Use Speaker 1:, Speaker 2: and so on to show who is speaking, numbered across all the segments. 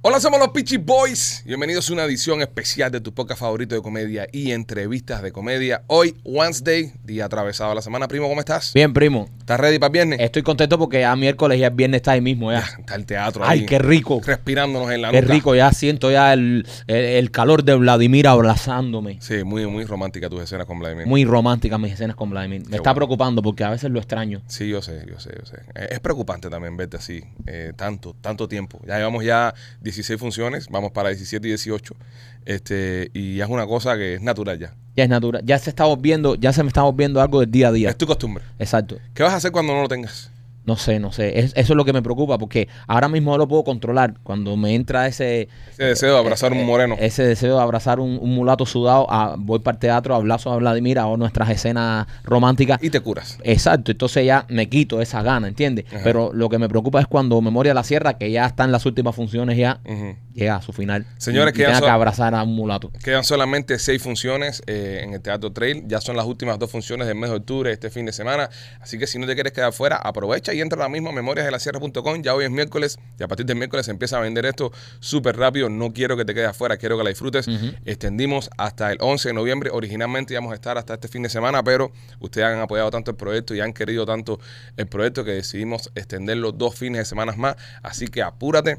Speaker 1: Hola, somos los Peachy Boys. Bienvenidos a una edición especial de tu podcast favorito de comedia y entrevistas de comedia. Hoy, Wednesday, día atravesado de la semana. Primo, ¿cómo estás?
Speaker 2: Bien, Eh, primo.
Speaker 1: ¿Estás ready para el viernes?
Speaker 2: Estoy contento porque ya miércoles y el viernes está ahí mismo ya.
Speaker 1: Está el teatro
Speaker 2: Ay,
Speaker 1: ahí,
Speaker 2: qué rico.
Speaker 1: Respirándonos en la
Speaker 2: Qué
Speaker 1: nuca.
Speaker 2: rico, ya siento ya el, el- el calor de Vladimir abrazándome.
Speaker 1: Sí, muy, muy romántica tus escenas con Vladimir.
Speaker 2: Muy románticas mis escenas con Vladimir. Me
Speaker 1: Qué
Speaker 2: está
Speaker 1: bueno.
Speaker 2: preocupando porque a veces lo extraño.
Speaker 1: Sí, yo sé, yo sé, yo sé. Eh, Es preocupante también verte así, eh, tanto, tanto tiempo. Ya llevamos ya 16 funciones, vamos para 17 y 18, este, y ya es una cosa que es natural ya.
Speaker 2: Ya es natural. Ya se está volviendo, ya se me está volviendo algo del día a día.
Speaker 1: Es tu costumbre.
Speaker 2: Exacto.
Speaker 1: ¿Qué vas a hacer cuando no lo tengas?
Speaker 2: No sé, no sé. Es- eso es lo que me preocupa porque ahora mismo no lo puedo controlar. Cuando me entra ese,
Speaker 1: Ese deseo de abrazar a un moreno.
Speaker 2: ese deseo de abrazar un, un mulato sudado, a- voy para el teatro, abrazo a Vladimir, hago nuestras escenas románticas.
Speaker 1: Y te curas.
Speaker 2: Exacto, entonces ya me quito esa gana, ¿entiendes?
Speaker 1: Ajá.
Speaker 2: Pero lo que me preocupa es cuando Memoria de la Sierra, que ya está en las últimas funciones, ya
Speaker 1: Ujú.
Speaker 2: llega a su final.
Speaker 1: Mm. Señores,
Speaker 2: y, y
Speaker 1: que ya
Speaker 2: tenga
Speaker 1: son-
Speaker 2: que abrazar a un mulato.
Speaker 1: Quedan solamente seis funciones eh, en el Teatro Trail. Ya son las últimas dos funciones del mes de octubre, este fin de semana. Así que si no te quieres quedar fuera, aprovecha y entra ahora mismo a memoriasdelasierra.com. Ya hoy es miércoles y a partir del miércoles se empieza a vender esto súper rápido. No quiero que te quedes afuera, quiero que la disfrutes. Extendimos hasta el 11 de noviembre. Originalmente íbamos a estar hasta este fin de semana, pero ustedes han apoyado tanto el proyecto y han querido tanto el proyecto que decidimos extenderlo dos fines de semana más. Así que apúrate.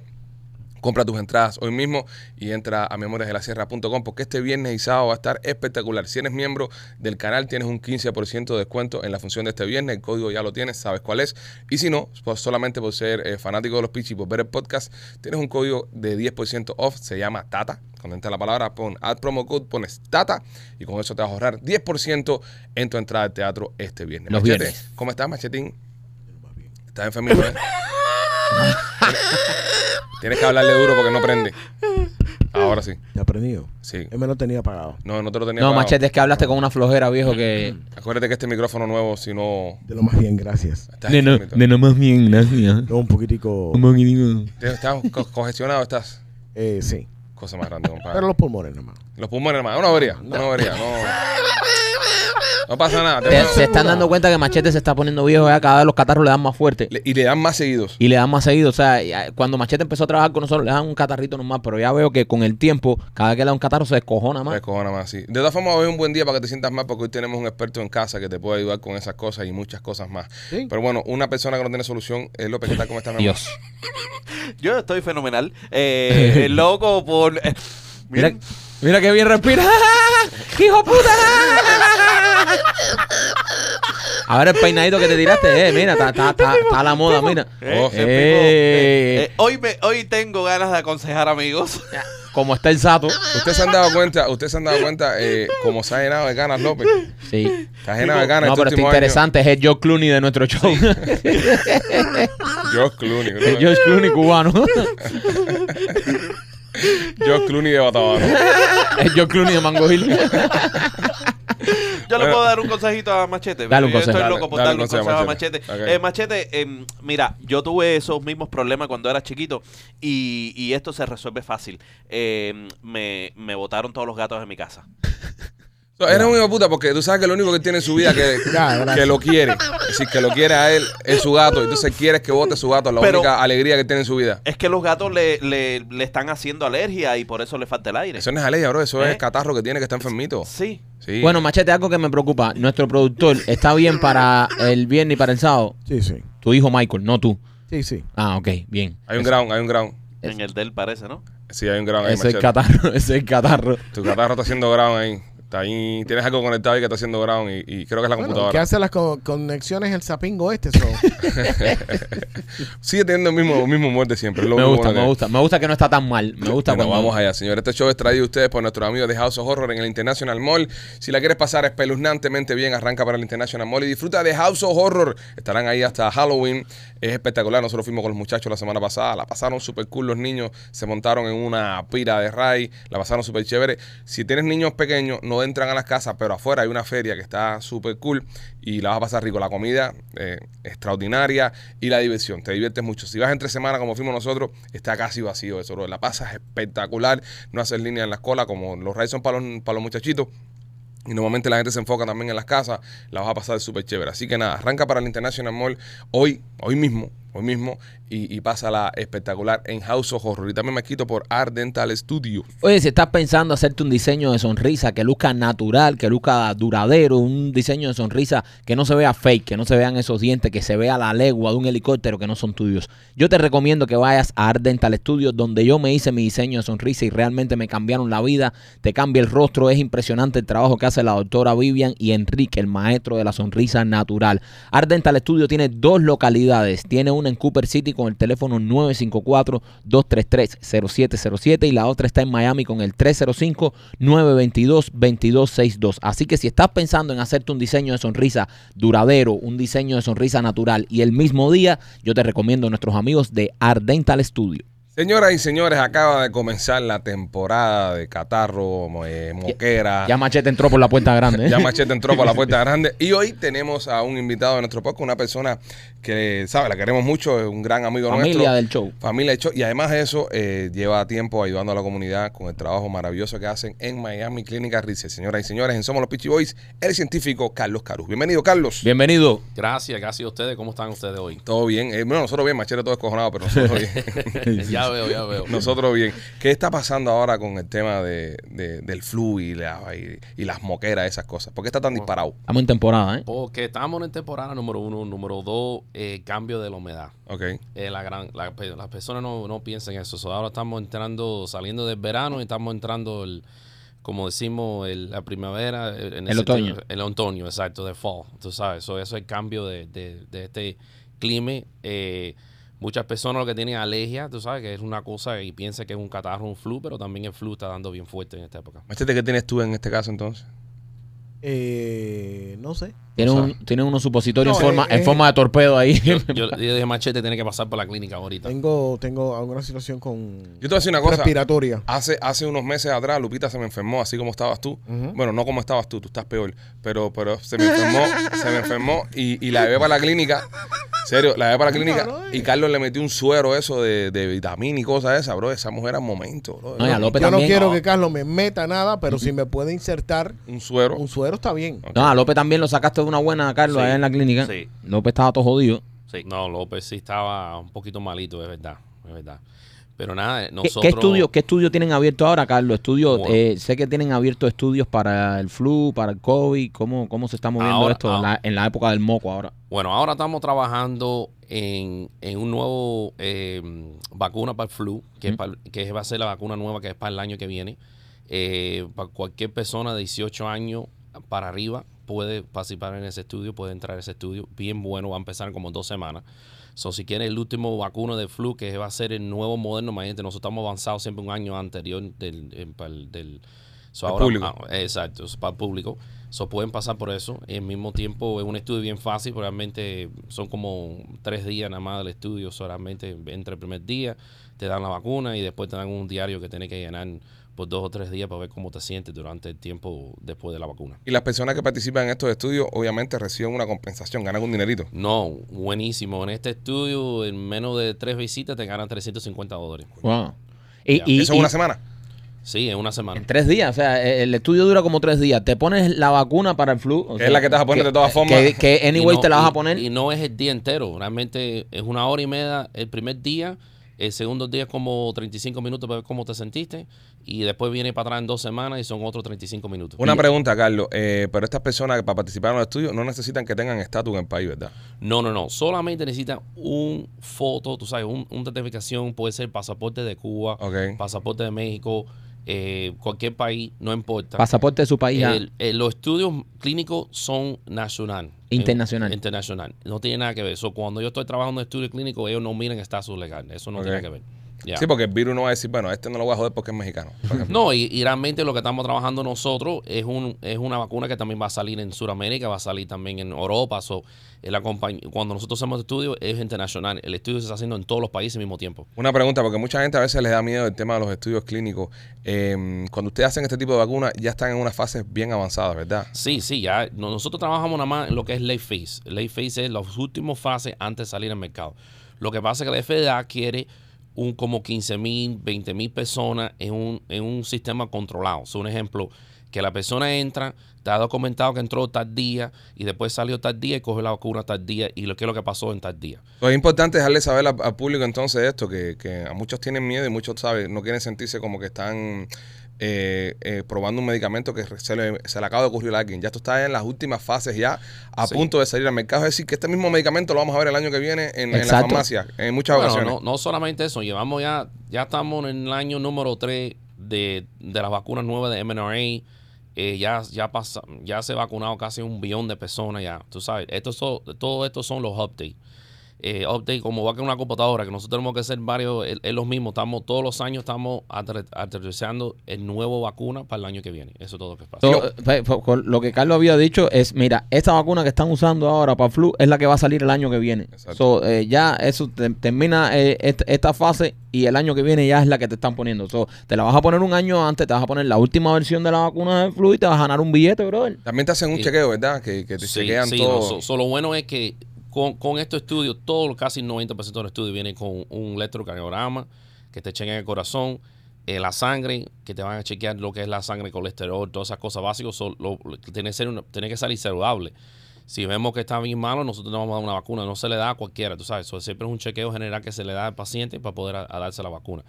Speaker 1: Compra tus entradas hoy mismo y entra a memoriasdelasierra.com porque este viernes y sábado va a estar espectacular. Si eres miembro del canal, tienes un 15% de descuento en la función de este viernes. El código ya lo tienes, sabes cuál es. Y si no, pues solamente por ser eh, fanático de los Pichis y por ver el podcast, tienes un código de 10% off. Se llama Tata. Cuando entra la palabra, pon ad promo code, pones Tata y con eso te vas a ahorrar 10% en tu entrada al teatro este viernes.
Speaker 2: Los
Speaker 1: Machete,
Speaker 2: viernes.
Speaker 1: ¿Cómo estás, Machetín? ¿Estás enfermito? eh? Tienes que hablarle duro porque no prende. Ahora sí.
Speaker 3: ¿Te ha prendido?
Speaker 1: Sí.
Speaker 3: Él me lo tenía apagado.
Speaker 1: No, no te lo tenía.
Speaker 2: No,
Speaker 1: pagado.
Speaker 2: machete, es que hablaste con una flojera, viejo, que...
Speaker 1: Acuérdate que este micrófono nuevo, si no.
Speaker 3: De lo más bien, gracias.
Speaker 1: Estás enfermito.
Speaker 2: más bien, gracias.
Speaker 3: No, un poquitico.
Speaker 1: Te- Estás co- congestionado, estás.
Speaker 3: Eh, sí.
Speaker 1: Cosa más grande, compadre.
Speaker 3: Pero los pulmones, hermano.
Speaker 1: Los pulmones, hermano. Una avería. Una avería. No. No pasa nada. te-
Speaker 2: se están dando cuenta que Machete se está poniendo viejo ya, cada vez los catarros le dan más fuerte.
Speaker 1: Le- Y le dan más seguidos.
Speaker 2: Y le dan más seguido. O sea, ya- cuando Machete empezó a trabajar con nosotros, le dan un catarrito normal. Pero ya veo que con el tiempo, cada vez que le da un catarro, se descojona más.
Speaker 1: Me cojona más, sí. De todas formas, hoy es un buen día para que te sientas mal porque hoy tenemos un experto en casa que te puede ayudar con esas cosas y muchas cosas más.
Speaker 3: Sí.
Speaker 1: Pero bueno, una persona que no tiene solución es López, que está como está. mi amor?
Speaker 2: Dios.
Speaker 4: Yo estoy fenomenal. Eh, loco por. eh,
Speaker 2: Mira,
Speaker 4: miren,
Speaker 2: mira que bien respira. ¡Hijo puta! Ahora el peinadito que te tiraste, eh, mira, está, está, está, está a la moda, mira.
Speaker 4: eh,
Speaker 1: Oh,
Speaker 4: eh,
Speaker 2: Eh,
Speaker 4: eh, hoy, me, hoy tengo ganas de aconsejar amigos.
Speaker 2: Como está el sato.
Speaker 1: Ustedes se han dado cuenta, ustedes se han dado cuenta eh, como se ha llenado de ganas López.
Speaker 2: Sí.
Speaker 1: Está llenado de ganas.
Speaker 2: No,
Speaker 1: este
Speaker 2: pero está
Speaker 1: último año.
Speaker 2: interesante, es el George Clooney de nuestro show.
Speaker 1: George Clooney.
Speaker 2: el
Speaker 1: brother.
Speaker 2: George Clooney cubano.
Speaker 1: George Clooney de Batabano.
Speaker 2: el George Clooney de Mango Hill.
Speaker 4: Yo le
Speaker 1: Bueno.
Speaker 4: puedo dar un consejito a Machete.
Speaker 2: Dale un
Speaker 4: Yo
Speaker 2: consejo.
Speaker 4: Estoy
Speaker 1: Dale,
Speaker 4: loco por
Speaker 1: dale un
Speaker 4: darle un
Speaker 1: consejo a
Speaker 4: consejo, a Machete.
Speaker 1: Machete. Ok.
Speaker 4: Eh, Machete, em, mira, yo tuve esos mismos problemas cuando era chiquito y, y esto se resuelve fácil. Em, me, me botaron todos los gatos de mi casa.
Speaker 1: No, Eres un hijo de puta porque tú sabes que lo único que tiene en su vida que,
Speaker 3: Ya, gracias.
Speaker 1: que lo quiere. Es decir, que lo quiere a él es su gato. Entonces quieres que vote su gato. La
Speaker 4: Pero-
Speaker 1: única alegría que tiene en su vida.
Speaker 4: Es que los gatos le, le- le están haciendo alergia y por eso le falta el aire.
Speaker 1: Eso no es alegría, bro. Eso es
Speaker 4: ¿Eh?
Speaker 1: el catarro que tiene que está enfermito.
Speaker 4: Sí.
Speaker 1: Sí.
Speaker 2: Bueno, Machete, algo que me preocupa. Nuestro productor está bien para el viernes y para el sábado.
Speaker 3: Sí, sí.
Speaker 2: Tu hijo Michael, no tú.
Speaker 3: Sí, sí.
Speaker 2: Ah, ok, bien.
Speaker 1: hay un ground, hay un ground.
Speaker 4: En el del parece, ¿no?
Speaker 1: Sí, hay un ground ahí,
Speaker 2: Ese es
Speaker 1: machete.
Speaker 2: el catarro, ese es el catarro.
Speaker 1: Tu catarro está haciendo ground ahí. Está ahí. Tienes algo conectado ahí que está haciendo ground y, y creo que es la
Speaker 3: Bueno,
Speaker 1: computadora.
Speaker 3: ¿qué hace las co- conexiones el sapingo este? so?
Speaker 1: Sigue teniendo el mismo, el mismo humor de siempre. es lo
Speaker 2: Me
Speaker 1: único
Speaker 2: gusta,
Speaker 1: bueno
Speaker 2: me
Speaker 1: que-
Speaker 2: gusta. Me gusta que no está tan mal. Me gusta
Speaker 1: Bueno,
Speaker 2: cuando...
Speaker 1: vamos allá, señor. Este show es traído a ustedes por nuestros amigos de House of Horror en el International Mall. Si la quieres pasar espeluznantemente bien, arranca para el International Mall y disfruta de House of Horror. Estarán ahí hasta Halloween. Es espectacular. Nosotros fuimos con los muchachos la semana pasada. La pasaron súper cool los niños. Se montaron en una pira de ray. La pasaron súper chévere. Si tienes niños pequeños, no entran a las casas, pero afuera hay una feria que está súper cool y la vas a pasar rico. La comida eh, extraordinaria y la diversión. Te diviertes mucho. Si vas entre semana, como fuimos nosotros, está casi vacío eso, bro. La pasas espectacular. No haces línea en la colas como los rayos son para los, para los muchachitos. Y normalmente la gente se enfoca también en las casas, la vas a pasar súper chévere. Así que nada, arranca para el International Mall hoy, hoy mismo. hoy mismo y, y pasa la espectacular en House of Horror. Y también me quito por Art Dental Studio.
Speaker 2: Oye, si estás pensando hacerte un diseño de sonrisa que luzca natural, que luzca duradero, un diseño de sonrisa que no se vea fake, que no se vean esos dientes, que se vea la legua de un helicóptero que no son tuyos. Yo te recomiendo que vayas a Ardental Studios, donde yo me hice mi diseño de sonrisa y realmente me cambiaron la vida. Te cambia el rostro, es impresionante el trabajo que hace la doctora Vivian y Enrique, el maestro de la sonrisa natural. Ardental Studio tiene dos localidades. Tiene una en Cooper City con el teléfono 954-233-0707 y la otra está en Miami con el 305-922-2262. Así que si estás pensando en hacerte un diseño de sonrisa duradero, un diseño de sonrisa natural y el mismo día, yo te recomiendo a nuestros amigos de Ardental Studio.
Speaker 1: Señoras y señores, acaba de comenzar la temporada de catarro, mo- eh, moquera.
Speaker 2: Ya Machete entró por la puerta grande. ¿eh?
Speaker 1: Ya Machete entró por la puerta grande. Y hoy tenemos a un invitado de nuestro podcast, una persona que, sabe, la queremos mucho, es un gran amigo
Speaker 2: Familia
Speaker 1: nuestro.
Speaker 2: del show.
Speaker 1: Familia hecho. Y además de eso, eh, lleva tiempo ayudando a la comunidad con el trabajo maravilloso que hacen en Miami Clínica Rice. Señoras y señores, en Somos los Pitchy Boys, el científico Carlos Carus. Bienvenido, Carlos.
Speaker 2: Bienvenido.
Speaker 5: Gracias, gracias a ustedes. ¿Cómo están ustedes hoy?
Speaker 1: Todo bien. Eh, bueno, nosotros bien, Machete todo descojonado, pero nosotros bien.
Speaker 5: ya veo, ya veo.
Speaker 1: Nosotros bien. ¿Qué está pasando ahora con el tema de, de- del flu y, la- y- y las moqueras, esas cosas? ¿Por qué está tan disparado?
Speaker 2: Estamos en temporada, ¿eh?
Speaker 5: Porque estamos en temporada número uno, número dos, eh, cambio de la humedad.
Speaker 1: Ok.
Speaker 5: Eh, la gran, la pe- las personas no, no piensan eso. So, ahora estamos entrando, saliendo del verano y estamos entrando, el, como decimos, el- la primavera. eh, En
Speaker 2: El
Speaker 5: ese
Speaker 2: otoño.
Speaker 5: tiempo- el otoño, exacto, de fall. Tú sabes, So, eso es el cambio de, de- de este clima. Eh, muchas personas lo que tienen alergia, tú sabes, que es una cosa y piensan que es un catarro, un flu, pero también el flu está dando bien fuerte en esta época.
Speaker 1: Machete, ¿qué tienes tú en este caso entonces?
Speaker 3: Eh, no sé.
Speaker 2: Tiene,
Speaker 1: O sea-
Speaker 2: un, tiene unos supositorios
Speaker 3: No,
Speaker 2: en, forma,
Speaker 3: eh,
Speaker 2: en
Speaker 3: eh.
Speaker 2: forma de torpedo ahí.
Speaker 5: Yo, yo- yo dije, machete, tiene que pasar por la clínica ahorita.
Speaker 3: Tengo, tengo alguna situación con
Speaker 1: Yo te voy a decir una cosa.
Speaker 3: respiratoria.
Speaker 1: Hace, hace unos meses atrás Lupita se me enfermó, así como estabas tú.
Speaker 3: Ujú.
Speaker 1: Bueno, no como estabas tú, tú estás peor. Pero, pero se me enfermó, se me enfermó y, y la llevé para la clínica. Serio, la llevé para la clínica
Speaker 3: Claro, eh.
Speaker 1: y Carlos le metió un suero eso de, de vitamina y cosas esas, bro. Esa mujer al momento, bro.
Speaker 2: No, y a López
Speaker 3: Yo no
Speaker 2: también.
Speaker 3: quiero que Carlos me meta nada, pero si me puede insertar
Speaker 1: Un suero.
Speaker 3: un suero está bien.
Speaker 2: No, a López también lo sacaste de una buena, Carlos,
Speaker 4: Sí,
Speaker 2: allá en la clínica.
Speaker 4: sí.
Speaker 2: López estaba todo jodido.
Speaker 4: Sí.
Speaker 5: No, López sí estaba un poquito malito, es verdad, es verdad. Pero nada,
Speaker 2: ¿Qué,
Speaker 5: nosotros...
Speaker 2: qué estudio, ¿Qué estudio tienen abierto ahora, Carlos? Estudios,
Speaker 5: Bueno.
Speaker 2: eh, sé que tienen abierto estudios para el flu, para el COVID. ¿Cómo, cómo se está moviendo
Speaker 5: Ahora-
Speaker 2: esto en la, en la época del moco ahora?
Speaker 5: Bueno, ahora estamos trabajando en, en un nuevo eh, vacuna para el flu, que, es para el- que va a ser la vacuna nueva que es para el año que viene. Eh, para cualquier persona de 18 años para arriba puede participar en ese estudio, puede entrar a ese estudio. Bien bueno, va a empezar en como dos semanas. So, si quieres el último vacuno de flu, que va a ser el nuevo moderno, imagínate, nosotros estamos avanzados siempre un año anterior del, en- para el- del- so,
Speaker 1: Al
Speaker 5: ahora-
Speaker 1: público.
Speaker 5: ah, exacto, es para el público. So, pueden pasar por eso. Y al mismo tiempo es un estudio bien fácil, pero realmente son como tres días nada más del estudio. So, realmente entre el primer día te dan la vacuna y después te dan un diario que tienes que llenar por dos o tres días para ver cómo te sientes durante el tiempo después de la vacuna.
Speaker 1: Y las personas que participan en estos estudios obviamente reciben una compensación, ganan un dinerito.
Speaker 5: No, buenísimo. En este estudio, en menos de tres visitas, te ganan 350 dólares.
Speaker 2: Wow. Y,
Speaker 5: Ya.
Speaker 2: y-
Speaker 1: Eso es
Speaker 2: y
Speaker 1: una semana.
Speaker 5: Sí, en una semana.
Speaker 2: en tres días, o sea, eh, el estudio dura como tres días. Te pones la vacuna para el flu. o
Speaker 1: Que es
Speaker 2: sea,
Speaker 1: la que te vas a poner de todas formas.
Speaker 2: Que, que
Speaker 5: Y
Speaker 2: anyway
Speaker 5: no-
Speaker 2: te la vas
Speaker 5: y-
Speaker 2: a poner.
Speaker 5: Y no es el día entero. Realmente es una hora y media el primer día. El segundo día es como 35 minutos para ver cómo te sentiste. Y después viene para atrás en dos semanas y son otros 35 minutos.
Speaker 1: Una pregunta, Carlos. eh, pero estas personas que para participar en los estudios no necesitan que tengan estatus en el país, ¿verdad?
Speaker 5: No, no, no. Solamente necesitas un foto, tú sabes, un- una identificación. Puede ser pasaporte de Cuba,
Speaker 1: Ok.
Speaker 5: pasaporte de México, eh, cualquier país, no importa.
Speaker 2: Pasaporte de su país. ya.
Speaker 5: El- eh, los estudios clínicos son nacional.
Speaker 2: Internacional.
Speaker 5: Eh, internacional. No tiene nada que ver. So, cuando yo estoy trabajando en estudios clínicos, ellos no miran estatus legal. Eso no
Speaker 1: Ok.
Speaker 5: tiene que ver. Ya.
Speaker 1: Sí, porque el virus no va a decir, bueno, este no lo voy a joder porque es mexicano. por ejemplo.
Speaker 5: No, y, y realmente lo que estamos trabajando nosotros es un es una vacuna que también va a salir en Sudamérica, va a salir también en Europa. So, eh, la compañ- cuando nosotros hacemos estudios es internacional. El estudio se está haciendo en todos los países al mismo tiempo.
Speaker 1: Una pregunta, porque mucha gente a veces les da miedo el tema de los estudios clínicos. Eh, cuando ustedes hacen este tipo de vacunas, ya están en unas fases bien avanzadas, ¿verdad?
Speaker 5: Sí, sí, ya. No- Nosotros trabajamos nada más en lo que es late phase. Late phase es las últimas fases antes de salir al mercado. Lo que pasa es que la FDA quiere un como 15 mil, 20 mil personas en un, en un sistema controlado. So, un ejemplo, que la persona entra, está documentado que entró tal día y después salió tal día y coge la vacuna tal día y lo que es lo que pasó en tal día.
Speaker 1: Lo importante Pues es dejarle saber al, al público entonces esto, que, que a muchos tienen miedo y muchos saben, no quieren sentirse como que están eh, eh, probando un medicamento que se le, se le acaba de ocurrir a alguien. Ya esto está en las últimas fases ya, a
Speaker 5: Sí.
Speaker 1: punto de salir al mercado. Es decir, que este mismo medicamento lo vamos a ver el año que viene en, en la
Speaker 2: Exacto.
Speaker 1: farmacia, en muchas
Speaker 5: Bueno,
Speaker 1: ocasiones.
Speaker 5: no, no solamente eso, llevamos ya, ya estamos en el año número 3 de, de las vacunas nuevas de mRNA. eh, ya, ya, pasa, ya se ha vacunado casi un billón de personas ya, tú sabes. Estos son, todo esto son los updates. Eh, update como va que una computadora, que nosotros tenemos que hacer varios, es, es lo mismo. Estamos, todos los años estamos atre- aterrizando el nuevo vacuna para el año que viene. Eso es todo lo que pasa.
Speaker 2: So, eh, fe- fo- con lo que Carlos había dicho es, mira, esta vacuna que están usando ahora para flu es la que va a salir el año que viene.
Speaker 1: Exacto.
Speaker 2: So, eh, ya eso te- termina eh, est- esta fase y el año que viene ya es la que te están poniendo. So, te la vas a poner un año antes, te vas a poner la última versión de la vacuna de flu y te vas a ganar un billete, brother.
Speaker 1: También te hacen un
Speaker 5: Y-
Speaker 1: chequeo, ¿verdad? Que, que te
Speaker 5: Sí,
Speaker 1: chequean
Speaker 5: sí,
Speaker 1: todo.
Speaker 5: no, so- so lo bueno es que con, con estos estudios, todo, casi el 90% de los estudios vienen con un electrocardiograma que te chequen el corazón, eh, la sangre, que te van a chequear lo que es la sangre, colesterol, todas esas cosas básicas. so, lo- lo- tiene, que ser una- tiene que salir saludable. Si vemos que está bien malo, nosotros le vamos a dar una vacuna. No se le da a cualquiera, tú sabes. so, siempre es un chequeo general que se le da al paciente para poder a- a darse la vacuna.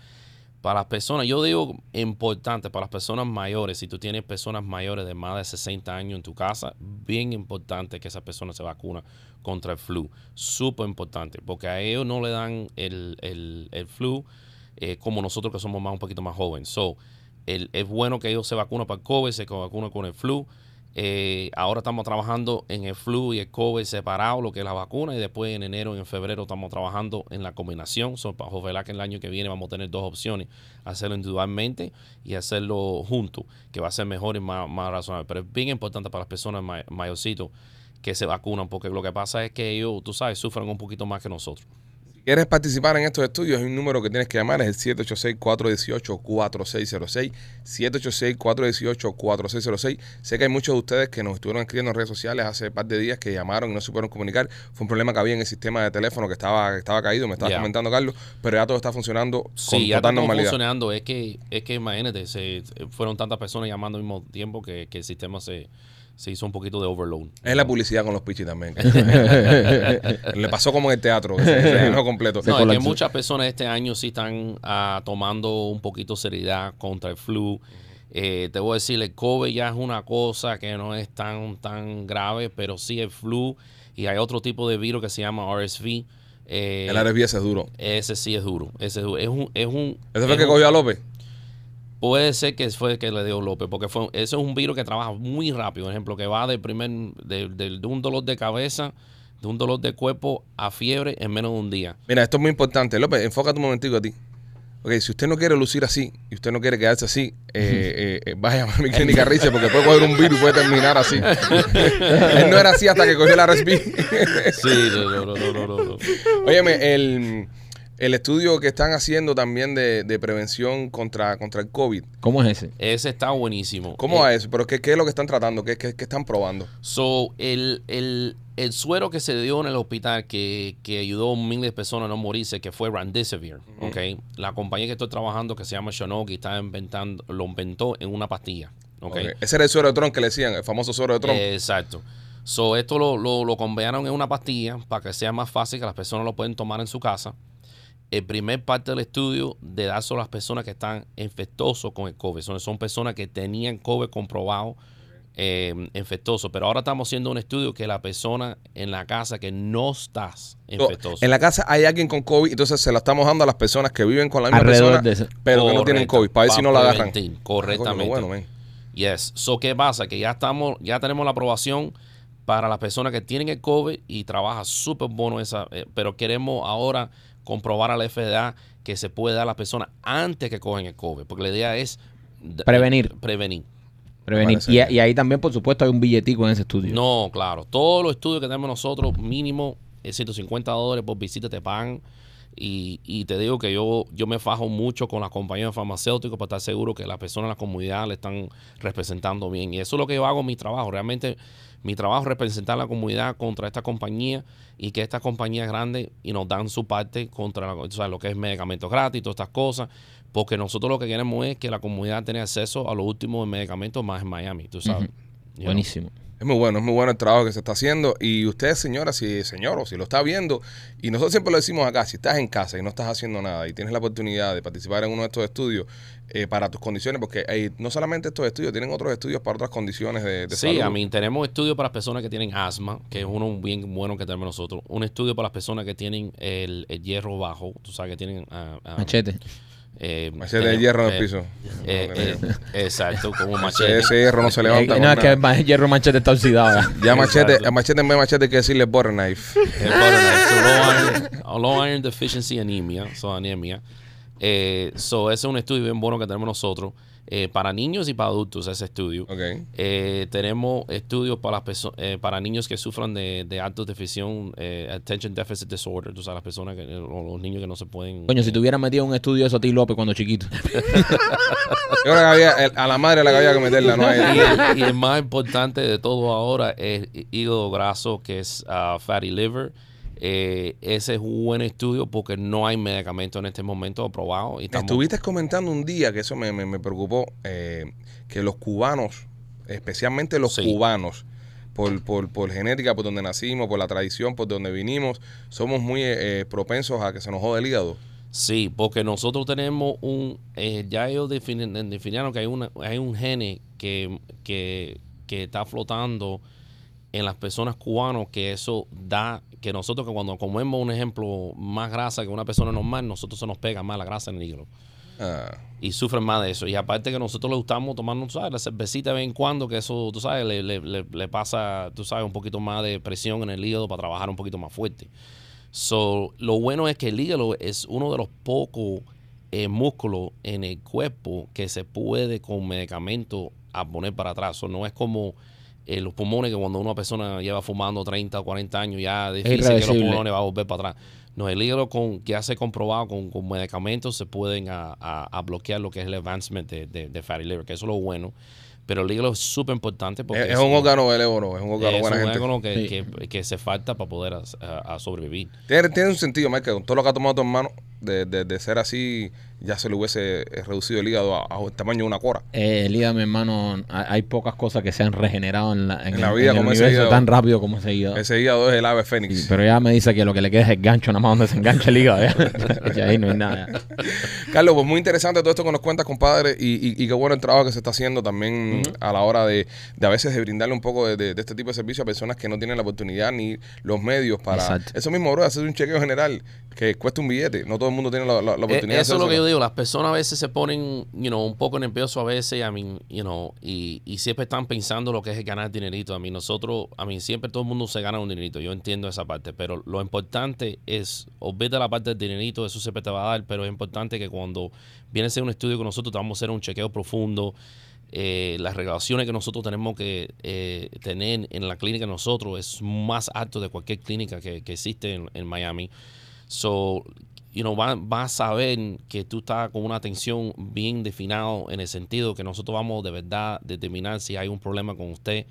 Speaker 5: Para las personas, yo digo importante, para las personas mayores, si tú tienes personas mayores de más de 60 años en tu casa, bien importante que esa persona se vacuna contra el flu. Súper importante, porque a ellos no le dan el, el- el flu eh, como nosotros que somos más un poquito más jóvenes. So, el- es bueno que ellos se vacunen para el COVID, se vacunen con el flu. Eh, ahora estamos trabajando en el flu y el COVID separado, lo que es la vacuna, y después en enero y en febrero estamos trabajando en la combinación. So, pa- ojalá que el año que viene vamos a tener dos opciones, hacerlo individualmente y hacerlo juntos, que va a ser mejor y más, más razonable. Pero es bien importante para las personas may- mayorcitos que se vacunan, porque lo que pasa es que ellos, tú sabes, sufren un poquito más que nosotros.
Speaker 1: Si quieres participar en estos estudios, hay un número que tienes que llamar, es el 786-418-4606. 786-418-4606. Sé que hay muchos de ustedes que nos estuvieron escribiendo en redes sociales hace un par de días que llamaron y no se pudieron comunicar. Fue un problema que había en el sistema de teléfono que estaba, que estaba caído, me estabas
Speaker 5: Ya.
Speaker 1: comentando, Carlos, pero ya todo está funcionando con
Speaker 5: Sí, ya está
Speaker 1: total
Speaker 5: todo
Speaker 1: normalidad.
Speaker 5: funcionando. Es que, es que imagínate, se, fueron tantas personas llamando al mismo tiempo que, que el sistema se, se hizo un poquito de overload.
Speaker 1: Es la publicidad con los pichis también. Le pasó como en el teatro, que se, se llenó completo.
Speaker 5: No, es que
Speaker 2: colapsó.
Speaker 5: muchas personas este año sí están ah, tomando un poquito seriedad contra el flu. Eh, te voy a decir, el COVID ya es una cosa que no es tan, tan grave, pero sí el flu y hay otro tipo de virus que se llama RSV. eh,
Speaker 1: El área es duro.
Speaker 5: ese sí es duro. Ese es, duro. Es un, es un,
Speaker 1: ¿Eso fue
Speaker 5: es
Speaker 1: el que
Speaker 5: un-
Speaker 1: cogió a López?
Speaker 5: Puede ser que fue el que le dio López, porque fue, ese es un virus que trabaja muy rápido. Por ejemplo, que va del primer, de, de- de un dolor de cabeza, de un dolor de cuerpo a fiebre en menos de un día.
Speaker 1: Mira, esto es muy importante. López, enfócate un momentico a ti. Ok, si usted no quiere lucir así y usted no quiere quedarse así, eh, eh, eh, vaya a mi clínica Richard porque puede coger un virus y puede terminar así. Él no era así hasta que cogió la RSV.
Speaker 5: Sí, no, no, no, no, no, no.
Speaker 1: Óyeme, el, el estudio que están haciendo también de, de prevención contra, contra el COVID,
Speaker 2: ¿Cómo es ese?
Speaker 5: Ese está buenísimo.
Speaker 1: ¿cómo
Speaker 5: Eh,
Speaker 1: va eso? ¿Pero qué, qué es lo que están tratando? ¿Qué, qué- qué están probando?
Speaker 5: So, el, el, el suero que se dio en el hospital que, que ayudó a miles de personas a no morirse, que fue Randesivir, ¿ok? La compañía que estoy trabajando, que se llama Shanogi, está inventando, lo inventó en una pastilla, ¿ok?
Speaker 1: Ok, Ese era el suero de Trump que le decían, el famoso suero de Trump.
Speaker 5: Eh, Exacto. So, esto lo, lo, lo conveyaron en una pastilla para que sea más fácil que las personas lo pueden tomar en su casa. El primer parte del estudio de dar solo a las personas que están infectosos con el COVID. Son, son personas que tenían COVID comprobado eh, infectoso. Pero ahora estamos haciendo un estudio que la persona en la casa que no estás
Speaker 1: So,
Speaker 5: infectoso.
Speaker 1: en la casa hay alguien con COVID, entonces se la estamos dando a las personas que viven con la misma persona,
Speaker 2: Alrededor de ese.
Speaker 1: pero que no tienen
Speaker 5: Correcto.
Speaker 1: COVID, para ver si no la agarran.
Speaker 5: prevenir,
Speaker 1: Ah, coño,
Speaker 5: Correctamente.
Speaker 1: bueno, men.
Speaker 5: Yes. So, ¿qué pasa? Que ya estamos, ya tenemos la aprobación para las personas que tienen el COVID y trabaja súper bueno esa, eh, pero queremos ahora comprobar a la FDA que se puede dar a las personas antes que cogen el COVID, porque la idea es de-
Speaker 2: Prevenir.
Speaker 5: prevenir.
Speaker 2: Prevenir.
Speaker 1: parece
Speaker 2: Y,
Speaker 1: bien.
Speaker 2: y ahí también, por supuesto, hay un billetico en ese estudio.
Speaker 5: No, eh, claro. Todos los estudios que tenemos nosotros, mínimo es 150 dólares por visita te pagan. Y, y te digo que yo, yo me fajo mucho con las compañías farmacéuticas para estar seguro que las personas en la comunidad le están representando bien. Y eso es lo que yo hago en mi trabajo. Realmente mi trabajo es representar a la comunidad contra esta compañía y que estas compañías grandes y nos dan su parte contra la- o sea, lo que es medicamentos gratis, todas estas cosas, porque nosotros lo que queremos es que la comunidad tenga acceso a los últimos medicamentos más en Miami, tú sabes. You know.
Speaker 2: Buenísimo.
Speaker 1: Es muy bueno, es muy bueno el trabajo que se está haciendo. Y usted, señora, si señor o si lo está viendo, y nosotros siempre lo decimos acá, si estás en casa y no estás haciendo nada y tienes la oportunidad de participar en uno de estos estudios eh, para tus condiciones, porque eh, no solamente estos estudios, tienen otros estudios para otras condiciones de, de
Speaker 5: sí,
Speaker 1: salud.
Speaker 5: a mí tenemos estudios para las personas que tienen asma, que es uno bien bueno que tenemos nosotros. Un estudio para las personas que tienen el, el hierro bajo, tú sabes que tienen... ah, ah,
Speaker 2: Machete.
Speaker 5: eh,
Speaker 1: Machete de
Speaker 5: tenemos-
Speaker 1: hierro en el
Speaker 5: eh,
Speaker 1: piso.
Speaker 5: eh,
Speaker 1: Madre
Speaker 5: eh,
Speaker 1: mía.
Speaker 5: exacto, como
Speaker 1: Ese-
Speaker 5: machete.
Speaker 1: Ese hierro no se
Speaker 2: Eh,
Speaker 1: levanta.
Speaker 2: no,
Speaker 1: con
Speaker 2: es que
Speaker 1: nada.
Speaker 2: el hierro machete está oxidado. ya.
Speaker 1: Ya machete,
Speaker 5: Exacto.
Speaker 1: a machete en vez de machete hay que decirle butter knife.
Speaker 5: Eh, butter knife. So, low, iron, low iron deficiency anemia, so anemia. Eh, so ese es un estudio bien bueno que tenemos nosotros eh, para niños y para adultos ese estudio.
Speaker 1: Ok.
Speaker 5: Eh, tenemos estudios para las perso- eh, para niños que sufran de, de alto deficiencia, attention deficit disorder, o sea, las personas que, o los niños que no se pueden. eh,
Speaker 2: Coño, si te hubieran metido en un estudio eso a ti, López, cuando chiquito.
Speaker 1: Yo creo que había- el- a la madre la que había que meterla, no
Speaker 5: y,
Speaker 1: hay.
Speaker 5: el, y el más importante de todo ahora es hígado graso, que es ah, fatty liver. Eh, ese es un buen estudio porque no hay medicamento en este momento aprobado. Y
Speaker 1: Me
Speaker 5: estamos-
Speaker 1: Estuviste comentando un día que eso me, me- me preocupó, eh, que los cubanos, especialmente los
Speaker 5: Sí.
Speaker 1: cubanos, por, por, por genética, por donde nacimos, por la tradición, por donde vinimos, somos muy eh, eh, propensos a que se nos jode el hígado.
Speaker 5: Sí, porque nosotros tenemos un. eh, ya ellos defini- definieron que hay, una, hay un gene que, que, que está flotando en las personas cubanas que eso da. Que nosotros, que cuando comemos, un ejemplo, más grasa que una persona normal, nosotros se nos pega más la grasa en el hígado.
Speaker 1: Ah,
Speaker 5: y sufren más de eso. Y aparte que nosotros le gustamos tomarnos, tú ¿sabes? La cervecita de vez en cuando, que eso, tú sabes, le, le- le- le pasa, tú sabes, un poquito más de presión en el hígado para trabajar un poquito más fuerte. So, lo bueno es que el hígado es uno de los pocos eh, músculos en el cuerpo que se puede con medicamento a poner para atrás. So, no es como eh, los pulmones que cuando una persona lleva fumando 30 o 40 años ya es difícil que los
Speaker 2: irreversible.
Speaker 5: pulmones va a volver para atrás. No, el hígado con, que hace comprobado con, con medicamentos se pueden a, a- a bloquear lo que es el advancement de, de, de fatty liver, que eso es lo bueno. Pero el hígado es súper importante porque
Speaker 1: es, es un órgano benévolo, es un órgano
Speaker 5: es
Speaker 1: buena
Speaker 5: un
Speaker 1: gente.
Speaker 5: órgano que,
Speaker 2: Sí.
Speaker 5: que- que se falta para poder as- a- a sobrevivir.
Speaker 1: Tiene, tiene un sentido, Michael, con todo lo que ha tomado tu hermano, de, de- de ser así, ya se le hubiese eh, reducido el hígado a, a el tamaño de una cora.
Speaker 2: Eh, el hígado, mi hermano, ha- hay pocas cosas que se han regenerado en la, en
Speaker 1: En la
Speaker 2: el-
Speaker 1: vida
Speaker 2: en el
Speaker 1: como ese
Speaker 2: universo
Speaker 1: hígado.
Speaker 2: tan rápido como ese
Speaker 5: Ah.
Speaker 2: hígado.
Speaker 1: Ese hígado es el ave fénix.
Speaker 2: Sí, pero ya me dice que lo que le queda es el gancho, nada más donde se engancha el hígado. Ya, Ya ahí no hay nada. ya.
Speaker 1: Carlos, pues muy interesante todo esto que nos cuentas, compadre, y, y- y qué bueno el trabajo que se está haciendo también a la hora de, de a veces de brindarle un poco de, de- de este tipo de servicio a personas que no tienen la oportunidad ni los medios para...
Speaker 2: Exacto.
Speaker 1: Eso mismo, bro, hacer un chequeo general que cuesta un billete. No todo el mundo tiene la, la- la
Speaker 5: Eh,
Speaker 1: oportunidad. de
Speaker 5: Eso es lo que
Speaker 1: hacerlo.
Speaker 5: yo digo. Las personas a veces se ponen, you know, un poco nerviosos a veces, I mean, you know, y, y siempre están pensando lo que es ganar dinerito. A mí nosotros, a mí siempre todo el mundo se gana un dinerito. Yo entiendo esa parte, pero lo importante es, olvida la parte del dinerito, eso siempre te va a dar, pero es importante que cuando viene a hacer un estudio con nosotros, te vamos a hacer un chequeo profundo. eh, las regulaciones que nosotros tenemos que eh, tener en la clínica de nosotros es más alto de cualquier clínica que, que existe en- en Miami. So, you know, van, van a saber que tú estás con una atención bien definada en el sentido que nosotros vamos de verdad a determinar si hay un problema con usted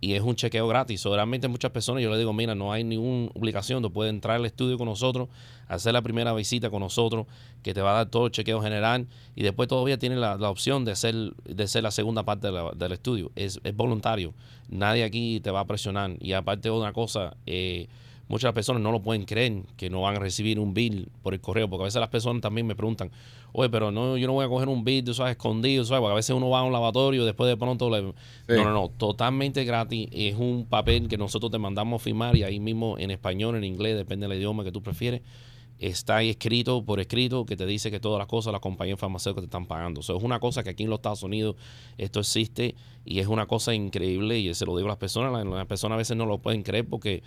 Speaker 5: y es un chequeo gratis. So, realmente muchas personas yo le digo, mira, no hay ninguna obligación, tú puedes entrar al estudio con nosotros, hacer la primera visita con nosotros, que te va a dar todo el chequeo general y después todavía tienes la, la opción de hacer, de hacer la segunda parte de la- del estudio. Es, es voluntario, nadie aquí te va a presionar. Y aparte otra cosa, eh, muchas personas no lo pueden creer que no van a recibir un bill por el correo, porque a veces las personas también me preguntan, oye, pero no, yo no voy a coger un bill, tú sabes, escondido, ¿sabes? Porque a veces uno va a un lavatorio, después de pronto... le- No, no, no, totalmente gratis. Es un papel que nosotros te mandamos firmar y ahí mismo en español, en inglés, depende del idioma que tú prefieres, está ahí escrito por escrito que te dice que todas las cosas las compañías farmacéuticas te están pagando. Eso es una cosa que aquí en los Estados Unidos esto existe y es una cosa increíble y se lo digo a las personas, las, las personas a veces no lo pueden creer porque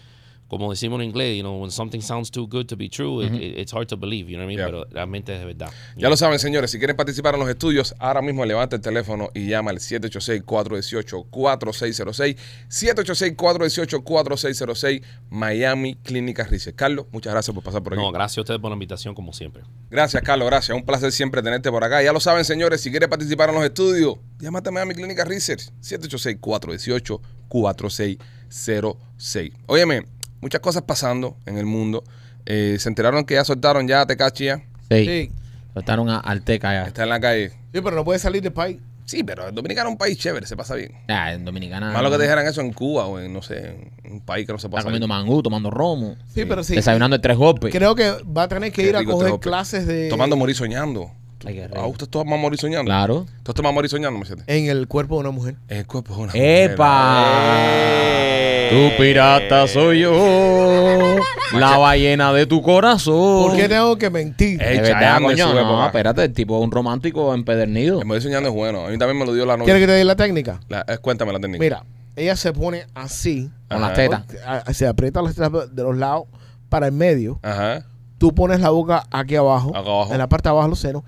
Speaker 5: como decimos en inglés, you know, when something sounds too good to be true, it- it- it's hard to believe, you know what I
Speaker 1: Yeah.
Speaker 5: mean? Pero realmente es de verdad.
Speaker 1: Ya lo saben, señores, si quieren participar en los estudios, ahora mismo levanta el teléfono y llama al 786-418-4606. 786-418-4606, Miami Clínica Rice. Carlos, muchas gracias por pasar por aquí.
Speaker 5: No, gracias a ustedes por la invitación, como siempre.
Speaker 1: Gracias, Carlos, gracias. Un placer siempre tenerte por acá. Ya lo saben, señores, si quieres participar en los estudios, llámate a Miami Clínica Research, 786-418-4606. Óyeme, muchas cosas pasando en el mundo. Eh, se enteraron que ya soltaron ya a Tekashi, ya.
Speaker 2: Sí.
Speaker 3: Sí.
Speaker 2: Soltaron a Alteca ya.
Speaker 1: está en la calle.
Speaker 3: Sí, pero no puede salir del país.
Speaker 1: Sí, pero Dominicana es un país chévere, se pasa bien.
Speaker 2: Ah, en Dominicana.
Speaker 1: Malo que te dijeran eso en Cuba o en, no sé, en un país que no se
Speaker 2: Está
Speaker 1: pasa bien.
Speaker 2: comiendo mangú, tomando romo.
Speaker 3: Sí, pero sí.
Speaker 2: Desayunando el tres golpes.
Speaker 3: Creo que va a tener que
Speaker 1: Qué
Speaker 3: ir a
Speaker 1: rico
Speaker 3: coger
Speaker 1: este golpe.
Speaker 3: clases de.
Speaker 1: Tomando morir soñando.
Speaker 2: Ay, qué rico.
Speaker 1: ¿A usted toma morir soñando?
Speaker 2: Claro. Eh.
Speaker 1: ¿Tú tomas morir soñando, Machete?
Speaker 3: En el cuerpo de una mujer.
Speaker 1: En el cuerpo es una mujer.
Speaker 4: Eh,
Speaker 2: ¡Epa! Tu pirata soy yo. La ballena de tu corazón.
Speaker 3: ¿Por qué tengo que mentir?
Speaker 1: Eh,
Speaker 2: De verdad,
Speaker 1: Chayanne de
Speaker 2: coño,
Speaker 1: su época.
Speaker 2: no, Eh, espérate, el tipo es un romántico empedernido.
Speaker 1: El morir soñando es bueno. A mí también me lo dio la novia.
Speaker 3: ¿Quieres que te dé la técnica?
Speaker 1: La- eh, cuéntame la técnica.
Speaker 3: Mira, ella se pone así.
Speaker 2: Con
Speaker 1: Ajá.
Speaker 2: las tetas.
Speaker 3: a- Se aprieta los tres de los lados para el medio.
Speaker 1: Ajá.
Speaker 3: Tú pones la boca aquí abajo,
Speaker 1: Acá abajo.
Speaker 3: en la parte de abajo de los senos.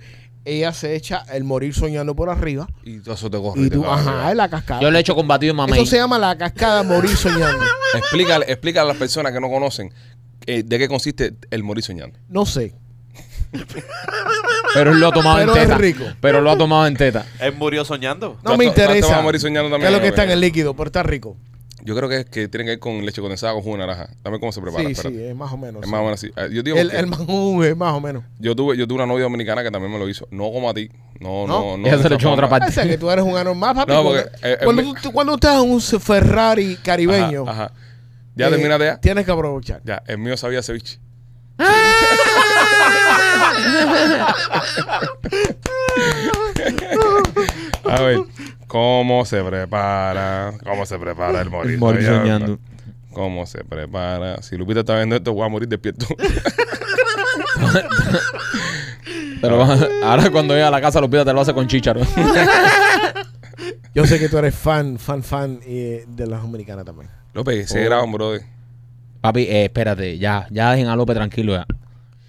Speaker 3: Ella se echa el morir soñando por arriba.
Speaker 1: Y todo eso te corre.
Speaker 3: Y
Speaker 1: te
Speaker 3: tú,
Speaker 1: cagas.
Speaker 3: ajá, es la cascada.
Speaker 2: Yo le he hecho combatido mamá.
Speaker 3: Eso se llama la cascada morir soñando.
Speaker 1: Explícale, explícale a las personas que no conocen eh, de qué consiste el morir soñando.
Speaker 3: No sé.
Speaker 2: Pero él lo ha tomado
Speaker 3: Pero
Speaker 2: en
Speaker 3: es
Speaker 2: teta.
Speaker 3: rico.
Speaker 2: Pero lo ha tomado en teta.
Speaker 4: Él murió soñando.
Speaker 1: Tú
Speaker 3: No me
Speaker 1: has to- tú has
Speaker 3: interesa.
Speaker 1: tomado morir soñando también,
Speaker 3: qué es lo
Speaker 1: ¿no?
Speaker 3: que está en el líquido, pero está rico.
Speaker 1: Yo creo que es que tiene que ir con leche condensada con jugo de naranja. Dame cómo se prepara.
Speaker 3: sí,
Speaker 1: espérate.
Speaker 3: sí, es más o menos.
Speaker 1: es
Speaker 3: sí.
Speaker 1: más o menos así. Ah, Yo digo
Speaker 3: el,
Speaker 1: que
Speaker 3: el mangú es más o menos.
Speaker 1: yo tuve, yo tuve una novia dominicana que también me lo hizo. No como a ti. No, no, no.
Speaker 3: No.
Speaker 1: de
Speaker 2: Ella se lo
Speaker 1: esa
Speaker 2: echó en otra
Speaker 1: forma.
Speaker 2: parte.
Speaker 3: O sea, que tú eres un anormal, papi.
Speaker 1: No,
Speaker 3: cuando-
Speaker 1: porque, eh, eh,
Speaker 3: cuando,
Speaker 1: me-
Speaker 3: tú- tú- cuando estás en un Ferrari caribeño,
Speaker 1: Ajá, ajá. Ya
Speaker 3: eh,
Speaker 1: termina de ya.
Speaker 3: Tienes que aprovechar.
Speaker 1: Ya, el mío sabía ceviche. A ver, ¿cómo se prepara? ¿Cómo se prepara el morir?
Speaker 2: El morir
Speaker 1: Todavía
Speaker 2: soñando.
Speaker 1: no. ¿Cómo se prepara? Si Lupita está viendo esto, voy a morir despierto.
Speaker 2: Pero ahora cuando llega a la casa lo pida, te lo hace con chícharo.
Speaker 3: Yo sé que tú eres fan, fan, fan eh, de las dominicanas también.
Speaker 1: López, se graban, brother.
Speaker 2: Papi, eh, espérate, ya, ya dejen a López tranquilo ya.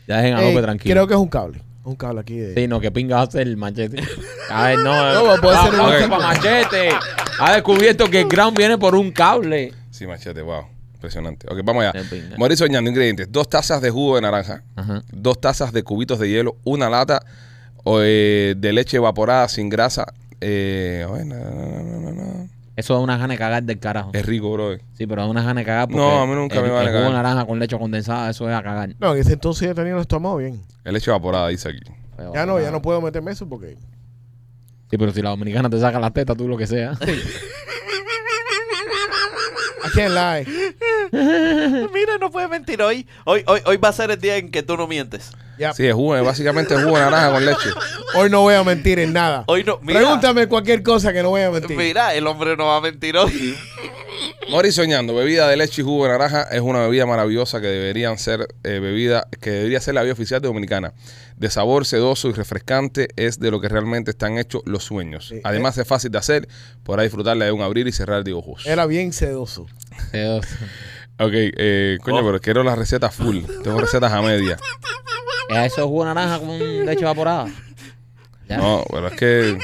Speaker 2: Ya dejen a
Speaker 3: Eh,
Speaker 2: López tranquilo.
Speaker 3: Creo que es un cable. Un cable aquí de.
Speaker 2: Sí, no, que pinga hace el machete. A ver, no. eh,
Speaker 3: No, pues puede ser un
Speaker 2: aplauso
Speaker 1: tipo.
Speaker 2: pa' machete. Ha descubierto que el ground viene por un cable.
Speaker 1: Sí, machete, wow. Impresionante. Ok, vamos allá.
Speaker 2: Qué pinga.
Speaker 1: Morir soñando, ingredientes. Dos tazas de jugo de naranja,
Speaker 2: Ajá.
Speaker 1: dos tazas de cubitos de hielo, una lata o, eh, de leche evaporada sin grasa. Eh, ay, na, na, na, na, na.
Speaker 2: Eso da una gana de cagar del carajo.
Speaker 1: Es rico, brother.
Speaker 2: Sí, pero da una gana de cagar porque
Speaker 1: No, a mí nunca
Speaker 2: el-
Speaker 1: me van a
Speaker 2: el jugo de
Speaker 1: cagar.
Speaker 2: naranja con leche condensada, eso es a cagar.
Speaker 3: No, en ese entonces ya tenía el estómago bien.
Speaker 1: El leche evaporada, dice aquí.
Speaker 3: Ya no, ya no puedo meterme eso porque.
Speaker 2: Sí, pero si la dominicana te saca las tetas, tú lo que sea.
Speaker 3: Aquí en la.
Speaker 4: Mira, no puedes mentir hoy. Hoy, hoy. hoy va a ser el día en que tú no mientes.
Speaker 3: Ya.
Speaker 1: Sí, es jugo, es básicamente jugo de naranja con leche.
Speaker 3: Hoy no voy a mentir en nada.
Speaker 4: Hoy no. Mira,
Speaker 3: Pregúntame cualquier cosa que no voy a mentir.
Speaker 4: mira, el hombre no va a mentir hoy.
Speaker 1: Mori soñando, bebida de leche y jugo de naranja es una bebida maravillosa que deberían ser eh, bebida, que debería ser la bebida oficial de dominicana. De sabor sedoso y refrescante es de lo que realmente están hechos los sueños.
Speaker 3: Sí,
Speaker 1: Además es fácil de hacer, podrá disfrutarla de un abrir y cerrar de ojos.
Speaker 3: Era bien sedoso.
Speaker 2: Dios.
Speaker 1: Ok, eh, coño,
Speaker 4: Oh.
Speaker 1: pero quiero las recetas full. Tengo recetas a media.
Speaker 2: ¿Es eh, eso jugo de naranja con leche evaporada? Ya.
Speaker 1: No, pero es que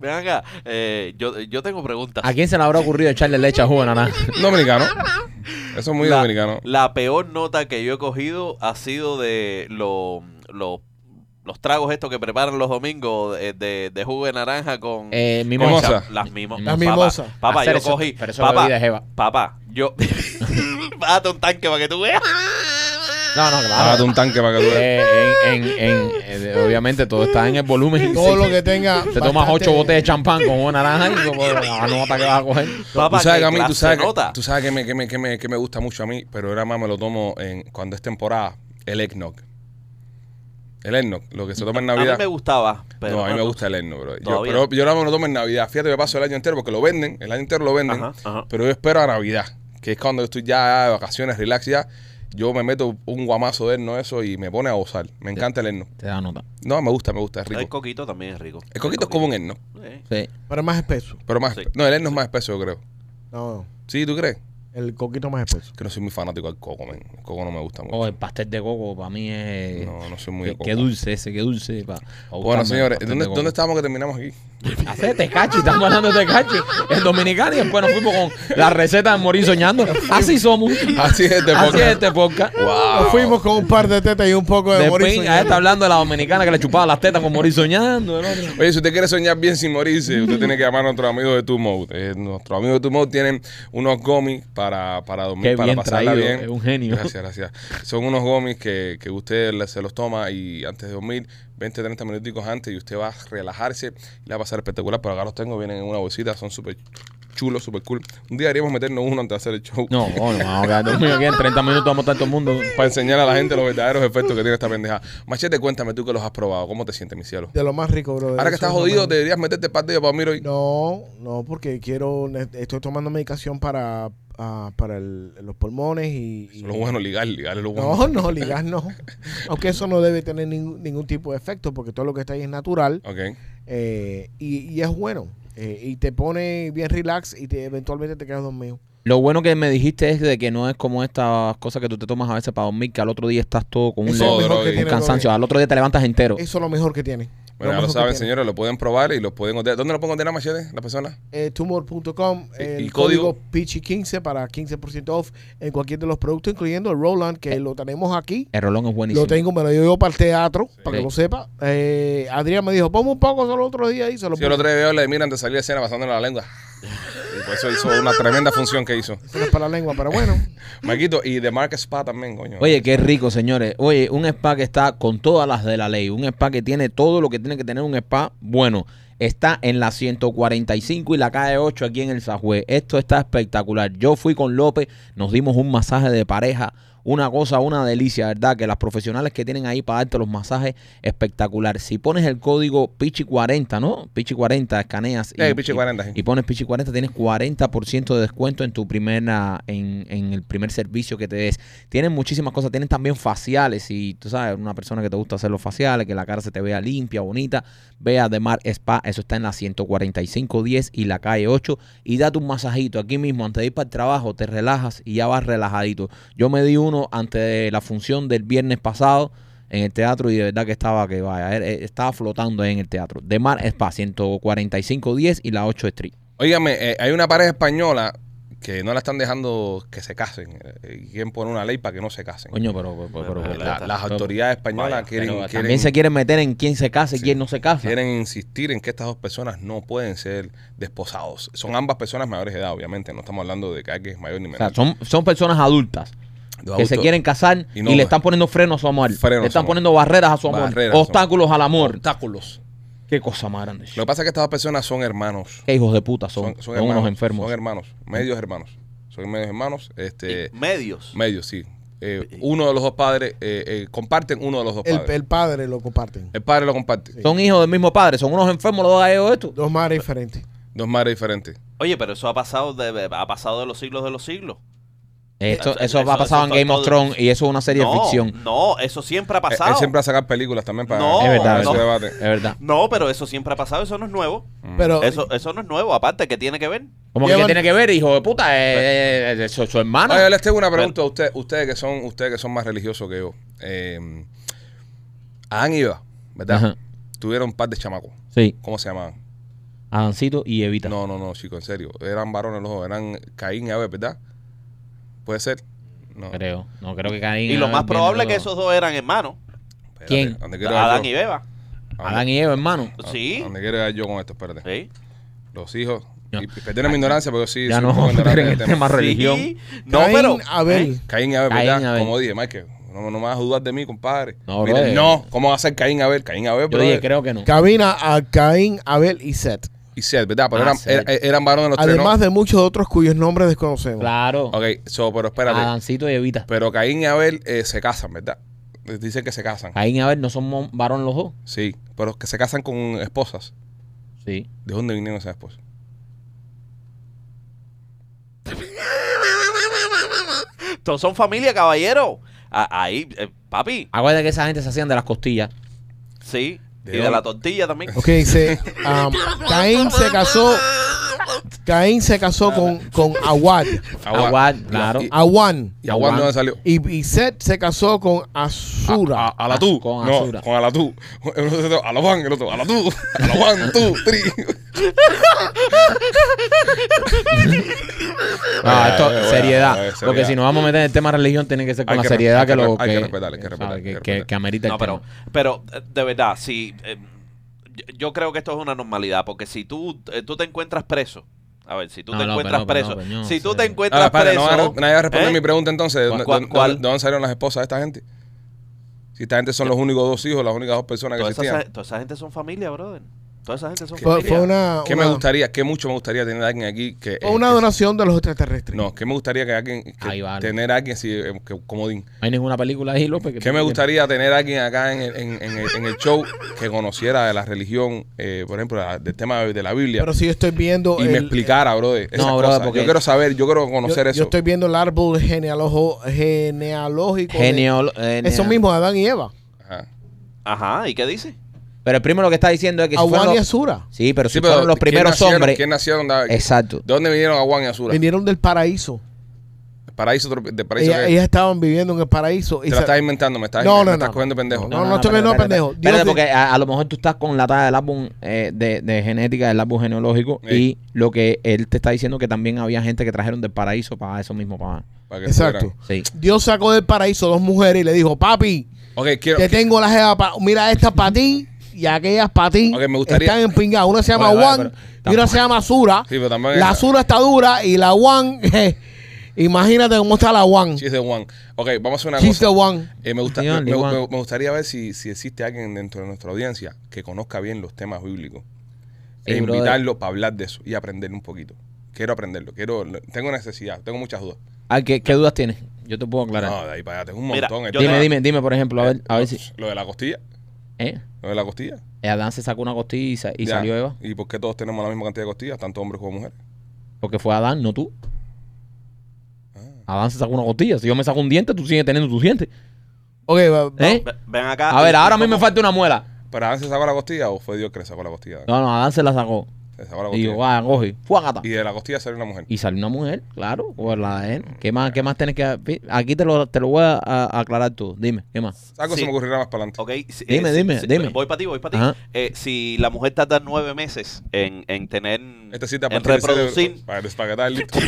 Speaker 4: Ven acá. eh, yo, yo tengo preguntas.
Speaker 2: ¿A quién se le habrá ocurrido echarle leche a jugo de naranja?
Speaker 1: dominicano. Eso es muy
Speaker 4: la,
Speaker 1: dominicano.
Speaker 4: la peor nota que yo he cogido ha sido de lo- lo- los tragos estos que preparan los domingos eh, de, de jugo de naranja con...
Speaker 2: Eh,
Speaker 1: Mimosa.
Speaker 2: mimosa.
Speaker 4: cha- Las mimosas.
Speaker 2: Las
Speaker 3: mimosas.
Speaker 4: Papá,
Speaker 2: Hacer
Speaker 4: yo
Speaker 2: eso-
Speaker 4: cogí...
Speaker 2: pero eso es
Speaker 4: papá,
Speaker 2: bebida de jeva.
Speaker 4: papá, yo... Bájate un tanque para que tú veas.
Speaker 2: No, no,
Speaker 1: Hágate
Speaker 2: claro.
Speaker 1: un tanque para que tú veas.
Speaker 2: Eh, en- en- en- eh, obviamente todo está en el volumen.
Speaker 3: Todo lo que tenga.
Speaker 2: Te tomas
Speaker 3: bastante-
Speaker 2: ocho botes de champán con jugo de naranja y como la nota que vas a coger.
Speaker 4: Papá,
Speaker 1: tú sabes
Speaker 4: ¿qué
Speaker 1: que a mí, tú
Speaker 4: clase
Speaker 1: sabes, que,
Speaker 4: nota?
Speaker 1: tú sabes que me, que me- que me- que me gusta mucho a mí, pero ahora más me lo tomo en, cuando es temporada, el eggnog. El eggnog, lo que se toma en
Speaker 4: A mí
Speaker 1: Navidad.
Speaker 4: me gustaba, pero...
Speaker 1: no, a mí me
Speaker 4: no-
Speaker 1: gusta el eggnog, bro. Yo,
Speaker 4: Todavía.
Speaker 1: pero yo ahora me lo tomo en Navidad. Fíjate, me paso el año entero porque lo venden, el año entero lo venden,
Speaker 4: Ajá, ajá.
Speaker 1: pero yo espero a Navidad, que es cuando yo estoy ya de vacaciones, relax ya. Yo me meto un guamazo de eggnog eso y me pone a gozar. Me encanta el eggnog.
Speaker 2: Te da nota.
Speaker 1: No, me gusta, me gusta, es
Speaker 4: El
Speaker 1: rico.
Speaker 4: coquito también es rico.
Speaker 1: El coquito es como un eggnog,
Speaker 4: Eh.
Speaker 2: Sí.
Speaker 3: Pero más espeso.
Speaker 1: pero más...
Speaker 4: Sí.
Speaker 1: No, el eggnog es más espeso, yo creo.
Speaker 3: No,
Speaker 1: ¿Sí, tú crees?
Speaker 3: El coquito más espeso.
Speaker 1: Que no soy muy fanático del coco, men. El coco no me gusta mucho.
Speaker 2: Oh, el pastel de coco para mí es.
Speaker 1: No, no soy muy de
Speaker 2: qué,
Speaker 1: coco.
Speaker 2: qué dulce ese, qué dulce. pa- pa
Speaker 1: bueno,
Speaker 2: gustarme
Speaker 1: señores,
Speaker 2: el pastel
Speaker 1: ¿dónde,
Speaker 2: de coco.
Speaker 1: ¿dónde estábamos que terminamos aquí?
Speaker 2: Hace tecachi, estamos hablando de tecachi. En Dominicana y después nos fuimos con la receta de morir soñando. Así somos.
Speaker 1: Así es este
Speaker 2: Así es
Speaker 1: podcast.
Speaker 2: este podcast.
Speaker 1: Wow.
Speaker 3: Nos fuimos con un par de tetas y un poco de
Speaker 2: De
Speaker 3: morir.
Speaker 2: pin, ahí está hablando de la dominicana que le chupaba las tetas con morir soñando. el otro.
Speaker 1: Oye, si usted quiere soñar bien sin morirse, usted tiene que llamar a nuestros amigos de Two Mode. Eh, nuestros amigos de Two Mode tienen unos gomis para, para dormir,
Speaker 2: Qué
Speaker 1: para
Speaker 2: bien
Speaker 1: pasarla
Speaker 2: traído,
Speaker 1: bien.
Speaker 2: es un genio.
Speaker 1: Gracias, gracias. Son unos gomis que, que usted le- se los toma y antes de dormir, 20, 30 minuticos antes, y usted va a relajarse y la va a pasar espectacular. Pero acá los tengo, vienen en una bolsita, son súper chulos, súper cool. Un día deberíamos meternos uno antes de hacer el show.
Speaker 2: No, no, no, vamos a quedar dormidos aquí en 30 minutos vamos a estar todo el mundo.
Speaker 1: Para enseñar a la gente los verdaderos efectos que tiene esta pendeja. Machete, cuéntame tú que los has probado. ¿Cómo te sientes, mi cielo?
Speaker 3: De lo más rico, bro.
Speaker 1: Ahora que
Speaker 3: Eso
Speaker 1: estás
Speaker 3: es lo
Speaker 1: jodido,
Speaker 3: más-
Speaker 1: deberías meterte parte de Palmiro hoy.
Speaker 3: No, no, porque quiero. ne- Estoy tomando medicación para, ah, para el- los pulmones y. y-
Speaker 1: Eso es lo bueno, ligar, ligar es lo bueno.
Speaker 3: No, no, ligas no. Aunque eso no debe tener ningún, ningún tipo de efecto, porque todo lo que está ahí es natural
Speaker 1: Ok.
Speaker 3: eh, y, y es bueno. eh, y te pone bien relax y te, eventualmente te quedas dormido.
Speaker 2: Lo bueno que me dijiste es de que no es como estas cosas que tú te tomas a veces para dormir, que al otro día estás todo con un,
Speaker 3: Eso es
Speaker 1: lado,
Speaker 3: lo mejor
Speaker 1: bro,
Speaker 3: que
Speaker 1: y-
Speaker 2: un
Speaker 3: tiene. lo
Speaker 2: cansancio. Al otro día te levantas entero.
Speaker 3: que- Eso es lo mejor que tiene.
Speaker 1: Bueno, ya
Speaker 3: mejor
Speaker 1: lo
Speaker 3: que
Speaker 1: saben,
Speaker 3: tiene.
Speaker 1: señores, lo pueden probar y lo pueden ordenar. ¿Dónde lo pueden ordenar, Machete, las personas?
Speaker 3: eh, tumor.com,
Speaker 1: Sí,
Speaker 3: eh, el,
Speaker 1: el código.
Speaker 3: código, Pichi15 para 15% off en cualquier de los productos, incluyendo el Roland,
Speaker 1: Eh.
Speaker 3: que lo tenemos aquí.
Speaker 2: El rolón es buenísimo.
Speaker 3: Lo tengo, me lo llevo para el teatro, para que
Speaker 2: Sí.
Speaker 3: lo sepa. Eh, Adrián me dijo, ponme un poco solo otro día y se lo
Speaker 1: Si yo lo
Speaker 3: puse.
Speaker 1: otro día veo, le miran de salir de escena pasándole la lengua. Y por eso hizo una tremenda función que hizo.
Speaker 3: Se lo es para la lengua, pero bueno.
Speaker 1: Maquito, y de Mark Spa también, coño.
Speaker 2: Oye, qué rico, señores. Oye, un spa que está con todas las de la ley. Un spa que tiene todo lo que tiene que tener un spa bueno. Está en la 145 y la calle 8 aquí en el Sajue. Esto está espectacular. Yo fui con López, nos dimos un masaje de pareja. Una cosa, una delicia, ¿verdad? Que las profesionales que tienen ahí para darte los masajes, espectacular. Si pones el código Pichi40, ¿no? Pichi40, escaneas.
Speaker 1: Sí, Pichi40, sí.
Speaker 2: y pones Pichi 40, tienes 40% de descuento en tu primera, en, en el primer servicio que te des. Tienen muchísimas cosas, tienen también faciales. Si tú sabes, una persona que te gusta hacer los faciales, que la cara se te vea limpia, bonita, vea de Mar Spa, eso está en la 14510 y la calle 8. Y date un masajito aquí mismo, antes de ir para el trabajo, te relajas y ya vas relajadito. Yo me di uno antes de la función del viernes pasado en el teatro y de verdad que estaba que vaya, eh, eh, estaba flotando ahí en el teatro. De Mar Spa, 14510 y la 8 Street.
Speaker 1: Óigame, eh, hay una pareja española que no la están dejando que se casen. Eh, ¿Quién pone una ley para que no se casen?
Speaker 2: Coño, pero, pero- pero-
Speaker 1: La-
Speaker 2: pero-
Speaker 1: las autoridades españolas
Speaker 5: Vaya,
Speaker 1: quieren,
Speaker 5: pero
Speaker 1: quieren-
Speaker 2: también se quieren meter en quién se casa y quién no se casa.
Speaker 1: quieren insistir en que estas dos personas no pueden ser desposados. Son ambas personas mayores de edad, obviamente. No estamos hablando de que alguien es mayor ni
Speaker 2: O
Speaker 1: menor.
Speaker 2: sea, son, son personas adultas
Speaker 1: Los
Speaker 2: que se
Speaker 1: adultos-
Speaker 2: quieren casar
Speaker 1: Y
Speaker 2: y,
Speaker 1: no-
Speaker 2: le están poniendo frenos a su amor.
Speaker 1: Frenos
Speaker 2: le
Speaker 1: a su
Speaker 2: están
Speaker 1: amor.
Speaker 2: poniendo barreras a su amor.
Speaker 1: Barreras a su
Speaker 2: obstáculos al amor.
Speaker 1: Obstáculos.
Speaker 2: Qué cosa más grande.
Speaker 1: Lo que pasa es que estas dos personas son hermanos.
Speaker 2: Qué hijos de puta son. Son,
Speaker 1: hermanos,
Speaker 2: unos enfermos.
Speaker 1: Son hermanos, medios hermanos. Son medios hermanos.
Speaker 4: eh,
Speaker 1: Este,
Speaker 4: Medios.
Speaker 1: medios, sí. Eh, uno de los dos padres, eh, eh, comparten uno de los dos
Speaker 3: El,
Speaker 1: padres. El,
Speaker 3: el padre lo comparten.
Speaker 1: padre lo comparte.
Speaker 2: Son hijos del mismo padre. Son unos enfermos los dos gallegos estos.
Speaker 3: Dos mares diferentes.
Speaker 1: Dos madres diferentes.
Speaker 4: Oye, pero eso ha pasado de, ha pasado de los siglos de los siglos.
Speaker 2: Esto,
Speaker 4: Eso-
Speaker 2: eso,
Speaker 4: eso-
Speaker 2: ha pasado en
Speaker 4: eso-
Speaker 2: Game of
Speaker 4: todo-
Speaker 2: Thrones y eso es una serie
Speaker 4: no,
Speaker 2: de ficción.
Speaker 4: No, eso siempre ha
Speaker 1: Eh,
Speaker 4: pasado.
Speaker 1: Él siempre va a sacar películas también para,
Speaker 4: No,
Speaker 2: Es verdad,
Speaker 1: para
Speaker 2: no.
Speaker 1: ese debate.
Speaker 2: Es verdad.
Speaker 4: No, pero eso siempre ha pasado, eso no es nuevo.
Speaker 3: Pero
Speaker 4: Eso, eso no es nuevo, aparte, ¿qué tiene que ver?
Speaker 2: ¿Cómo que qué
Speaker 3: Llevan-
Speaker 2: tiene que ver, hijo de puta?
Speaker 1: Pues-
Speaker 2: Eh, eh, eh, su, su hermano.
Speaker 1: Oye, les tengo una pregunta a ustedes, ustedes que son, ustedes que son más religiosos que yo. Eh, Adán y Eva, ¿verdad?
Speaker 2: Ajá.
Speaker 1: Tuvieron un par de chamacos.
Speaker 2: Sí,
Speaker 1: ¿Cómo se llamaban?
Speaker 2: Adancito y Evita.
Speaker 1: No, no, no, chico, en serio. Eran varones los dos, eran Caín y Abel, ¿verdad? ¿Puede ser? No.
Speaker 2: Creo. No creo que Caín.
Speaker 4: Y lo
Speaker 2: Abel
Speaker 4: más
Speaker 2: viene
Speaker 4: probable es que
Speaker 2: luego.
Speaker 4: esos dos eran hermanos,
Speaker 1: Espérate,
Speaker 2: ¿Quién?
Speaker 1: ¿dónde quiero llegar
Speaker 4: Adán
Speaker 1: yo?
Speaker 4: y Beba.
Speaker 1: ¿A
Speaker 2: Adán y Eva, hermano.
Speaker 1: dónde-
Speaker 4: Sí.
Speaker 1: a ¿Dónde quiero llegar yo con esto? Espérate.
Speaker 4: Sí.
Speaker 1: Los hijos.
Speaker 2: No.
Speaker 1: Y, y perdona mi ignorancia, porque yo sí.
Speaker 2: Ya
Speaker 1: soy
Speaker 2: no
Speaker 1: un poco
Speaker 2: vamos a
Speaker 1: ignorante
Speaker 2: meter en
Speaker 1: del
Speaker 2: el tema religión.
Speaker 4: Sí. No,
Speaker 3: Caín,
Speaker 4: pero. ¿eh?
Speaker 3: Abel.
Speaker 1: Caín y Abel,
Speaker 2: Caín y
Speaker 1: ¿verdad?
Speaker 2: Abel.
Speaker 1: Como dije, Michael, no, no me vas a dudar de mí, compadre.
Speaker 2: No,
Speaker 1: Mira,
Speaker 2: brother.
Speaker 1: no, ¿cómo va a ser Caín y Abel? Caín y Abel,
Speaker 2: Yo
Speaker 1: brother,
Speaker 2: dije, creo que no.
Speaker 3: Cabina a Caín, Abel y Seth.
Speaker 1: Y Seth, ¿verdad? Pero
Speaker 2: Ah,
Speaker 1: eran,
Speaker 2: Seth.
Speaker 1: er- eran varones los
Speaker 3: Además
Speaker 1: tres,
Speaker 3: de muchos otros cuyos nombres desconocemos.
Speaker 2: Claro.
Speaker 1: ¿no? Ok, so, pero espérate.
Speaker 2: Adancito y Evita.
Speaker 1: Pero Caín y Abel eh, se casan, ¿verdad? Dicen que se casan.
Speaker 2: Caín y Abel no son mon- varón los dos.
Speaker 1: Sí, pero que se casan con esposas.
Speaker 2: Sí.
Speaker 1: ¿De dónde vinieron esas esposas?
Speaker 4: ¿eh? Todos son familia, caballero. A- ahí, eh, papi.
Speaker 2: Acuérdate que esa gente se hacían de las costillas.
Speaker 1: Eh,
Speaker 4: Sí.
Speaker 1: ¿De
Speaker 4: y de
Speaker 1: dónde?
Speaker 3: um,
Speaker 4: la tortilla también.
Speaker 3: Ok, dice, am, Caín se casó Caín se casó con, con Awad.
Speaker 1: Aguad.
Speaker 2: Aguad,
Speaker 1: Y-
Speaker 2: claro.
Speaker 1: ¿Y,
Speaker 3: Awan.
Speaker 1: y Aguad de dónde salió?
Speaker 3: Y, y Seth se casó con
Speaker 1: A,
Speaker 3: Azura.
Speaker 1: a la tú.
Speaker 2: Con
Speaker 1: no,
Speaker 2: Azura.
Speaker 1: con a la tú. Uno se dice, A la Juan, el otro. A la tú. A la Juan, tú, tri.
Speaker 2: Ah, esto,
Speaker 1: Eh, eh,
Speaker 2: seriedad.
Speaker 1: eh, seriedad.
Speaker 2: Porque si nos vamos a meter en el tema religión, tiene que ser con
Speaker 1: Hay
Speaker 2: la
Speaker 1: que
Speaker 2: seriedad
Speaker 1: respetar,
Speaker 2: que lo.
Speaker 1: hay que respetar, hay que
Speaker 2: ¿sabes?
Speaker 1: respetar, hay que
Speaker 2: que- Que
Speaker 1: respetar.
Speaker 2: que amerita
Speaker 4: No,
Speaker 2: el tema.
Speaker 4: pero, pero eh, de verdad, si eh, yo- yo creo que esto es una normalidad, porque si tú, eh, tú te encuentras preso, a ver, si tú
Speaker 2: No,
Speaker 4: te
Speaker 2: no,
Speaker 4: encuentras
Speaker 2: pero no,
Speaker 4: preso,
Speaker 2: pero no,
Speaker 4: si tú
Speaker 2: sí.
Speaker 4: te
Speaker 1: Ah,
Speaker 4: encuentras
Speaker 1: espérate,
Speaker 4: preso,
Speaker 1: no, van a- nadie va a responder
Speaker 4: ¿eh?
Speaker 1: mi pregunta entonces. ¿De
Speaker 4: ¿Cuál-
Speaker 1: dónde-
Speaker 4: cuál-
Speaker 1: dónde-
Speaker 4: cuál?
Speaker 1: ¿De dónde salieron las esposas de esta gente? Si esta gente son los únicos dos hijos, las únicas dos personas que
Speaker 4: Toda esa,
Speaker 1: existían.
Speaker 4: toda esa gente son familia, brother. Toda esa gente son
Speaker 3: Fue,
Speaker 4: familia.
Speaker 3: fue una,
Speaker 1: ¿Qué
Speaker 3: una,
Speaker 1: me gustaría, qué mucho me gustaría tener a alguien aquí que.
Speaker 3: fue una
Speaker 1: eh, que-
Speaker 3: donación de los extraterrestres.
Speaker 1: No, ¿qué me gustaría que alguien. que
Speaker 2: Ahí va, ¿no?
Speaker 1: Tener a alguien así, eh, que- comodín.
Speaker 2: No hay ninguna película ahí, López. que-
Speaker 1: ¿Qué me gustaría tener a alguien acá en el, en- en el- en el show que conociera de la religión, eh, por ejemplo, la- del tema de, de la Biblia?
Speaker 3: Pero si yo estoy viendo.
Speaker 1: y me
Speaker 3: el- eh,
Speaker 1: explicara, brother. esas
Speaker 2: brother,
Speaker 1: cosas.
Speaker 2: porque-
Speaker 1: Yo quiero saber, yo quiero conocer
Speaker 3: yo,
Speaker 1: eso.
Speaker 3: yo estoy viendo el árbol genealojo- genealógico. de-
Speaker 2: Genio.
Speaker 3: Eso mismo, Adán y Eva.
Speaker 1: Ajá.
Speaker 4: Ajá, ¿y qué dice?
Speaker 2: Pero el primo lo que está diciendo es que si fueron
Speaker 3: Awan y
Speaker 2: los-
Speaker 3: Azura.
Speaker 2: Sí, pero si
Speaker 1: Sí, pero
Speaker 2: fueron los
Speaker 1: ¿quién
Speaker 2: primeros
Speaker 1: nacieron?
Speaker 2: hombres.
Speaker 1: ¿Quién nacieron? Da-
Speaker 2: Exacto.
Speaker 1: ¿De dónde vinieron Aguán y Azura?
Speaker 3: Vinieron del paraíso.
Speaker 1: Paraíso, tropi- de paraíso
Speaker 3: Ella-
Speaker 1: que-
Speaker 3: Ellas estaban viviendo en el paraíso. y
Speaker 1: Te la
Speaker 3: sa-
Speaker 1: estás inventando, me estás,
Speaker 3: No,
Speaker 1: me
Speaker 3: no,
Speaker 1: estás
Speaker 3: no.
Speaker 1: cogiendo pendejo.
Speaker 3: No, no, estoy viendo
Speaker 2: espérate,
Speaker 3: pendejo.
Speaker 2: espérate,
Speaker 3: Dios
Speaker 2: espérate, porque
Speaker 3: sí-
Speaker 2: a, a lo mejor tú estás con la talla del álbum eh, de, de genética, del álbum genealógico,
Speaker 1: Sí.
Speaker 2: y lo que él te está diciendo que también había gente que trajeron del paraíso para eso mismo, para.
Speaker 1: Para que
Speaker 3: Exacto.
Speaker 1: supieran.
Speaker 2: Sí.
Speaker 3: Dios sacó del paraíso dos mujeres y le dijo, papi,
Speaker 1: Ok, quiero.
Speaker 3: te tengo las jeva pa- mira estas para ti y aquellas para ti.
Speaker 1: Ok, me gustaría-
Speaker 3: Están empingadas. Una se llama
Speaker 2: Oye, oye,
Speaker 3: Juan
Speaker 2: pero-
Speaker 3: y una se llama Azura.
Speaker 1: Sí, pero también.
Speaker 3: La Azura está dura y la Juan, imagínate cómo está la Juan.
Speaker 1: She's the one. Ok, vamos a hacer una
Speaker 3: She's the
Speaker 1: cosa.
Speaker 3: one.
Speaker 1: Eh, me, gusta-
Speaker 2: Señor,
Speaker 1: me- me-
Speaker 2: Juan.
Speaker 1: me gustaría ver si, si existe alguien dentro de nuestra audiencia que conozca bien los temas bíblicos.
Speaker 2: Sí,
Speaker 1: e
Speaker 2: brother.
Speaker 1: invitarlo para hablar de eso y aprender un poquito. Quiero aprenderlo. Quiero, tengo necesidad, tengo muchas dudas.
Speaker 2: Ah, ¿qué, qué dudas tienes? Yo te puedo aclarar.
Speaker 1: No, de ahí para allá, tengo un
Speaker 4: Mira,
Speaker 1: montón. Este-
Speaker 4: yo
Speaker 2: dime,
Speaker 4: te-
Speaker 2: dime, dime, por ejemplo, a ver, a ver si.
Speaker 1: Lo de la costilla.
Speaker 2: ¿Eh?
Speaker 1: Lo de la costilla.
Speaker 2: Adán se sacó una costilla y, sa- y
Speaker 1: Ya.
Speaker 2: salió Eva.
Speaker 1: ¿Y por qué todos tenemos la misma cantidad de costillas, tanto hombres como mujeres?
Speaker 2: Porque fue Adán, no tú.
Speaker 1: Ah.
Speaker 2: Adán se sacó una costilla. Si yo me saco un diente, tú sigues teniendo tus dientes.
Speaker 3: Ok, va- va-
Speaker 2: ¿Eh?
Speaker 4: Ve- Ven acá.
Speaker 2: A
Speaker 4: Ah, y-
Speaker 2: ver,
Speaker 4: y
Speaker 2: ahora a mí me
Speaker 4: cómo-
Speaker 2: falta una muela.
Speaker 1: ¿Pero Adán se sacó la costilla o fue Dios que le sacó la costilla?
Speaker 2: No, no, Adán se la sacó.
Speaker 1: Se sacó la
Speaker 2: Y
Speaker 1: costilla.
Speaker 2: yo, ah, coge. Fuágata.
Speaker 1: Y de la costilla salió una mujer.
Speaker 2: Y salió una mujer, claro, o la de él. ¿Qué más, qué más tienes que.? Aquí te lo, te lo voy a, a aclarar tú. Dime, ¿qué más?
Speaker 1: Algo
Speaker 4: Sí.
Speaker 1: se me ocurrirá más para adelante.
Speaker 4: Ok, si- eh,
Speaker 2: Dime,
Speaker 4: si-
Speaker 2: dime,
Speaker 4: si-
Speaker 2: dime.
Speaker 4: Voy para ti, voy para
Speaker 2: Ajá.
Speaker 4: ti. Eh, si la mujer tarda nueve meses en, en tener,
Speaker 1: Esta cita
Speaker 4: en
Speaker 1: para
Speaker 4: reproducir,
Speaker 1: Para despaquetar el listo.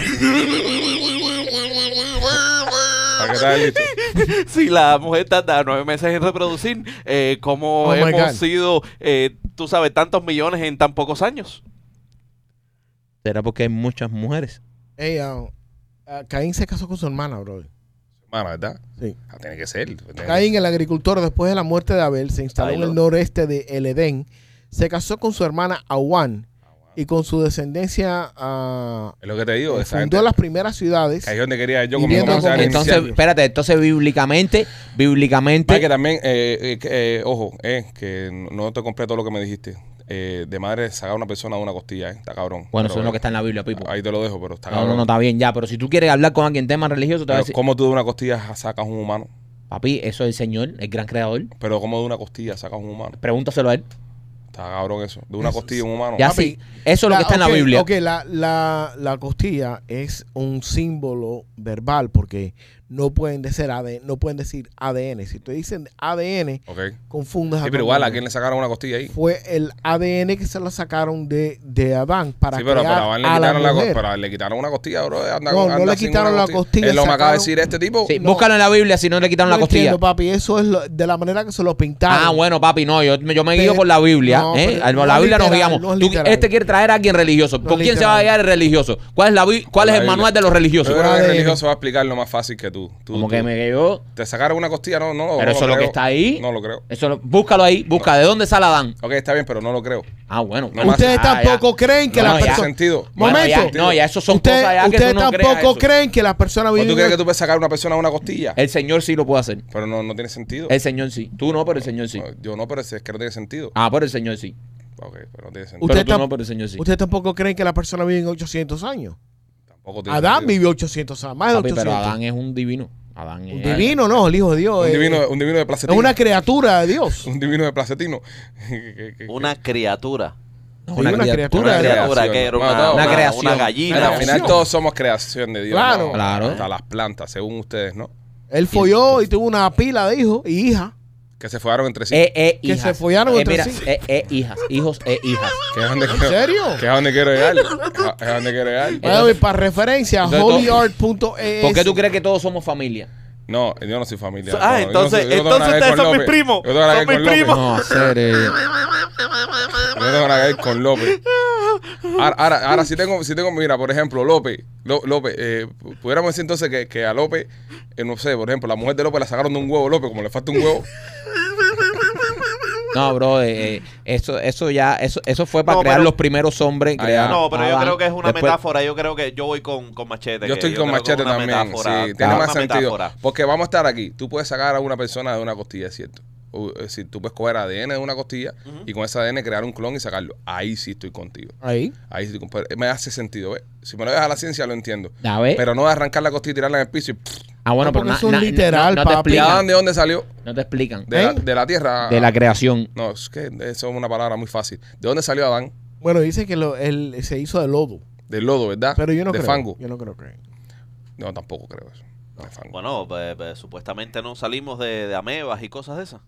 Speaker 1: para que tal listo.
Speaker 4: si la mujer tarda nueve meses en reproducir, eh, ¿cómo
Speaker 3: Oh my God.
Speaker 4: hemos sido, eh, tú sabes, tantos millones en tan pocos años?
Speaker 2: ¿Será porque hay muchas mujeres?
Speaker 3: ella, ah, Caín se casó con su hermana, bro.
Speaker 1: Mano, ¿verdad?
Speaker 3: Sí.
Speaker 1: Ah, tiene que ser. Tiene que-
Speaker 3: Caín, el agricultor, después de la muerte de Abel, se instaló
Speaker 4: Ahí
Speaker 3: en
Speaker 4: lo-
Speaker 3: el noreste de El Edén. Se casó con su hermana Awan y con su descendencia ah,
Speaker 1: Es lo que te digo. esa gente-
Speaker 3: fundó las primeras ciudades.
Speaker 1: Que ahí es donde quería yo
Speaker 3: Y
Speaker 1: como
Speaker 3: viendo
Speaker 1: comercial
Speaker 3: cómo-
Speaker 2: Entonces,
Speaker 1: inicial.
Speaker 2: espérate, entonces bíblicamente,
Speaker 1: Para que
Speaker 2: bíblicamente.
Speaker 1: también, eh, eh, que, eh, ojo, eh, que no te compré todo lo que me dijiste. Eh, de madre sacar una persona de una costilla, eh, está cabrón.
Speaker 2: Bueno,
Speaker 1: Pero,
Speaker 2: eso es lo que está en la Biblia, Pipo.
Speaker 1: Ahí te lo dejo, pero está
Speaker 2: No,
Speaker 1: cabrón.
Speaker 2: no, no, está bien, ya. Pero si tú quieres hablar con alguien en temas religiosos, te vas a
Speaker 1: Pero
Speaker 2: decir,
Speaker 1: ¿Cómo tú de una costilla sacas un humano?
Speaker 2: papi, eso es el Señor, el gran creador.
Speaker 1: Pero ¿cómo de una costilla sacas un humano?
Speaker 2: Pregúntaselo a él.
Speaker 1: Está cabrón eso. De una costilla un humano.
Speaker 2: Ya
Speaker 3: Papi,
Speaker 2: sí. Eso es lo
Speaker 3: La-
Speaker 2: que está en
Speaker 3: ok,
Speaker 2: la Biblia.
Speaker 3: ok, la, la- la costilla es un símbolo verbal porque no pueden decir ADN, no pueden decir ADN. Si te dicen ADN,
Speaker 1: Ok.
Speaker 3: confundes
Speaker 1: Sí,
Speaker 3: a todo
Speaker 1: pero igual, ¿a
Speaker 3: el
Speaker 1: quién
Speaker 3: mundo.
Speaker 1: le sacaron una costilla ahí?
Speaker 3: fue el ADN que se la sacaron de, de Adán para
Speaker 1: sí, pero, pero
Speaker 3: crear
Speaker 1: a Van le
Speaker 3: a la
Speaker 1: quitaron la, co-
Speaker 3: mujer.
Speaker 1: pero le quitaron una costilla, bro. Anda,
Speaker 3: No, no
Speaker 1: anda
Speaker 3: le
Speaker 1: sin
Speaker 3: quitaron
Speaker 1: una
Speaker 3: la costilla,
Speaker 1: Es lo que me acaba de
Speaker 3: sacaron-
Speaker 1: decir este tipo.
Speaker 2: Sí,
Speaker 3: no.
Speaker 2: Búscalo en la Biblia si no le quitaron
Speaker 3: No
Speaker 2: la costilla.
Speaker 3: entiendo, papi, eso es lo- de la manera que se lo pintaron.
Speaker 2: Ah, bueno, papi, no, yo, yo me guío
Speaker 3: Pero-
Speaker 2: por la Biblia.
Speaker 3: no,
Speaker 2: ¿eh?
Speaker 3: pero
Speaker 2: Al-
Speaker 3: no
Speaker 2: la
Speaker 3: es
Speaker 2: Biblia nos
Speaker 3: literal,
Speaker 2: guiamos.
Speaker 3: no es
Speaker 2: Tú-
Speaker 3: literal.
Speaker 2: este quiere traer a alguien religioso.
Speaker 3: No
Speaker 2: ¿Con
Speaker 3: es
Speaker 2: quién se va a
Speaker 3: literal.
Speaker 2: guiar el religioso? ¿Cuál es, la, bi-
Speaker 1: Por
Speaker 2: cuál es
Speaker 1: la
Speaker 2: el manual
Speaker 1: Biblia.
Speaker 2: de los
Speaker 1: Yo
Speaker 2: religiosos?
Speaker 1: creo que el
Speaker 3: ADN.
Speaker 1: religioso va a explicar lo más fácil que tú. Tú-
Speaker 2: Como
Speaker 1: tú-
Speaker 2: que me guió.
Speaker 1: Te sacaron una costilla, no, no. no
Speaker 2: Pero eso es lo que
Speaker 1: creo.
Speaker 2: está ahí.
Speaker 1: No lo creo.
Speaker 2: Eso lo- búscalo ahí, busca de dónde sale Adán.
Speaker 1: Ok, está bien, pero no lo creo.
Speaker 2: Ah, bueno.
Speaker 1: No,
Speaker 3: Ustedes
Speaker 2: Ah, ya.
Speaker 3: tampoco creen que
Speaker 2: No,
Speaker 3: las
Speaker 2: ya.
Speaker 1: ¿Qué
Speaker 2: Eso-
Speaker 3: personas.
Speaker 1: sentido?
Speaker 2: Bueno, ya-
Speaker 3: Momento.
Speaker 2: no, ya eso son
Speaker 3: Ustedes-
Speaker 2: cosas ya que
Speaker 3: ustedes
Speaker 2: tú no creas
Speaker 3: tampoco
Speaker 2: eso.
Speaker 3: creen que las personas
Speaker 1: ¿O
Speaker 3: viven.
Speaker 1: pues, tú crees que tú puedes sacar a una persona de una costilla?
Speaker 2: El Señor sí lo puede hacer.
Speaker 1: Pero no, no tiene sentido.
Speaker 2: El Señor sí. Tú no, pero el Señor sí.
Speaker 1: No, yo no, pero es es que no tiene sentido.
Speaker 2: Ah, pero el Señor sí.
Speaker 1: Ok, pero no tiene sentido.
Speaker 2: Pero
Speaker 3: Usted
Speaker 2: tú
Speaker 3: tam-
Speaker 2: no, pero el Señor sí.
Speaker 3: Ustedes tampoco creen que las personas viven 800 años.
Speaker 1: Tampoco tiene
Speaker 3: Adán
Speaker 1: sentido.
Speaker 3: vivió 800 años, más de
Speaker 2: Papi,
Speaker 3: 800.
Speaker 2: pero Adán es un divino. Adán
Speaker 3: Un
Speaker 2: es.
Speaker 3: divino, no, el hijo de Dios.
Speaker 1: Un
Speaker 3: eh,
Speaker 1: divino, un divino de
Speaker 3: es
Speaker 1: placetino.
Speaker 3: una criatura de Dios.
Speaker 1: Un divino de placetino. Que- que- que-
Speaker 4: Una criatura
Speaker 3: Sí, una criatura
Speaker 4: Una
Speaker 3: Una
Speaker 4: criatura
Speaker 1: creación.
Speaker 4: que era
Speaker 1: Bueno,
Speaker 4: una,
Speaker 1: todo,
Speaker 4: una
Speaker 2: claro.
Speaker 4: gallina.
Speaker 2: Una
Speaker 1: Mira, al final
Speaker 3: creación.
Speaker 1: todos somos creación de Dios.
Speaker 3: Claro.
Speaker 1: ¿no?
Speaker 2: Claro.
Speaker 1: Hasta las plantas, según ustedes, ¿no?
Speaker 3: Él folló y tuvo una pila de hijos y hija.
Speaker 1: Que se fueron entre sí.
Speaker 2: Eh, eh,
Speaker 3: Que
Speaker 2: hijas.
Speaker 3: se follaron
Speaker 2: eh,
Speaker 3: entre
Speaker 2: mira,
Speaker 3: sí.
Speaker 2: eh, eh, hijas. Hijos, eh, hijas.
Speaker 1: Que es donde quiero,
Speaker 3: serio?
Speaker 1: que es donde quiero llegar. Ah, Es donde quiero llegar.
Speaker 3: By the way, para referencia,
Speaker 2: Entonces, todo-
Speaker 3: holyart.es.
Speaker 2: ¿Por qué tú crees que todos somos familia?
Speaker 1: No, yo no soy familia.
Speaker 4: So- ah,
Speaker 1: No, yo no
Speaker 4: entonces-
Speaker 1: soy- yo no tengo
Speaker 4: entonces
Speaker 1: nada que ver
Speaker 4: ustedes
Speaker 1: con
Speaker 4: son mis
Speaker 1: López.
Speaker 4: primos.
Speaker 1: Yo no tengo nada que
Speaker 4: Son
Speaker 1: ver
Speaker 4: mis
Speaker 1: con López.
Speaker 4: primos.
Speaker 2: No, eh, serio.
Speaker 1: No tengo nada que ver con López. Ahora, ahora, ahora si tengo, si tengo, mira, por ejemplo, López, Ló- López, eh, pu- pudiéramos decir entonces que, que a López, eh, no sé, por ejemplo, la mujer de López la sacaron de un huevo, López, como le falta un huevo.
Speaker 2: No, bro, eh, eh, eso, eso ya, eso, eso fue para
Speaker 4: No,
Speaker 2: crear
Speaker 4: pero-
Speaker 2: los primeros hombres.
Speaker 1: Ah, ya.
Speaker 2: crear
Speaker 4: No, pero yo
Speaker 2: Adán.
Speaker 4: creo que es una
Speaker 2: Después-
Speaker 4: metáfora. Yo creo que yo voy con, con machete.
Speaker 1: Yo
Speaker 4: que
Speaker 1: estoy con
Speaker 4: creo que es
Speaker 1: machete
Speaker 4: una
Speaker 1: también.
Speaker 4: metáfora,
Speaker 1: sí, tiene
Speaker 4: claro,
Speaker 1: más
Speaker 4: una
Speaker 1: sentido.
Speaker 4: metáfora.
Speaker 1: Porque vamos a estar aquí. Tú puedes sacar a una persona de una costilla, es ¿cierto? O, es decir, tú puedes coger ADN de una costilla y con ese ADN crear un clon y sacarlo. Ahí sí estoy contigo.
Speaker 3: Ahí.
Speaker 1: Ahí sí, compadre. Me hace sentido, ¿ves? Si me lo dejas a la ciencia, lo entiendo.
Speaker 2: Ya
Speaker 3: ¿Eh?
Speaker 2: ves.
Speaker 1: Pero no de arrancar la costilla y tirarla en el piso y... pff,
Speaker 2: ah, bueno, pero
Speaker 3: No, porque
Speaker 2: na-
Speaker 3: es un
Speaker 2: na-
Speaker 3: literal,
Speaker 2: no, no te
Speaker 3: papi.
Speaker 1: ¿Y Adán
Speaker 2: explican.
Speaker 1: de dónde salió?
Speaker 2: No te explican.
Speaker 1: De, la,
Speaker 3: ¿Eh?
Speaker 1: de la tierra.
Speaker 2: De la creación.
Speaker 1: No, es que eso es una palabra muy fácil. ¿De dónde salió Adán?
Speaker 3: Bueno, dice que lo- él se hizo de lodo.
Speaker 1: Del lodo, ¿verdad?
Speaker 3: Pero yo no
Speaker 1: Ah, de
Speaker 3: creo.
Speaker 1: fango.
Speaker 3: Yo no creo que.
Speaker 1: No, tampoco creo eso. De fango.
Speaker 4: Bueno, pues, pues, supuestamente no salimos de, de amebas y cosas de esas.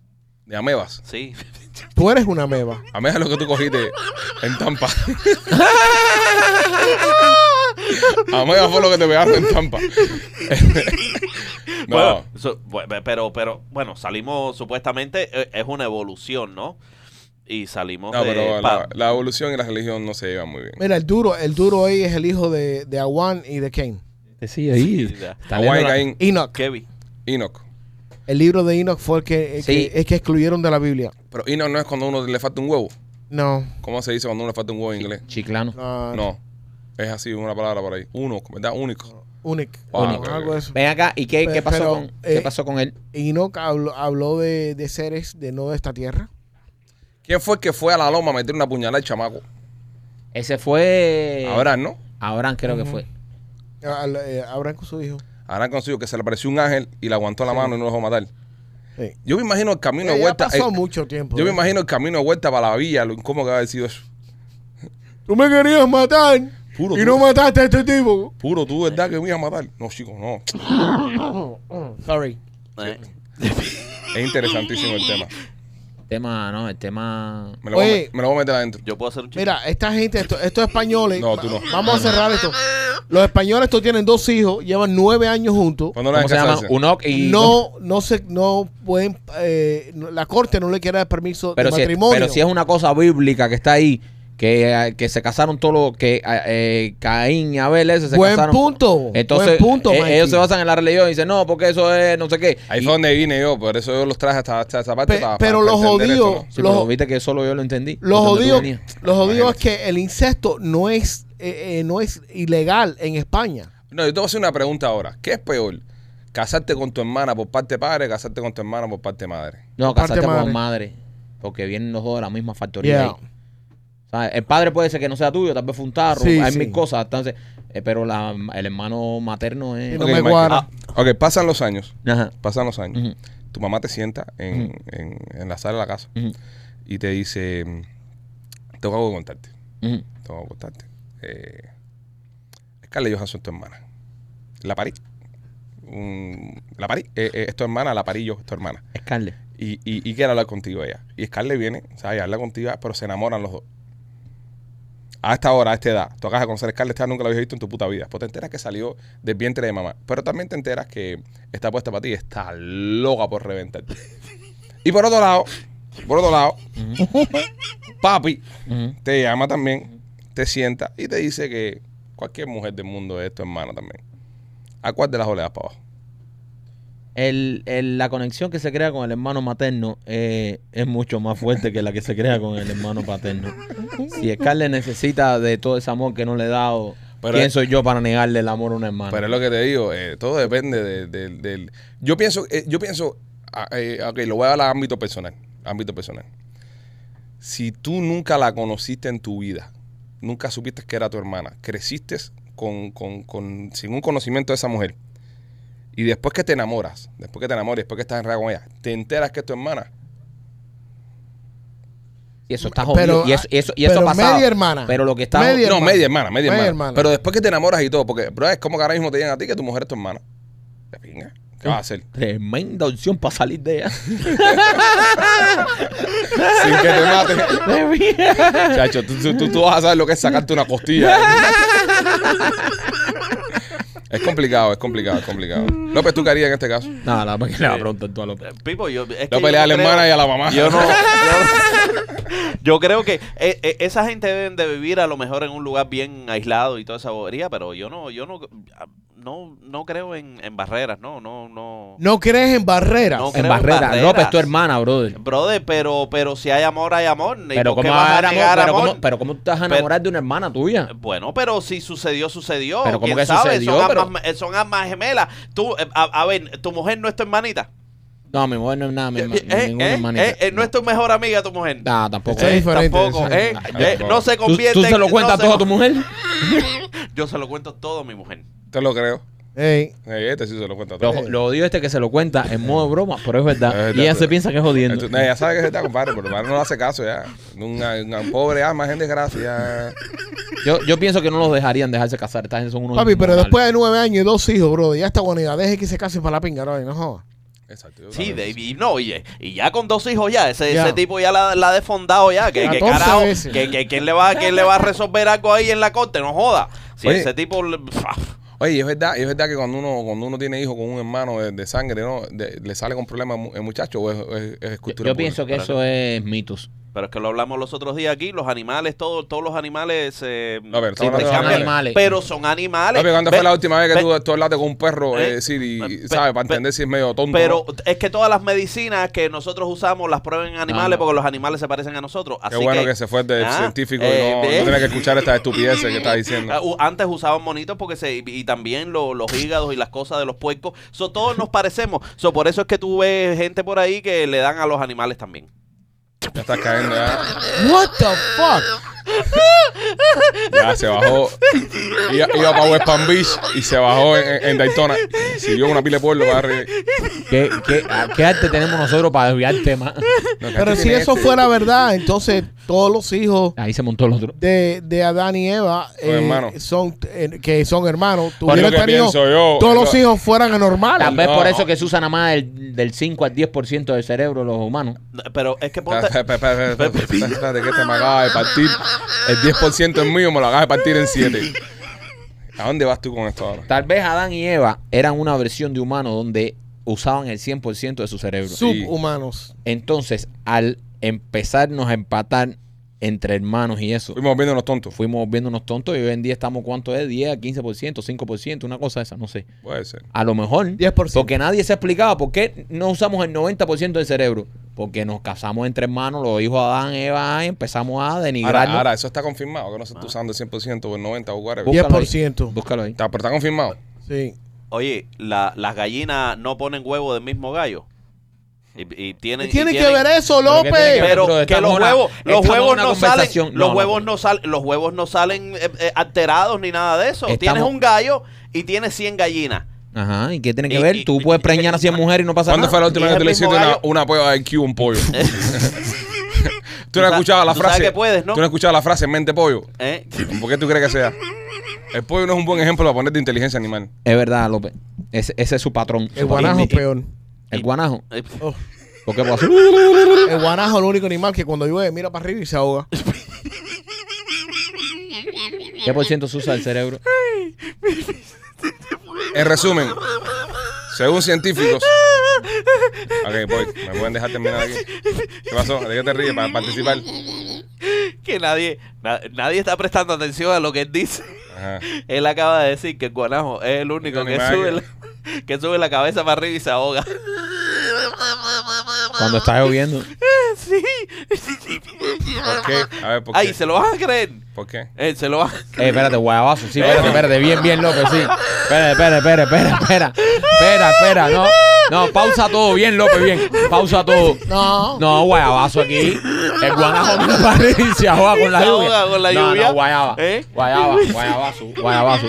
Speaker 1: De amebas.
Speaker 4: Sí.
Speaker 3: Tú eres una meba.
Speaker 1: Amebas es lo que tú cogiste en Tampa. amebas fue lo que te pegaron en Tampa. no.
Speaker 4: Bueno, so- bu- bu- pero, pero, bueno, salimos supuestamente, eh, es una evolución, ¿no? Y salimos
Speaker 1: No,
Speaker 4: de...
Speaker 1: pero
Speaker 4: eh,
Speaker 1: la,
Speaker 4: pa-
Speaker 1: la evolución y la religión no se llevan muy bien.
Speaker 3: Mira, el duro, el duro ahí es el hijo de, de Awan y de Cain.
Speaker 2: Sí, ahí. Oh,
Speaker 1: Hawái, Caín,
Speaker 3: Enoch.
Speaker 4: Kevin.
Speaker 1: Enoch.
Speaker 3: El libro de Enoch fue el que, el
Speaker 2: Sí.
Speaker 3: que, el que excluyeron de la Biblia.
Speaker 1: Pero Enoch no es cuando uno le falta un huevo.
Speaker 3: No.
Speaker 1: ¿Cómo se dice cuando uno le falta un huevo en inglés?
Speaker 2: Chiclano.
Speaker 3: No.
Speaker 1: No. Es así una palabra por ahí. Uno, ¿verdad? Único.
Speaker 3: Unic.
Speaker 1: Wow,
Speaker 3: Unic.
Speaker 1: Ah, ok,
Speaker 3: Algo
Speaker 1: ok.
Speaker 3: de eso.
Speaker 2: Ven acá, ¿y qué,
Speaker 3: Pe-
Speaker 2: qué pasó
Speaker 3: pero,
Speaker 2: con,
Speaker 3: eh,
Speaker 2: qué pasó con él?
Speaker 3: Enoch habló, habló de, de seres de no de esta tierra.
Speaker 1: ¿Quién fue el que fue a la loma a meter una puñalada al chamaco?
Speaker 2: Ese
Speaker 3: Eh.
Speaker 2: fue.
Speaker 1: Ahora, ¿no?
Speaker 2: Abraham creo que fue.
Speaker 3: Al- eh, Abraham con su hijo.
Speaker 1: Ahora consigo que se le apareció un ángel y le aguantó la mano y no lo dejó matar.
Speaker 3: Sí.
Speaker 1: Yo me imagino el camino
Speaker 3: Eh,
Speaker 1: de
Speaker 3: ya
Speaker 1: vuelta.
Speaker 3: pasó
Speaker 1: el-
Speaker 3: mucho tiempo.
Speaker 1: yo me
Speaker 3: ¿eh?
Speaker 1: imagino el camino de vuelta para la villa, lo incómodo que va a haber sido eso.
Speaker 3: Tú me querías matar
Speaker 1: Puro
Speaker 3: y
Speaker 1: tú.
Speaker 3: no mataste a este tipo.
Speaker 1: Puro, tú, ¿verdad? Que me ibas a matar. No, chico, no.
Speaker 3: Sorry.
Speaker 4: Eh,
Speaker 1: Es interesantísimo el tema.
Speaker 2: Tema, no, el tema.
Speaker 1: Me lo, voy a
Speaker 3: Oye.
Speaker 1: me- me lo voy a meter adentro.
Speaker 4: Yo puedo hacer un chiste.
Speaker 3: Mira, esta gente, esto- estos españoles.
Speaker 1: No, tú no.
Speaker 3: Vamos a cerrar esto. Los españoles, estos tienen dos hijos, llevan nueve años juntos.
Speaker 1: Cuando no
Speaker 2: ¿Cómo se llama? Unoc y.
Speaker 3: No, no se, no pueden, eh, no- la corte no le quiere dar permiso
Speaker 2: pero
Speaker 3: de
Speaker 2: si, es,
Speaker 3: matrimonio.
Speaker 2: pero si es una cosa bíblica que está ahí, que, eh, que se casaron todos los que eh, eh, Caín y Abel, ese se
Speaker 3: Buen
Speaker 2: casaron.
Speaker 3: punto,
Speaker 2: Entonces,
Speaker 3: buen punto,
Speaker 2: eh,
Speaker 3: Mikey.
Speaker 2: ellos se basan en la religión y dicen, no, porque eso es no sé qué.
Speaker 1: Ahí
Speaker 2: Y-
Speaker 1: fue donde vine yo, por eso yo los traje hasta, hasta esa parte.
Speaker 3: Pe-
Speaker 1: para-
Speaker 3: pero
Speaker 1: para
Speaker 3: los
Speaker 1: entender
Speaker 3: jodidos-
Speaker 1: esto, ¿no?
Speaker 2: Sí, pero
Speaker 3: Los-
Speaker 2: viste que solo yo lo entendí.
Speaker 3: Los
Speaker 2: Donde tú
Speaker 3: jodidos,
Speaker 2: venías.
Speaker 3: los jodidos es que el incesto no es, eh, eh, no es ilegal en España.
Speaker 1: No, yo te voy a hacer una pregunta ahora. ¿Qué es peor? ¿Casarte con tu hermana por parte de padre casarte con tu hermana por parte de madre?
Speaker 2: No,
Speaker 3: Parte
Speaker 2: casarte
Speaker 3: madre.
Speaker 2: con madre. Porque vienen los dos de la misma factoría.
Speaker 3: Yeah.
Speaker 2: ahí. ¿Sabes? El padre puede ser que no sea tuyo, tal vez fue un tarro,
Speaker 3: Sí,
Speaker 2: hay
Speaker 3: sí.
Speaker 2: mil cosas. Entonces, eh, pero la- el hermano materno es.
Speaker 3: Y no
Speaker 1: Ok,
Speaker 3: me Mm.
Speaker 1: Michael.
Speaker 3: cuadra.
Speaker 1: Ah, ok, pasan los años.
Speaker 2: Ajá.
Speaker 1: Pasan los años.
Speaker 2: Ujú,
Speaker 1: Tu mamá te sienta
Speaker 3: Mm.
Speaker 1: en, en- en la sala de la casa
Speaker 2: ujú,
Speaker 1: y te dice, mm, tengo algo que contarte,
Speaker 2: ujú.
Speaker 1: tengo algo que contarte. Eh, Scarlett Johansson es tu hermana. La parí. Un- la parí. Eh, eh, es tu hermana, la parí yo, es tu hermana.
Speaker 2: Scarlett.
Speaker 1: Y, y, y quiere hablar contigo ella. Y Scarlett viene, ¿sabes? Y habla contigo, pero se enamoran los dos. A esta hora, a esta edad. Tú acabas de conocer a Scarlett, esta nunca la habías visto en tu puta vida. Pues te enteras que salió del vientre de mamá. Pero también te enteras que está puesta para ti y está loca por reventarte. Y por otro lado, por otro lado, papi
Speaker 2: Ujú.
Speaker 1: te llama también, te sienta y te dice que cualquier mujer del mundo es tu hermana también. ¿A cuál de las dos le das para abajo?
Speaker 2: El- el- la conexión que se crea con el hermano materno eh, es mucho más fuerte que la que se crea con el hermano paterno. Si Scarlett necesita de todo ese amor que no le he dado,
Speaker 1: Pero-
Speaker 2: ¿quién soy yo para negarle el amor a un hermano?
Speaker 1: Pero es lo que te digo, eh, todo depende de- de- del... Yo pienso, eh, yo pienso, ah, eh, ok, lo voy a hablar ámbito personal, ámbito personal. Si tú nunca la conociste en tu vida, nunca supiste que era tu hermana, creciste con, con- con- sin un conocimiento de esa mujer, y después que te enamoras, después que te enamoras, después que estás enredado con ella, te enteras que es tu hermana,
Speaker 2: Y eso está jodido. y eso, y eso, y eso
Speaker 3: pero
Speaker 2: ha pasado.
Speaker 3: media hermana.
Speaker 2: Pero lo que está
Speaker 3: Media
Speaker 2: jodido-
Speaker 3: hermana.
Speaker 1: No, media hermana, media,
Speaker 3: Media
Speaker 1: hermana.
Speaker 3: hermana.
Speaker 1: Pero después que te enamoras y todo, porque, bro, es como que ahora mismo te digan a ti que tu mujer es tu hermana. De pinga. ¿Qué vas a hacer?
Speaker 2: Tremenda opción para salir de ella.
Speaker 1: Sin que te maten. Chacho, tú, tú- tú- tú vas a saber lo que es sacarte una costilla. es complicado, es complicado, es complicado. López, ¿tú qué harías en este caso?
Speaker 2: Nada, nada, porque le va a preguntar tú a López.
Speaker 4: Eh, Pipo, yo. Es que
Speaker 1: López
Speaker 4: yo
Speaker 1: le da a
Speaker 4: no
Speaker 1: la
Speaker 4: creo-
Speaker 1: hermana y a la mamá.
Speaker 4: Yo no. Yo, yo creo que eh, eh, esa gente deben de vivir a lo mejor en un lugar bien aislado y toda esa bobería, pero yo no, yo no, ah, no, no creo en, en barreras, no, no, no.
Speaker 3: No crees en barreras.
Speaker 4: No creo
Speaker 2: En
Speaker 4: en
Speaker 2: barrera.
Speaker 4: barreras.
Speaker 2: López, tu hermana, brother.
Speaker 4: Brother, pero, pero si hay amor, hay amor. ¿Y
Speaker 2: Pero
Speaker 4: por qué
Speaker 2: ¿cómo,
Speaker 4: vas a
Speaker 2: vas a
Speaker 4: negar
Speaker 2: enamor- pero,
Speaker 4: amor?
Speaker 2: ¿cómo, pero ¿cómo te vas a enamorar de una hermana tuya?
Speaker 4: Bueno, pero si sucedió, sucedió.
Speaker 2: Pero ¿cómo
Speaker 4: ¿Quién
Speaker 2: que
Speaker 4: sabe?
Speaker 2: sucedió?
Speaker 4: Son,
Speaker 2: Pero-
Speaker 4: almas, eh, son almas gemelas. Tú, eh, a, a ver, tu mujer no es tu hermanita.
Speaker 2: No, mi mujer no es nada, mi,
Speaker 4: Eh,
Speaker 2: mi-
Speaker 4: eh,
Speaker 2: ninguna
Speaker 4: eh,
Speaker 2: hermanita.
Speaker 4: eh, eh, no es tu mejor amiga tu mujer.
Speaker 2: Nah, tampoco.
Speaker 3: Eso es
Speaker 4: Eh,
Speaker 3: diferente,
Speaker 4: tampoco,
Speaker 3: eso es
Speaker 4: eh,
Speaker 1: diferente.
Speaker 4: eh, no se
Speaker 2: ¿Tú,
Speaker 4: convierte
Speaker 2: tú se lo
Speaker 4: en-
Speaker 2: cuentas
Speaker 4: no
Speaker 2: todo
Speaker 4: se-
Speaker 2: a tu mujer?
Speaker 4: Yo se lo cuento todo a mi mujer.
Speaker 1: Te lo creo.
Speaker 3: Ey,
Speaker 1: Eh, Este sí se lo cuenta todo.
Speaker 2: Lo, lo odio este que se lo cuenta en modo de broma, pero es
Speaker 1: Es
Speaker 2: verdad.
Speaker 1: verdad,
Speaker 2: Y ella se
Speaker 1: pero-
Speaker 2: piensa que es jodiendo.
Speaker 1: Entonces, eh, ya sabe que se está, compadre, pero el hermano no le hace caso ya. Una, una pobre alma, gente desgracia.
Speaker 2: Yo, yo pienso que no los dejarían dejarse casar. Esta gente son unos
Speaker 3: papi, pero
Speaker 2: inmorales.
Speaker 3: después de nueve años y dos hijos, bro, ya está buena edad. Deje que se casen para la pinga, no, no jodas.
Speaker 1: Exacto. yo
Speaker 4: Sí,
Speaker 1: también.
Speaker 4: de- y no, oye, y ya con dos hijos ya, ese,
Speaker 3: Ya.
Speaker 4: ese tipo ya la, la ha defondado ya, que, que
Speaker 3: 14
Speaker 4: carajo,
Speaker 3: veces.
Speaker 4: que, que- ¿quién, le va, quién le va a resolver algo ahí en la corte, no joda. Si
Speaker 1: Oye.
Speaker 4: ese tipo, le- pf,
Speaker 1: Oye, y es verdad, y es verdad que cuando uno, cuando uno tiene hijos con un hermano de, de sangre, ¿no? De- le sale con problemas mu- el muchacho o es, o es- es
Speaker 2: Yo,
Speaker 1: cultura pura?
Speaker 2: yo pienso que eso es mitos.
Speaker 4: pero es que lo hablamos los otros días aquí, los animales, todo, todos los animales eh,
Speaker 1: A ver, estamos hablando de
Speaker 4: se
Speaker 2: Son
Speaker 1: Cambian,
Speaker 4: intercambian,
Speaker 2: animales.
Speaker 4: pero son animales.
Speaker 1: Papi, ¿cuándo
Speaker 4: Ve-
Speaker 1: fue la última vez que
Speaker 4: ve-
Speaker 1: tú, tú hablaste con un perro?
Speaker 4: Ve-
Speaker 1: eh, sí, y- y,
Speaker 4: ve-
Speaker 1: ¿sabes? Para
Speaker 4: ve-
Speaker 1: entender si es medio tonto.
Speaker 4: Pero
Speaker 1: ¿no?
Speaker 4: es que todas las medicinas que nosotros usamos las prueben en animales
Speaker 2: no.
Speaker 4: porque los animales se parecen a nosotros. Así
Speaker 1: Qué bueno que,
Speaker 4: que
Speaker 1: se fue de
Speaker 4: Ah,
Speaker 1: científico
Speaker 4: eh,
Speaker 1: y no, no
Speaker 4: ve.
Speaker 1: tiene que escuchar estas estupideces que estás
Speaker 4: Ah,
Speaker 1: diciendo.
Speaker 4: u- Antes usaban monitos porque se y- y también lo- los hígados y las cosas de los puercos. So, todos nos parecemos. So, por eso es que tú ves gente por ahí que le dan a los animales también.
Speaker 1: Ya estás cayendo, ya,
Speaker 3: What the fuck?
Speaker 1: ya se bajó. Iba, iba para West Palm Beach y se bajó en, en- en Daytona. Siguió una pila de pueblo para arriba.
Speaker 2: ¿Qué, qué, a- qué arte tenemos nosotros para desviar el tema?
Speaker 1: No, que
Speaker 3: Pero
Speaker 1: este
Speaker 3: si
Speaker 1: tiene
Speaker 3: eso
Speaker 1: este.
Speaker 3: fuera verdad, entonces todos los hijos
Speaker 2: Ahí se montó el otro.
Speaker 3: de, de Adán y Eva
Speaker 1: Son hermanos.
Speaker 3: son eh, que son hermanos,
Speaker 1: lo
Speaker 3: tuvieran
Speaker 1: que
Speaker 3: tenido
Speaker 1: pienso yo.
Speaker 3: todos
Speaker 1: Lo-
Speaker 3: los hijos fueran anormales.
Speaker 2: Tal vez
Speaker 1: No.
Speaker 2: por eso que se usa nada más del, del 5 al 10% del cerebro de los humanos.
Speaker 4: Pero es que
Speaker 1: Espera,
Speaker 4: ponte.
Speaker 1: espera, espera, espera, espera, espera, espérate, que este me acaba de partir. El 10% es mío, me lo acaba de partir en 7. ¿A dónde vas tú con esto ahora?
Speaker 2: Tal vez Adán y Eva eran una versión de humano donde usaban el 100% de su cerebro.
Speaker 3: Subhumanos.
Speaker 2: Entonces, al empezarnos a empatar entre hermanos y eso,
Speaker 1: Fuimos viendo los tontos.
Speaker 2: fuimos volviéndonos tontos y hoy en día estamos, ¿cuánto es? 10, 15%, 5%, una cosa esa, no sé.
Speaker 1: Puede ser.
Speaker 2: A lo mejor.
Speaker 3: 10%.
Speaker 2: Porque nadie se explicaba por qué no usamos el 90% del cerebro. Porque nos casamos entre hermanos, los hijos Adán, Eva, y empezamos a
Speaker 1: Ahora,
Speaker 2: denigrar.
Speaker 1: ahora, eso está confirmado, que no se está usando el 100% o el 90% o whatever.
Speaker 2: Búscalo ahí.
Speaker 3: 10%.
Speaker 2: Búscalo ahí.
Speaker 1: Está, pero está confirmado.
Speaker 3: Sí.
Speaker 4: Oye, la- las gallinas no ponen huevo del mismo gallo. Y, y tienen. y
Speaker 3: Tiene que
Speaker 4: tienen-
Speaker 3: ver eso,
Speaker 2: Pero que tiene que
Speaker 3: López.
Speaker 2: ver-
Speaker 4: Pero
Speaker 2: Brother,
Speaker 4: que
Speaker 2: estamos
Speaker 4: los
Speaker 2: en una-
Speaker 4: huevos, los
Speaker 2: estamos en
Speaker 4: huevos
Speaker 2: una
Speaker 4: no salen,
Speaker 2: conversación.
Speaker 4: los
Speaker 2: No,
Speaker 4: huevos
Speaker 2: no.
Speaker 4: no salen, los huevos no salen eh, eh, alterados ni nada de eso. Tienes
Speaker 2: Estamos-
Speaker 4: un gallo y tienes 100 gallinas.
Speaker 2: Ajá, ¿y qué tiene que
Speaker 4: Y-
Speaker 2: ver?
Speaker 4: y-
Speaker 2: Tú puedes preñar a 100 mujeres y no pasa
Speaker 1: ¿Cuándo
Speaker 2: nada.
Speaker 1: fue la última
Speaker 4: y
Speaker 1: vez que
Speaker 4: es
Speaker 1: tú
Speaker 4: el
Speaker 1: le
Speaker 4: mismo
Speaker 1: hiciste una,
Speaker 4: gallo.
Speaker 1: una prueba de IQ a un pollo? ¿Tú no
Speaker 4: sa-
Speaker 1: has escuchado la
Speaker 4: tú sabes
Speaker 1: frase?
Speaker 4: que puedes, ¿no?
Speaker 1: ¿Tú no has escuchado la frase mente pollo?
Speaker 4: ¿eh?
Speaker 1: ¿Por qué tú crees que sea? El pollo no es un buen ejemplo para poner de inteligencia animal.
Speaker 2: Es verdad, López. Ese, ese es su patrón.
Speaker 3: El
Speaker 2: Su
Speaker 3: guanajo pues.
Speaker 2: patrón.
Speaker 3: es peor.
Speaker 2: El guanajo.
Speaker 4: Eh,
Speaker 3: Oh.
Speaker 2: ¿Por qué? Porque pues, hace-
Speaker 3: El guanajo es el único animal que cuando llueve mira para arriba y se ahoga.
Speaker 2: ¿Qué por ciento se usa el cerebro?
Speaker 1: En resumen, según científicos. Ok, voy. ¿Me pueden dejar terminar aquí? ¿Qué pasó? ¿De qué te ríes? Para participar.
Speaker 4: que nadie, na- nadie está prestando atención a lo que él dice.
Speaker 1: Ajá.
Speaker 4: Él acaba de decir que el guanajo es el único que
Speaker 1: animal
Speaker 4: sube,
Speaker 1: que-
Speaker 4: la, que sube la cabeza para arriba y se ahoga.
Speaker 2: Cuando está lloviendo.
Speaker 4: sí.
Speaker 1: ¿Por qué? A ver, ¿por
Speaker 4: Ay,
Speaker 1: qué?
Speaker 4: se lo van a creer.
Speaker 1: ¿Por qué?
Speaker 4: Eh, se lo van a
Speaker 2: Eh, espérate, guayabazo. Sí, espérate, espérate. Bien, bien, López, sí. Espérate, espérate, espérate, espérate, espera. Espera, espera, no. No, pausa todo. Bien, López, bien. Pausa todo.
Speaker 3: No.
Speaker 2: No, guayabazo aquí. El guanajo mira para arriba y se ahoga con la
Speaker 4: Se
Speaker 2: lluvia.
Speaker 4: ahoga con la
Speaker 2: No,
Speaker 4: lluvia.
Speaker 2: no, guayaba.
Speaker 4: ¿Eh?
Speaker 2: Guayaba, guayabazo, guayabazo.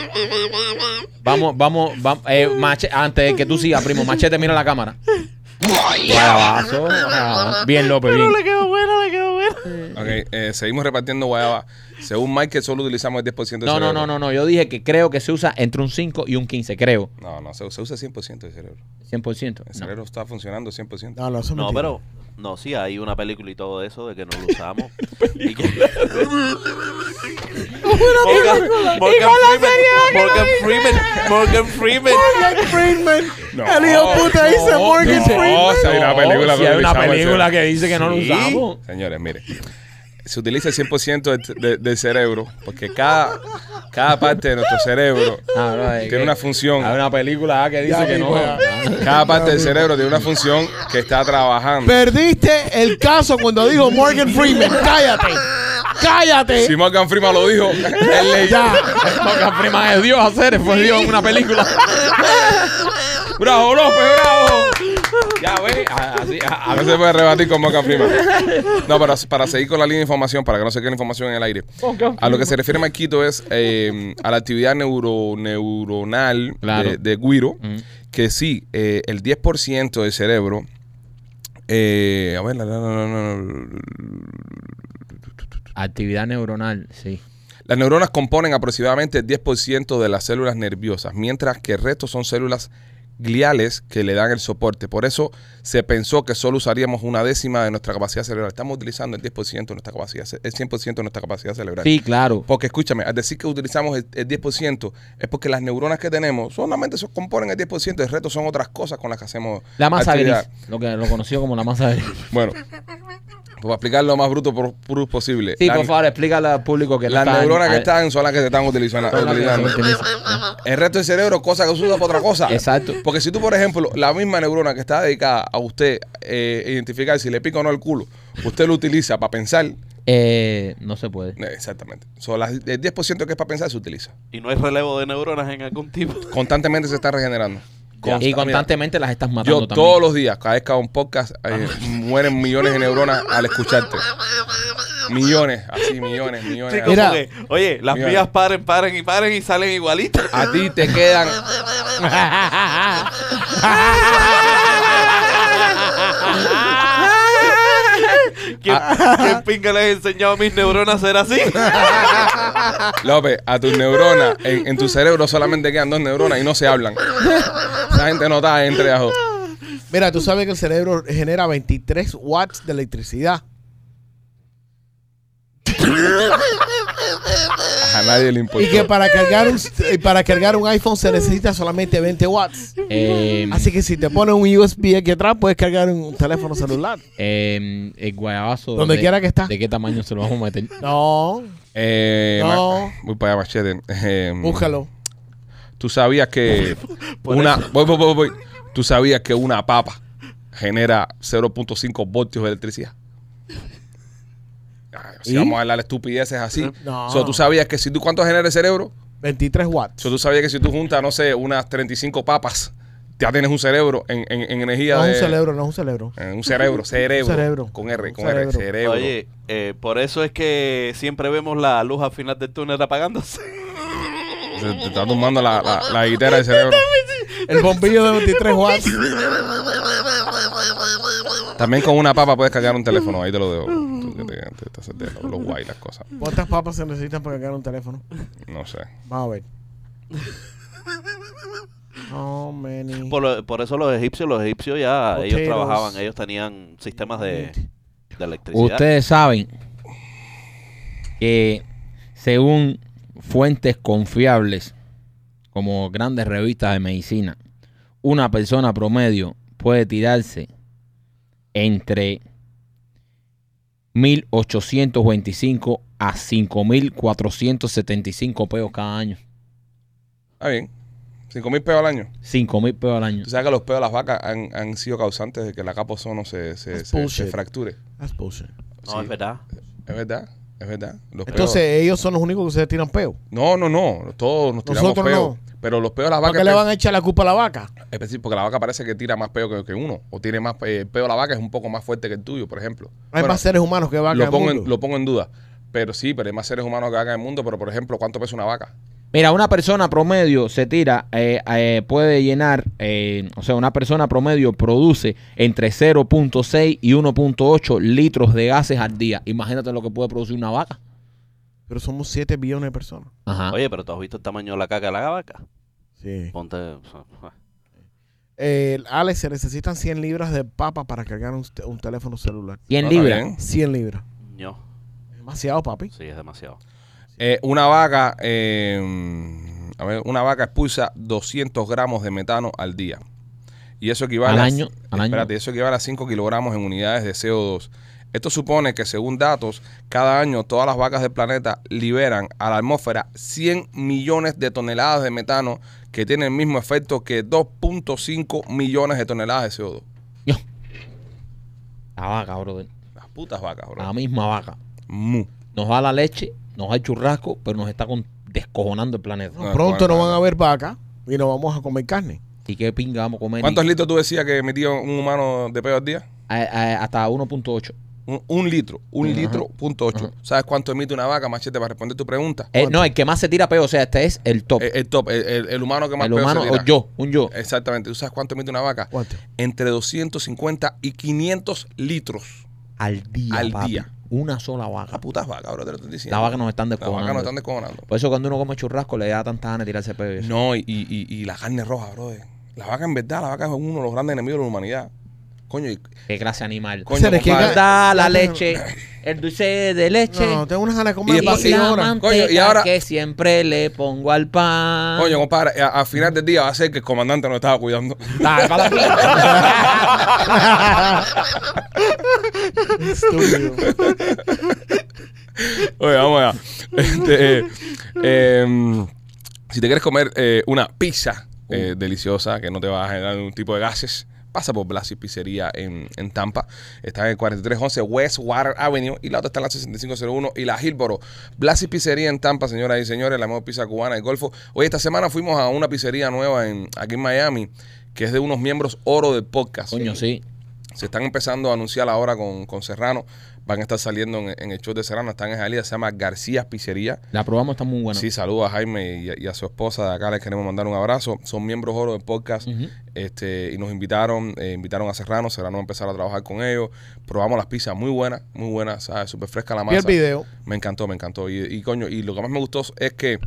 Speaker 2: Vamos, vamos, vamos. Eh, mache- antes de que tú sigas, primo, machete, mira la cámara. Guayabazo, guayabazo. Bien, López, bien.
Speaker 4: Le quedó bueno, le quedó bueno.
Speaker 1: Ok, Ok, eh, seguimos repartiendo guayaba. Según Mike, solo utilizamos el 10% del
Speaker 2: No, no,
Speaker 1: cerebro.
Speaker 2: no, no, no. Yo dije que creo que se usa entre un 5 y un 15, creo.
Speaker 1: No, no, se, se usa 100% del cerebro.
Speaker 2: 100%.
Speaker 1: El
Speaker 2: No.
Speaker 1: cerebro está funcionando 100%.
Speaker 3: No, no, eso es
Speaker 4: No,
Speaker 3: mentira.
Speaker 4: pero no, sí, hay una película y todo eso de que no lo usamos. Y que- Morgan, Morgan Freeman, Morgan Freeman, Morgan Freeman.
Speaker 3: Morgan Freeman.
Speaker 1: No,
Speaker 3: el hijo puta dice
Speaker 2: no,
Speaker 3: Morgan
Speaker 2: no,
Speaker 3: Freeman.
Speaker 1: "Oh, si hay una película,
Speaker 2: si hay una
Speaker 1: utilizamos el
Speaker 2: película
Speaker 1: cerebro.
Speaker 2: que dice que no lo
Speaker 4: Sí.
Speaker 2: usamos.
Speaker 1: Señores, mire. Se utiliza el 100% del, de- del cerebro porque cada, cada parte de nuestro cerebro
Speaker 2: Ah, no, es
Speaker 1: tiene
Speaker 2: que-
Speaker 1: una función.
Speaker 2: Hay una película ah, que dice
Speaker 3: Ya,
Speaker 2: que
Speaker 3: mi
Speaker 2: no.
Speaker 3: juega.
Speaker 1: Cada parte del cerebro tiene una función que está trabajando.
Speaker 3: Perdiste el caso cuando digo Morgan Freeman. Cállate. Cállate.
Speaker 1: Si Morgan Freeman lo dijo, él leyó.
Speaker 3: Ya.
Speaker 2: Porque prima de Dios hacer, fue Dios en una película.
Speaker 1: ¡Bravo, López, bravo!
Speaker 2: ya ves, a- así, a-
Speaker 1: A no se puede rebatir con Morgan Freeman. No, pero para seguir con la línea de información, para que no se quede la información en el aire. A lo que se refiere Marquito es eh, a la actividad neuro, neuronal
Speaker 2: Claro.
Speaker 1: de, de Guiro, que sí, eh, el 10% del cerebro. eh, a ver, la, la- la- la- la-
Speaker 2: Actividad neuronal, sí.
Speaker 1: las neuronas componen aproximadamente el 10% de las células nerviosas, mientras que el resto son células gliales que le dan el soporte. Por eso se pensó que solo usaríamos una décima de nuestra capacidad cerebral. Estamos utilizando el 10% de nuestra capacidad, ce- el 100% de nuestra capacidad cerebral.
Speaker 2: Sí, claro.
Speaker 1: Porque escúchame, al decir que utilizamos el, el 10%, es porque las neuronas que tenemos solamente se componen el 10%, el resto son otras cosas con las que hacemos.
Speaker 2: La masa
Speaker 1: actividad.
Speaker 2: gris, lo que lo conoció como la masa gris.
Speaker 1: Bueno, pues para explicar lo más bruto por- por posible.
Speaker 2: Sí,
Speaker 1: la-
Speaker 2: por favor, explícale al público que no
Speaker 1: las
Speaker 2: está-
Speaker 1: neuronas que
Speaker 2: ah,
Speaker 1: están son las que se están utilizando.
Speaker 2: son las que
Speaker 1: utilizando.
Speaker 2: se utilizan.
Speaker 1: El resto del cerebro, cosa que se usa para otra cosa.
Speaker 2: Exacto.
Speaker 1: Porque si tú, por ejemplo, la misma neurona que está dedicada a usted eh, identificar si le pica o no el culo, usted lo utiliza para pensar. eh,
Speaker 2: Eh, no se puede.
Speaker 1: Exactamente. So, las- el 10% que es para pensar se utiliza.
Speaker 4: Y no hay relevo de neuronas en algún tipo.
Speaker 1: Constantemente se está regenerando. Consta-
Speaker 2: y
Speaker 1: mira,
Speaker 2: constantemente las estás matando
Speaker 1: Yo
Speaker 2: también.
Speaker 1: todos los días, cada vez que hago un podcast, eh, mueren millones de neuronas al escucharte. Millones, así, millones, millones.
Speaker 4: Chicos,
Speaker 3: Mira.
Speaker 4: porque, oye, las
Speaker 1: Mira.
Speaker 4: mías paren, paren y paren y salen igualitas.
Speaker 1: A ti te quedan.
Speaker 4: ¿Quién, quién pinga les ha enseñado a mis neuronas a ser así?
Speaker 1: López, a tus neuronas, en, en tu cerebro solamente quedan dos neuronas y no se hablan. La gente no está entre las dos.
Speaker 3: Mira, tú sabes que el cerebro genera 23 watts de electricidad.
Speaker 1: A nadie le importa.
Speaker 3: Y que para cargar un, y para cargar un iPhone se necesita solamente 20 watts.
Speaker 2: Eh,
Speaker 3: Así que si te pones un USB aquí atrás, puedes cargar un teléfono celular.
Speaker 2: eh, el guayabazo.
Speaker 3: Donde
Speaker 2: de-
Speaker 3: quiera que está.
Speaker 2: ¿De qué tamaño se lo vamos a meter?
Speaker 3: No,
Speaker 1: Eh, ma-
Speaker 3: No.
Speaker 1: Voy para allá, machete. Eh,
Speaker 3: Mm. búscalo.
Speaker 1: Tú sabías que una. Voy, voy, voy, voy. Tú sabías que una papa genera 0.5 voltios de electricidad. Ay, si
Speaker 3: ¿Y? Eh,
Speaker 1: vamos a hablar de estupideces así.
Speaker 3: No.
Speaker 1: So, tú sabías que si tú. ¿Cuánto genera el cerebro?
Speaker 3: 23 watts.
Speaker 1: So, tú sabías que si tú juntas, no sé, unas 35 papas, ya tienes un cerebro en, en- en energía.
Speaker 3: No
Speaker 1: de,
Speaker 3: es un cerebro, no es un cerebro.
Speaker 1: Eh, un cerebro, cerebro.
Speaker 3: Un cerebro.
Speaker 1: Con R,
Speaker 3: Un
Speaker 1: con R,
Speaker 3: cerebro.
Speaker 1: cerebro.
Speaker 4: Oye, eh, por eso es que siempre vemos la luz al final del túnel apagándose.
Speaker 1: Se- te está tomando la, la, la guitarra del cerebro.
Speaker 3: El bombillo de 23 watts.
Speaker 1: También con una papa puedes cargar un teléfono. Ahí te lo dejo. Tú que te- te- te haces de lo- Los guay, las cosas.
Speaker 3: ¿Cuántas papas se necesitan para cargar un teléfono?
Speaker 1: No sé.
Speaker 3: Vamos a ver. No, many.
Speaker 4: Por, lo- por eso los egipcios, los egipcios ya, ellos
Speaker 3: Potatoes.
Speaker 4: trabajaban, ellos tenían sistemas de, de electricidad.
Speaker 2: Ustedes saben que según fuentes confiables como grandes revistas de medicina, una persona promedio puede tirarse entre 1825 a 5475 peos cada año.
Speaker 1: Está bien. 5 mil peos al año.
Speaker 2: 5000 peos al año.
Speaker 1: Tú sabes que los peos de las vacas han, han sido causantes de que la capa ozono se, se,
Speaker 3: That's
Speaker 1: se- se
Speaker 3: bullshit.
Speaker 1: fracture.
Speaker 3: That's bullshit.
Speaker 4: No,
Speaker 1: Sí,
Speaker 4: es verdad.
Speaker 1: Es verdad. Es verdad. Los peos-
Speaker 3: Entonces, ellos son los únicos que se tiran peo.
Speaker 1: No, no, no. Todos nos tiramos
Speaker 3: Nosotros
Speaker 1: peos. Pero los peos de las
Speaker 3: ¿Para
Speaker 1: vacas.
Speaker 3: qué le van a echar la culpa a la vaca?
Speaker 1: Es decir, porque la vaca parece que tira más peo que, que uno. O tiene más. eh, el peo de la vaca es un poco más fuerte que el tuyo, por ejemplo.
Speaker 3: Hay
Speaker 1: Bueno,
Speaker 3: más seres humanos que vacas. en
Speaker 1: lo
Speaker 3: el
Speaker 1: pongo, en,
Speaker 3: mundo.
Speaker 1: lo pongo en duda. Pero sí, pero hay más seres humanos que vaca en el mundo. Pero, por ejemplo, ¿cuánto pesa una vaca?
Speaker 2: Mira, una persona promedio se tira, eh, eh, puede llenar, eh, o sea, una persona promedio produce entre 0.6 y 1.8 litros de gases al día. Imagínate lo que puede producir una vaca.
Speaker 3: Pero somos 7 billones de personas.
Speaker 1: Ah.
Speaker 2: Ajá.
Speaker 4: Oye, pero tú has visto el tamaño de la caca de la vaca.
Speaker 3: Sí.
Speaker 4: Ponte. ah,
Speaker 3: Eh, Alex, se necesitan 100 libras de papa para cargar un, te- un teléfono celular.
Speaker 2: 100
Speaker 1: No, está
Speaker 2: libras.
Speaker 1: bien.
Speaker 3: 100 libras.
Speaker 4: Ño.
Speaker 3: Demasiado, papi.
Speaker 4: Sí, es demasiado.
Speaker 1: Eh, una vaca, eh, a ver, una vaca expulsa 200 gramos de metano al día. Y eso equivale a-
Speaker 2: Al año, al año.
Speaker 1: espérate, eso equivale a 5 kilogramos en unidades de CO2. Esto supone que, según datos, cada año todas las vacas del planeta liberan a la atmósfera 100 millones de toneladas de metano que tienen el mismo efecto que 2.5 millones de toneladas de CO2.
Speaker 2: Yo. La vaca, brother.
Speaker 1: Las putas vacas, bro.
Speaker 2: La misma vaca.
Speaker 1: Mu.
Speaker 2: Nos da la leche, nos da el churrasco, pero nos está con- descojonando el planeta.
Speaker 1: No,
Speaker 3: Pronto
Speaker 1: bueno,
Speaker 3: no van
Speaker 1: bueno.
Speaker 3: a ver vaca y no vamos a comer carne.
Speaker 2: ¿Y qué pinga vamos a comer?
Speaker 1: ¿Cuántos
Speaker 2: Y-
Speaker 1: litros tú decías que metía un humano de pedo al día?
Speaker 2: a- a- hasta 1.8.
Speaker 1: Un, un litro, un
Speaker 2: Ajá.
Speaker 1: litro, punto ocho. ¿Sabes cuánto emite una vaca, machete, para responder tu pregunta?
Speaker 2: Eh, no, el que más se tira peo, o sea, este es el top.
Speaker 1: Eh, El, el top, el, el- el humano que más
Speaker 2: el
Speaker 1: peor
Speaker 2: humano,
Speaker 1: se
Speaker 2: o
Speaker 1: tira.
Speaker 2: yo, un yo.
Speaker 1: Exactamente. ¿Tú sabes cuánto emite una vaca?
Speaker 3: ¿Cuánto?
Speaker 1: Entre 250 y 500 litros.
Speaker 2: al día.
Speaker 1: Al
Speaker 2: papi.
Speaker 1: día.
Speaker 2: Una sola vaca.
Speaker 1: Las putas vacas, bro, te lo estoy diciendo.
Speaker 2: Las vacas nos están
Speaker 1: Las vacas
Speaker 2: descojonando.
Speaker 1: nos están descojonando.
Speaker 2: Por eso cuando uno come churrasco le da tanta ganas de tirarse peo. y eso.
Speaker 1: No, y, y- y- y la carne roja, bro. La vaca, en verdad, la vaca es uno de los grandes enemigos de la humanidad. Coño, y-
Speaker 2: Qué clase animal.
Speaker 1: Coño,
Speaker 3: Se les
Speaker 1: compadre.
Speaker 3: queda-
Speaker 2: Da la leche, el dulce de leche.
Speaker 3: No, tengo unas ganas
Speaker 1: Y
Speaker 3: de comer
Speaker 1: después-
Speaker 3: pasillo
Speaker 2: la
Speaker 3: ahora.
Speaker 2: manteca
Speaker 1: Coño, y ahora-
Speaker 2: que siempre le pongo al pan.
Speaker 1: coño compadre, a- al final del día va a ser que el comandante nos estaba cuidando.
Speaker 2: Dale, pa' la mierda.
Speaker 3: Estúpido.
Speaker 1: Oye, vamos allá. Este, eh, em, si te quieres comer eh, una pizza eh, deliciosa que no te va a generar ningún tipo de gases, pasa por Blasi Pizzería en, en Tampa. Está en el 4311 West Water Avenue y la otra está en la 6501 y la Hillboro. Blasi Pizzería en Tampa, señoras y señores, la mejor pizza cubana del Golfo. Hoy esta semana fuimos a una pizzería nueva en, aquí en Miami que es de unos miembros oro del podcast.
Speaker 2: Coño, sí.
Speaker 1: Se están empezando a anunciar ahora con, con Serrano. Van a estar saliendo en, en el show de Serrano. Están en Jalía. Se llama García Pizzería.
Speaker 2: La probamos, está muy buena.
Speaker 1: Sí, saludos a Jaime y a, y a su esposa. De acá les queremos mandar un abrazo. Son miembros oro del podcast.
Speaker 2: Ujú.
Speaker 1: este, y nos invitaron. eh, invitaron a Serrano. Serrano va a empezar a trabajar con ellos. Probamos las pizzas muy buenas, muy buenas. ¿sabes? Súper fresca la
Speaker 3: Vi el
Speaker 1: masa.
Speaker 3: video.
Speaker 1: Me encantó, me encantó. Y, y, coño, y lo que más me gustó es que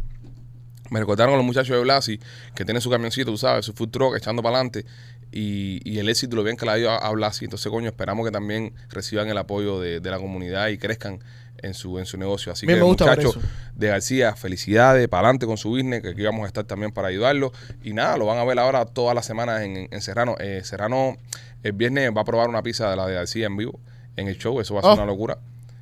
Speaker 1: me recordaron a los muchachos de Blasi, que tienen su camioncito, tú sabes, su food truck echando para adelante. Y, y el éxito, lo bien que le ha ido a, a Blasi. Entonces, coño, esperamos que también reciban el apoyo de, de la comunidad y crezcan en su, en su negocio. Así
Speaker 3: Bien,
Speaker 1: que,
Speaker 3: me gusta ver
Speaker 1: muchachos
Speaker 3: eso.
Speaker 1: de García, felicidades, para adelante con su business, que aquí vamos a estar también para ayudarlo. Y nada, lo van a ver ahora todas las semanas en, en Serrano. Eh, Serrano, el viernes va a probar una pizza de la de García en vivo, en el show. Eso va a ser
Speaker 3: Oh.
Speaker 1: una locura.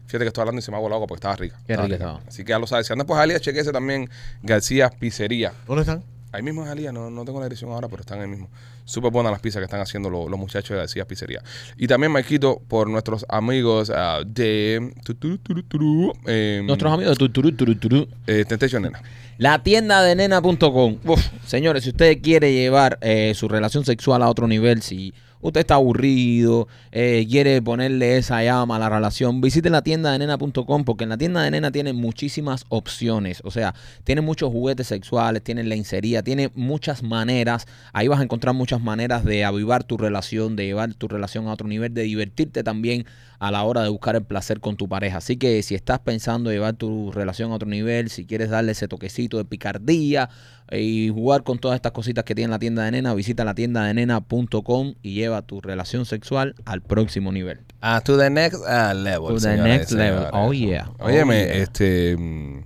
Speaker 1: Fíjate que estoy hablando y se me ha volado porque estaba rica.
Speaker 2: Qué
Speaker 1: Estaba
Speaker 2: rica estaba.
Speaker 1: Así que ya lo sabes. Si andas por Jalía, chequese también García Pizzería.
Speaker 3: ¿Dónde están?
Speaker 1: Ahí mismo en Jalía, no, no tengo la dirección ahora, pero están ahí mismo. Súper buenas las pizzas que están haciendo lo- los muchachos de García Pizzería. Y también, Marquito, por nuestros amigos ah, de... tu, tu, tu, tu, tu, eh,
Speaker 2: Nuestros amigos de Turturú, Turú, Turú.
Speaker 1: eh, Temptation Nena.
Speaker 2: La tienda de nena.com. Uf, Señores, si usted quiere llevar eh, su relación sexual a otro nivel, si usted está aburrido, eh, quiere ponerle esa llama a la relación, visite la tienda de nena.com porque en la tienda de nena tiene muchísimas opciones. O sea, tiene muchos juguetes sexuales, tiene lencería, tiene muchas maneras. Ahí vas a encontrar muchas maneras de avivar tu relación, de llevar tu relación a otro nivel, de divertirte también a la hora de buscar el placer con tu pareja. Así que si estás pensando llevar tu relación a otro nivel, si quieres darle ese toquecito de picardía eh, y jugar con todas estas cositas que tiene la tienda de nena, visita la tienda de nena.com y lleva tu relación sexual al próximo nivel.
Speaker 1: Ah, to the next ah, level.
Speaker 2: To the
Speaker 1: señoras y
Speaker 2: next level.
Speaker 1: señores.
Speaker 2: Oh, yeah. Oh,
Speaker 1: Óyeme,
Speaker 2: yeah.
Speaker 1: este. mm,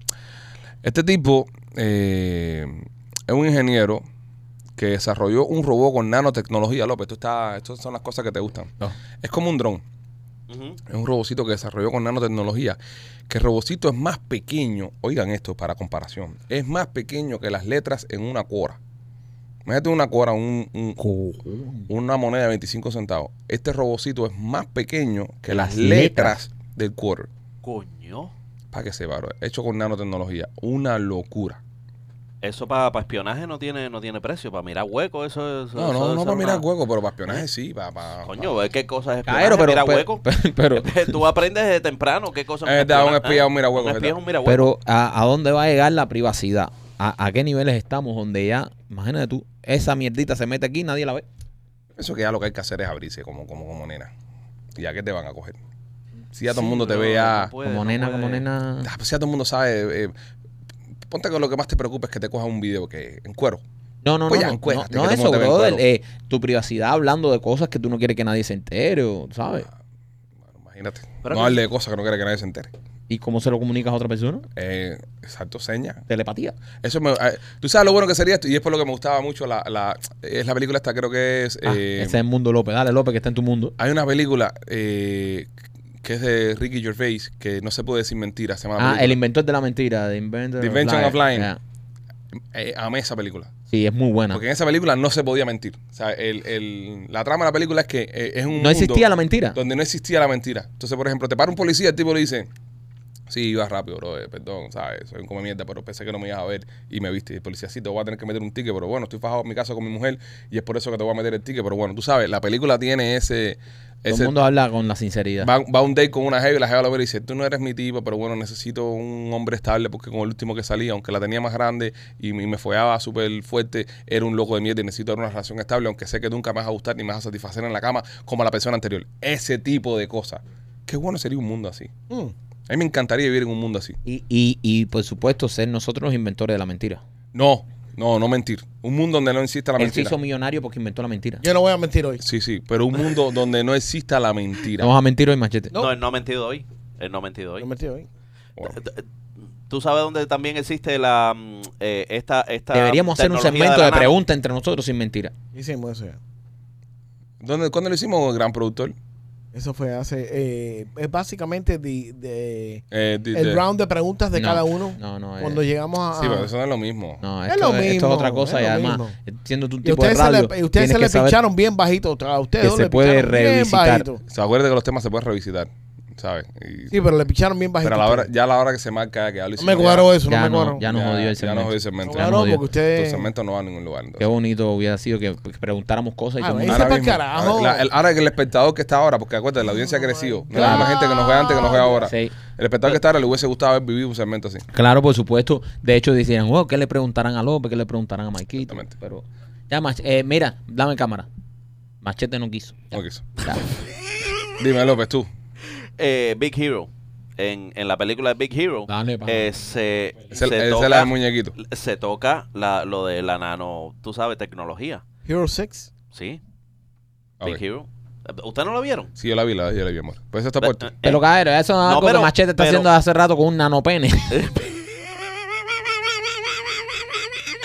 Speaker 1: Este tipo eh, es un ingeniero que desarrolló un robot con nanotecnología, López. Esto está, estas son las cosas que te gustan.
Speaker 2: Oh.
Speaker 1: Es como un dron.
Speaker 4: Ujú.
Speaker 1: Es un robocito que desarrolló con nanotecnología. Que el robocito es más pequeño. Oigan esto para comparación. Es más pequeño que las letras en una cora. Imagínate una cora, un- un, una moneda de 25 centavos. Este robocito es más pequeño que las letras, del quarter.
Speaker 4: Coño.
Speaker 1: Para que sepa, bro. Hecho con nanotecnología. Una locura.
Speaker 4: Eso para espionaje no tiene, no tiene precio. Para mirar hueco, eso es.
Speaker 1: No, no, no para mirar hueco, pero para espionaje sí. Para, para,
Speaker 4: ¿Eh? Coño, ve qué cosas es espionaje.
Speaker 2: Caero, pero,
Speaker 4: mira
Speaker 2: pero,
Speaker 4: ah, hueco.
Speaker 2: pero,
Speaker 4: Tú aprendes de temprano qué cosas
Speaker 1: Es verdad, Eh, un espía, un mirahueco,
Speaker 4: ¿eh? Un espía,
Speaker 1: ¿verdad?
Speaker 4: un mirahueco.
Speaker 2: pero, ¿a, a dónde va a llegar la privacidad? ¿A, a qué niveles estamos donde ya, imagínate tú, esa mierdita se mete aquí y nadie la ve?
Speaker 1: Eso que ya lo que hay que hacer es abrirse como, como, como nena. Y ya que te van a coger. Si ya todo el mundo te ve ya.
Speaker 2: como nena, como nena.
Speaker 1: Ah, pues ya todo el mundo sabe. eh, ponte que lo que más te preocupa es que te cojan un video que en cuero.
Speaker 2: No, no,
Speaker 1: Pues ya
Speaker 2: no. No,
Speaker 1: encuérdate
Speaker 2: no
Speaker 1: que te
Speaker 2: eso,
Speaker 1: monte bien
Speaker 2: brother.
Speaker 1: claro.
Speaker 2: eh, tu privacidad hablando de cosas que tú no quieres que nadie se entere, o, ¿sabes?
Speaker 1: Bueno, imagínate.
Speaker 4: Pero
Speaker 1: no
Speaker 4: que-
Speaker 1: hable de cosas que no quiera que nadie se entere.
Speaker 2: ¿Y cómo se lo comunicas a otra persona?
Speaker 1: Eh, exacto, seña.
Speaker 2: Telepatía.
Speaker 1: Eso me- eh, Tú sabes lo bueno que sería esto. Y es por lo que me gustaba mucho. La, la- es la película esta, creo que es.
Speaker 2: Ah,
Speaker 1: eh,
Speaker 2: ese es el mundo López. Dale, López, que está en tu mundo.
Speaker 1: Hay una película eh, que es de Ricky Gervais que no se puede decir mentira. Se llama la
Speaker 2: Ah, el
Speaker 1: película.
Speaker 2: inventor de la mentira. The Inventor
Speaker 1: The Invention of Lying.
Speaker 2: Ya.
Speaker 1: Eh, amé esa película.
Speaker 2: Sí, es muy buena.
Speaker 1: Porque en esa película no se podía mentir. O sea, el- el- la trama de la película es que eh, es un
Speaker 2: No
Speaker 1: mundo
Speaker 2: existía la mentira.
Speaker 1: donde no existía la mentira. Entonces, por ejemplo, te para un policía, el tipo le dice, sí, ibas rápido, bro, eh, perdón, ¿sabes? Soy un come mierda, pero pensé que no me ibas a ver y me viste. Y el policía, sí, te voy a tener que meter un ticket, pero bueno, estoy fajado en mi casa con mi mujer y es por eso que te voy a meter el ticket. Pero bueno, tú sabes, la película tiene ese...
Speaker 2: Todo
Speaker 1: ese-
Speaker 2: el mundo habla con la sinceridad.
Speaker 1: Va, va a un date con una jeva y la jeva lo ve y dice, tú no eres mi tipo, pero bueno, necesito un hombre estable porque con el último que salí, aunque la tenía más grande y, me- me follaba súper fuerte, era un loco de mierda y necesito una relación estable, aunque sé que nunca me vas a gustar ni me vas a satisfacer en la cama como a la persona anterior. Ese tipo de cosas. Qué bueno sería un mundo así. A mí me encantaría vivir en un mundo así.
Speaker 2: Y, y, y, por supuesto, ser nosotros los inventores de la mentira.
Speaker 1: No, no, no mentir. Un mundo donde no exista la
Speaker 2: Él se
Speaker 1: mentira.
Speaker 2: hizo millonario porque inventó la mentira.
Speaker 3: Yo no voy a mentir hoy.
Speaker 1: Sí, sí, pero un mundo donde no exista la mentira.
Speaker 2: No vas a mentir hoy, machete.
Speaker 4: No, él no ha mentido hoy. Él no ha mentido
Speaker 3: No
Speaker 4: hoy.
Speaker 3: he mentido hoy.
Speaker 1: Bueno,
Speaker 4: ¿Tú sabes dónde también existe la mm, eh, esta, esta
Speaker 2: Deberíamos hacer un
Speaker 4: tecnología
Speaker 2: segmento
Speaker 4: la
Speaker 2: de
Speaker 4: nano?
Speaker 2: preguntas entre nosotros sin mentira.
Speaker 3: Hicimos eso ya.
Speaker 1: ¿Dónde, ¿Cuándo lo hicimos, gran productor?
Speaker 3: Eso fue hace. eh, es básicamente de, de-
Speaker 1: Eh, di-
Speaker 3: el
Speaker 1: de-
Speaker 3: round de preguntas de
Speaker 2: No,
Speaker 3: cada uno.
Speaker 2: No, no. eh,
Speaker 3: cuando llegamos a.
Speaker 1: Sí, pero eso no es lo mismo.
Speaker 2: No,
Speaker 3: Es
Speaker 2: esto
Speaker 3: lo
Speaker 2: es, esto es
Speaker 3: mismo,
Speaker 2: otra cosa
Speaker 3: es
Speaker 2: y
Speaker 3: lo
Speaker 2: además,
Speaker 3: mismo.
Speaker 2: eh, siendo tu
Speaker 3: y
Speaker 2: tipo de
Speaker 3: ustedes se
Speaker 2: radio,
Speaker 3: le, y ustedes se le
Speaker 2: tienes que saber-
Speaker 3: pincharon bien bajito. A ustedes
Speaker 2: que
Speaker 3: dos
Speaker 2: se
Speaker 3: le
Speaker 2: puede
Speaker 3: pincharon
Speaker 2: revisitar.
Speaker 3: Bien bajito.
Speaker 1: Se acuerda que los temas se pueden revisitar, ¿sabes? Y-
Speaker 3: Sí, pero le pincharon bien bajito.
Speaker 1: pero a la hora, ya a la hora que se marca que ya lo
Speaker 3: No me
Speaker 1: hicimos,
Speaker 3: cuadró eso,
Speaker 2: ya,
Speaker 3: no me
Speaker 2: no,
Speaker 3: cuadró.
Speaker 2: ya nos
Speaker 1: ya-
Speaker 2: jodió el
Speaker 1: ya nos
Speaker 2: segmento.
Speaker 1: jodió el segmento.
Speaker 3: No
Speaker 2: Ya nos
Speaker 3: cuadró
Speaker 2: jodió.
Speaker 3: porque ustedes.
Speaker 1: Tu segmento no va a ningún lugar. entonces.
Speaker 2: Qué bonito hubiera sido que que preguntáramos cosas y
Speaker 3: Ah,
Speaker 2: todo el
Speaker 3: ese
Speaker 2: mundo-
Speaker 3: pa'l
Speaker 1: mismo,
Speaker 3: carajo.
Speaker 1: la- el- ahora que el espectador que está ahora, porque acuérdate, la audiencia ha crecido. No es la misma
Speaker 3: claro.
Speaker 1: gente que nos ve antes que nos ve ahora.
Speaker 2: Sí.
Speaker 1: El espectador que está ahora le hubiese gustado haber vivido un segmento así.
Speaker 2: Claro, por supuesto. De hecho, decían, wow, ¿qué le preguntarán a López? ¿Qué le preguntarán a Maikito?
Speaker 1: Exactamente.
Speaker 2: Pero, ya, mach- eh, mira, dame cámara. Machete no quiso.
Speaker 1: No quiso. Dime, López, tú.
Speaker 4: Eh, Big Hero. En, en la película de Big Hero
Speaker 2: Dale, pa.
Speaker 4: eh, se,
Speaker 1: Esa esa
Speaker 4: se
Speaker 1: es la
Speaker 4: toca,
Speaker 1: del muñequito.
Speaker 4: se toca la- lo de la nano, tú sabes, tecnología.
Speaker 3: Hero 6.
Speaker 4: ¿Sí?
Speaker 1: Ok.
Speaker 4: Big Hero. ¿Ustedes no lo vieron? Eh,
Speaker 1: Sí, yo la vi, la, yo la vi, amor. Pues eso está puesto.
Speaker 2: Pero, cabrón, eso es algo
Speaker 4: pero-
Speaker 2: que Machete está
Speaker 4: pero-
Speaker 2: haciendo hace rato con un nanopene.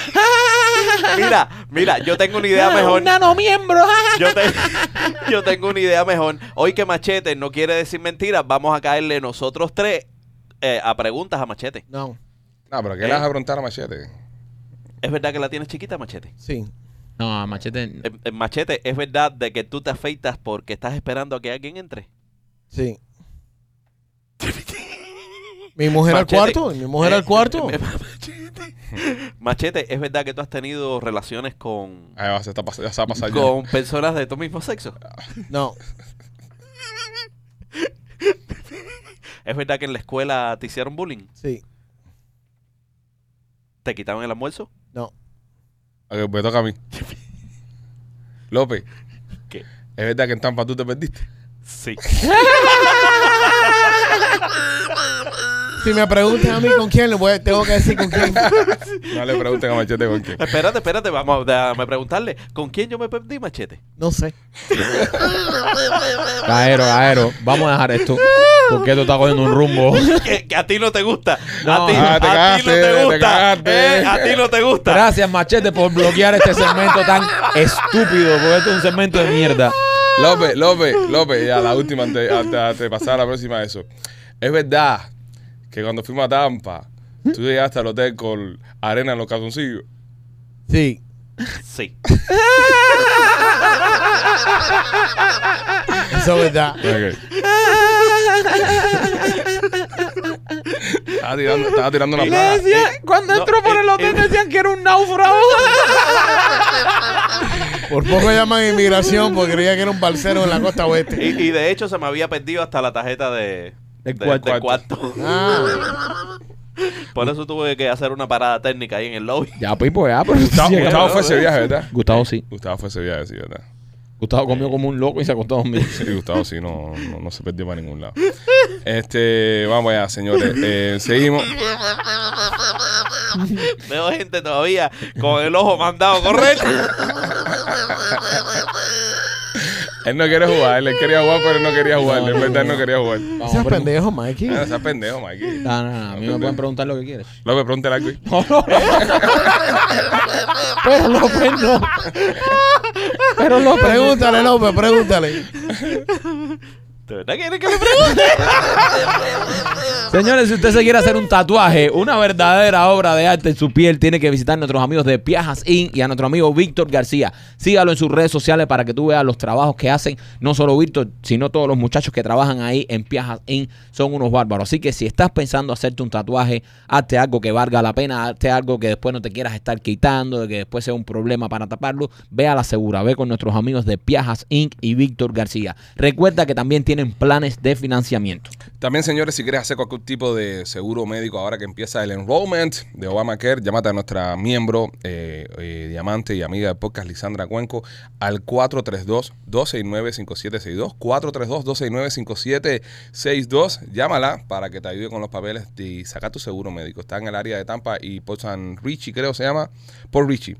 Speaker 4: eh, Mira, mira, yo tengo una idea mejor.
Speaker 2: un nanomiembro.
Speaker 4: Yo, te- yo tengo una idea mejor. Hoy que Machete no quiere decir mentiras, vamos a caerle nosotros tres eh, a preguntas a Machete.
Speaker 3: No,
Speaker 1: No, pero ¿qué
Speaker 4: Eh.
Speaker 1: le vas a preguntar a Machete?
Speaker 4: ¿Es verdad que la tienes chiquita, Machete?
Speaker 3: sí.
Speaker 2: no, Machete.
Speaker 4: Eh, eh, machete, ¿es verdad de que tú te afeitas porque estás esperando a que alguien entre?
Speaker 3: Sí. Mi mujer
Speaker 4: Machete.
Speaker 3: al cuarto, mi mujer
Speaker 4: Eh,
Speaker 3: al cuarto.
Speaker 4: eh, machete. Machete, ¿es verdad que tú has tenido relaciones con,
Speaker 1: Ahí va, se, está, pas- ya se va a pasar ya.
Speaker 4: con personas de tu mismo sexo?
Speaker 3: No,
Speaker 4: ¿Es verdad que en la escuela te hicieron bullying?
Speaker 3: sí,
Speaker 4: ¿Te quitaron el almuerzo?
Speaker 3: no.
Speaker 1: Ok, me toca a mí. López.
Speaker 4: ¿Qué?
Speaker 1: Es verdad que en Tampa tú te perdiste.
Speaker 4: Sí.
Speaker 3: Si me preguntan a mí con quién, le voy a- tengo que decir con quién.
Speaker 1: No le pregunten a Machete con quién.
Speaker 4: Espérate, espérate, vamos, déjame preguntarle. ¿Con quién yo me perdí, Machete?
Speaker 3: No sé.
Speaker 2: Caero, Caero, vamos a dejar esto. Porque esto está cogiendo un rumbo.
Speaker 4: Que, que a ti no te gusta.
Speaker 2: No.
Speaker 4: a ti,
Speaker 1: Ah, te
Speaker 4: a ti
Speaker 1: cagaste,
Speaker 4: no te
Speaker 1: te
Speaker 4: gusta.
Speaker 1: cagaste.
Speaker 4: Eh, a ti no te gusta.
Speaker 2: Gracias, Machete, por bloquear este segmento tan estúpido. Porque esto es un segmento de mierda.
Speaker 1: López, López, López, ya la última antes, antes- antes de pasar a la próxima eso. Es verdad que cuando fuimos a Tampa, tú llegaste al hotel con arena en los calzoncillos.
Speaker 3: Sí.
Speaker 4: Sí.
Speaker 3: Eso es verdad.
Speaker 1: Ok. estaba tirando, estaba tirando una plaga.
Speaker 2: cuando
Speaker 4: No, entró por el hotel, eh, eh.
Speaker 2: decían que era un náufrago.
Speaker 3: Por poco llaman inmigración porque creía que era un balsero en la costa
Speaker 4: Y,
Speaker 3: oeste.
Speaker 4: y de hecho se me había perdido hasta la tarjeta de...
Speaker 2: Del
Speaker 4: de-
Speaker 2: cuarto.
Speaker 4: del cuarto.
Speaker 3: Ah,
Speaker 4: Por Por eso tuve que hacer una parada técnica ahí en el lobby.
Speaker 2: Ya, Pipo, ya. Pero
Speaker 1: Gustavo,
Speaker 2: Sí, ya.
Speaker 1: Gustavo fue ese viaje, ¿verdad?
Speaker 2: Gustavo sí.
Speaker 1: Gustavo fue ese viaje, sí, ¿verdad?
Speaker 2: Gustavo comió como un loco y se acostó a dormir.
Speaker 1: Sí, Gustavo sí, no, no, no se perdió para ningún lado. Este, vamos allá, señores. Eh, seguimos.
Speaker 4: Veo gente todavía con el ojo mandado correcto.
Speaker 1: Él no quiere jugar, él quería jugar, pero no quería jugar.
Speaker 2: No,
Speaker 1: en
Speaker 2: no,
Speaker 1: verdad
Speaker 2: no.
Speaker 1: no quería jugar. No,
Speaker 2: Vamos,
Speaker 3: Seas
Speaker 2: pero-
Speaker 3: pendejo, Mikey.
Speaker 1: seas pendejo, Mikey.
Speaker 2: No, no, no, A mí me pueden preguntar lo que quieres.
Speaker 1: López, pregúntale algo.
Speaker 2: No, no,
Speaker 3: Pero López no. Pero López. Pregúntale, López, pregúntale.
Speaker 4: ¿De verdad quieres que me pregunte?
Speaker 2: Señores, si usted se quiere hacer un tatuaje, una verdadera obra de arte en su piel, tiene que visitar a nuestros amigos de Piajas Inc. y a nuestro amigo Víctor García. Sígalo en sus redes sociales para que tú veas los trabajos que hacen, no solo Víctor, sino todos los muchachos que trabajan ahí en Piajas Inc. Son unos bárbaros. Así que si estás pensando hacerte un tatuaje, hazte algo que valga la pena, hazte algo que después no te quieras estar quitando, de que después sea un problema para taparlo. Ve a la segura, ve con nuestros amigos de Piajas Inc. y Víctor García. Recuerda que también tienen planes de financiamiento.
Speaker 1: También, señores, si quieres hacer cualquier tipo de seguro médico ahora que empieza el enrollment de Obamacare, llámate a nuestra miembro, eh, eh, diamante y amiga de podcast, Lisandra Cuenco, al 432-269-5762. 432-269-5762. Llámala para que te ayude con los papeles y saca tu seguro médico. Está en el área de Tampa y por San Richie, creo se llama, por Richie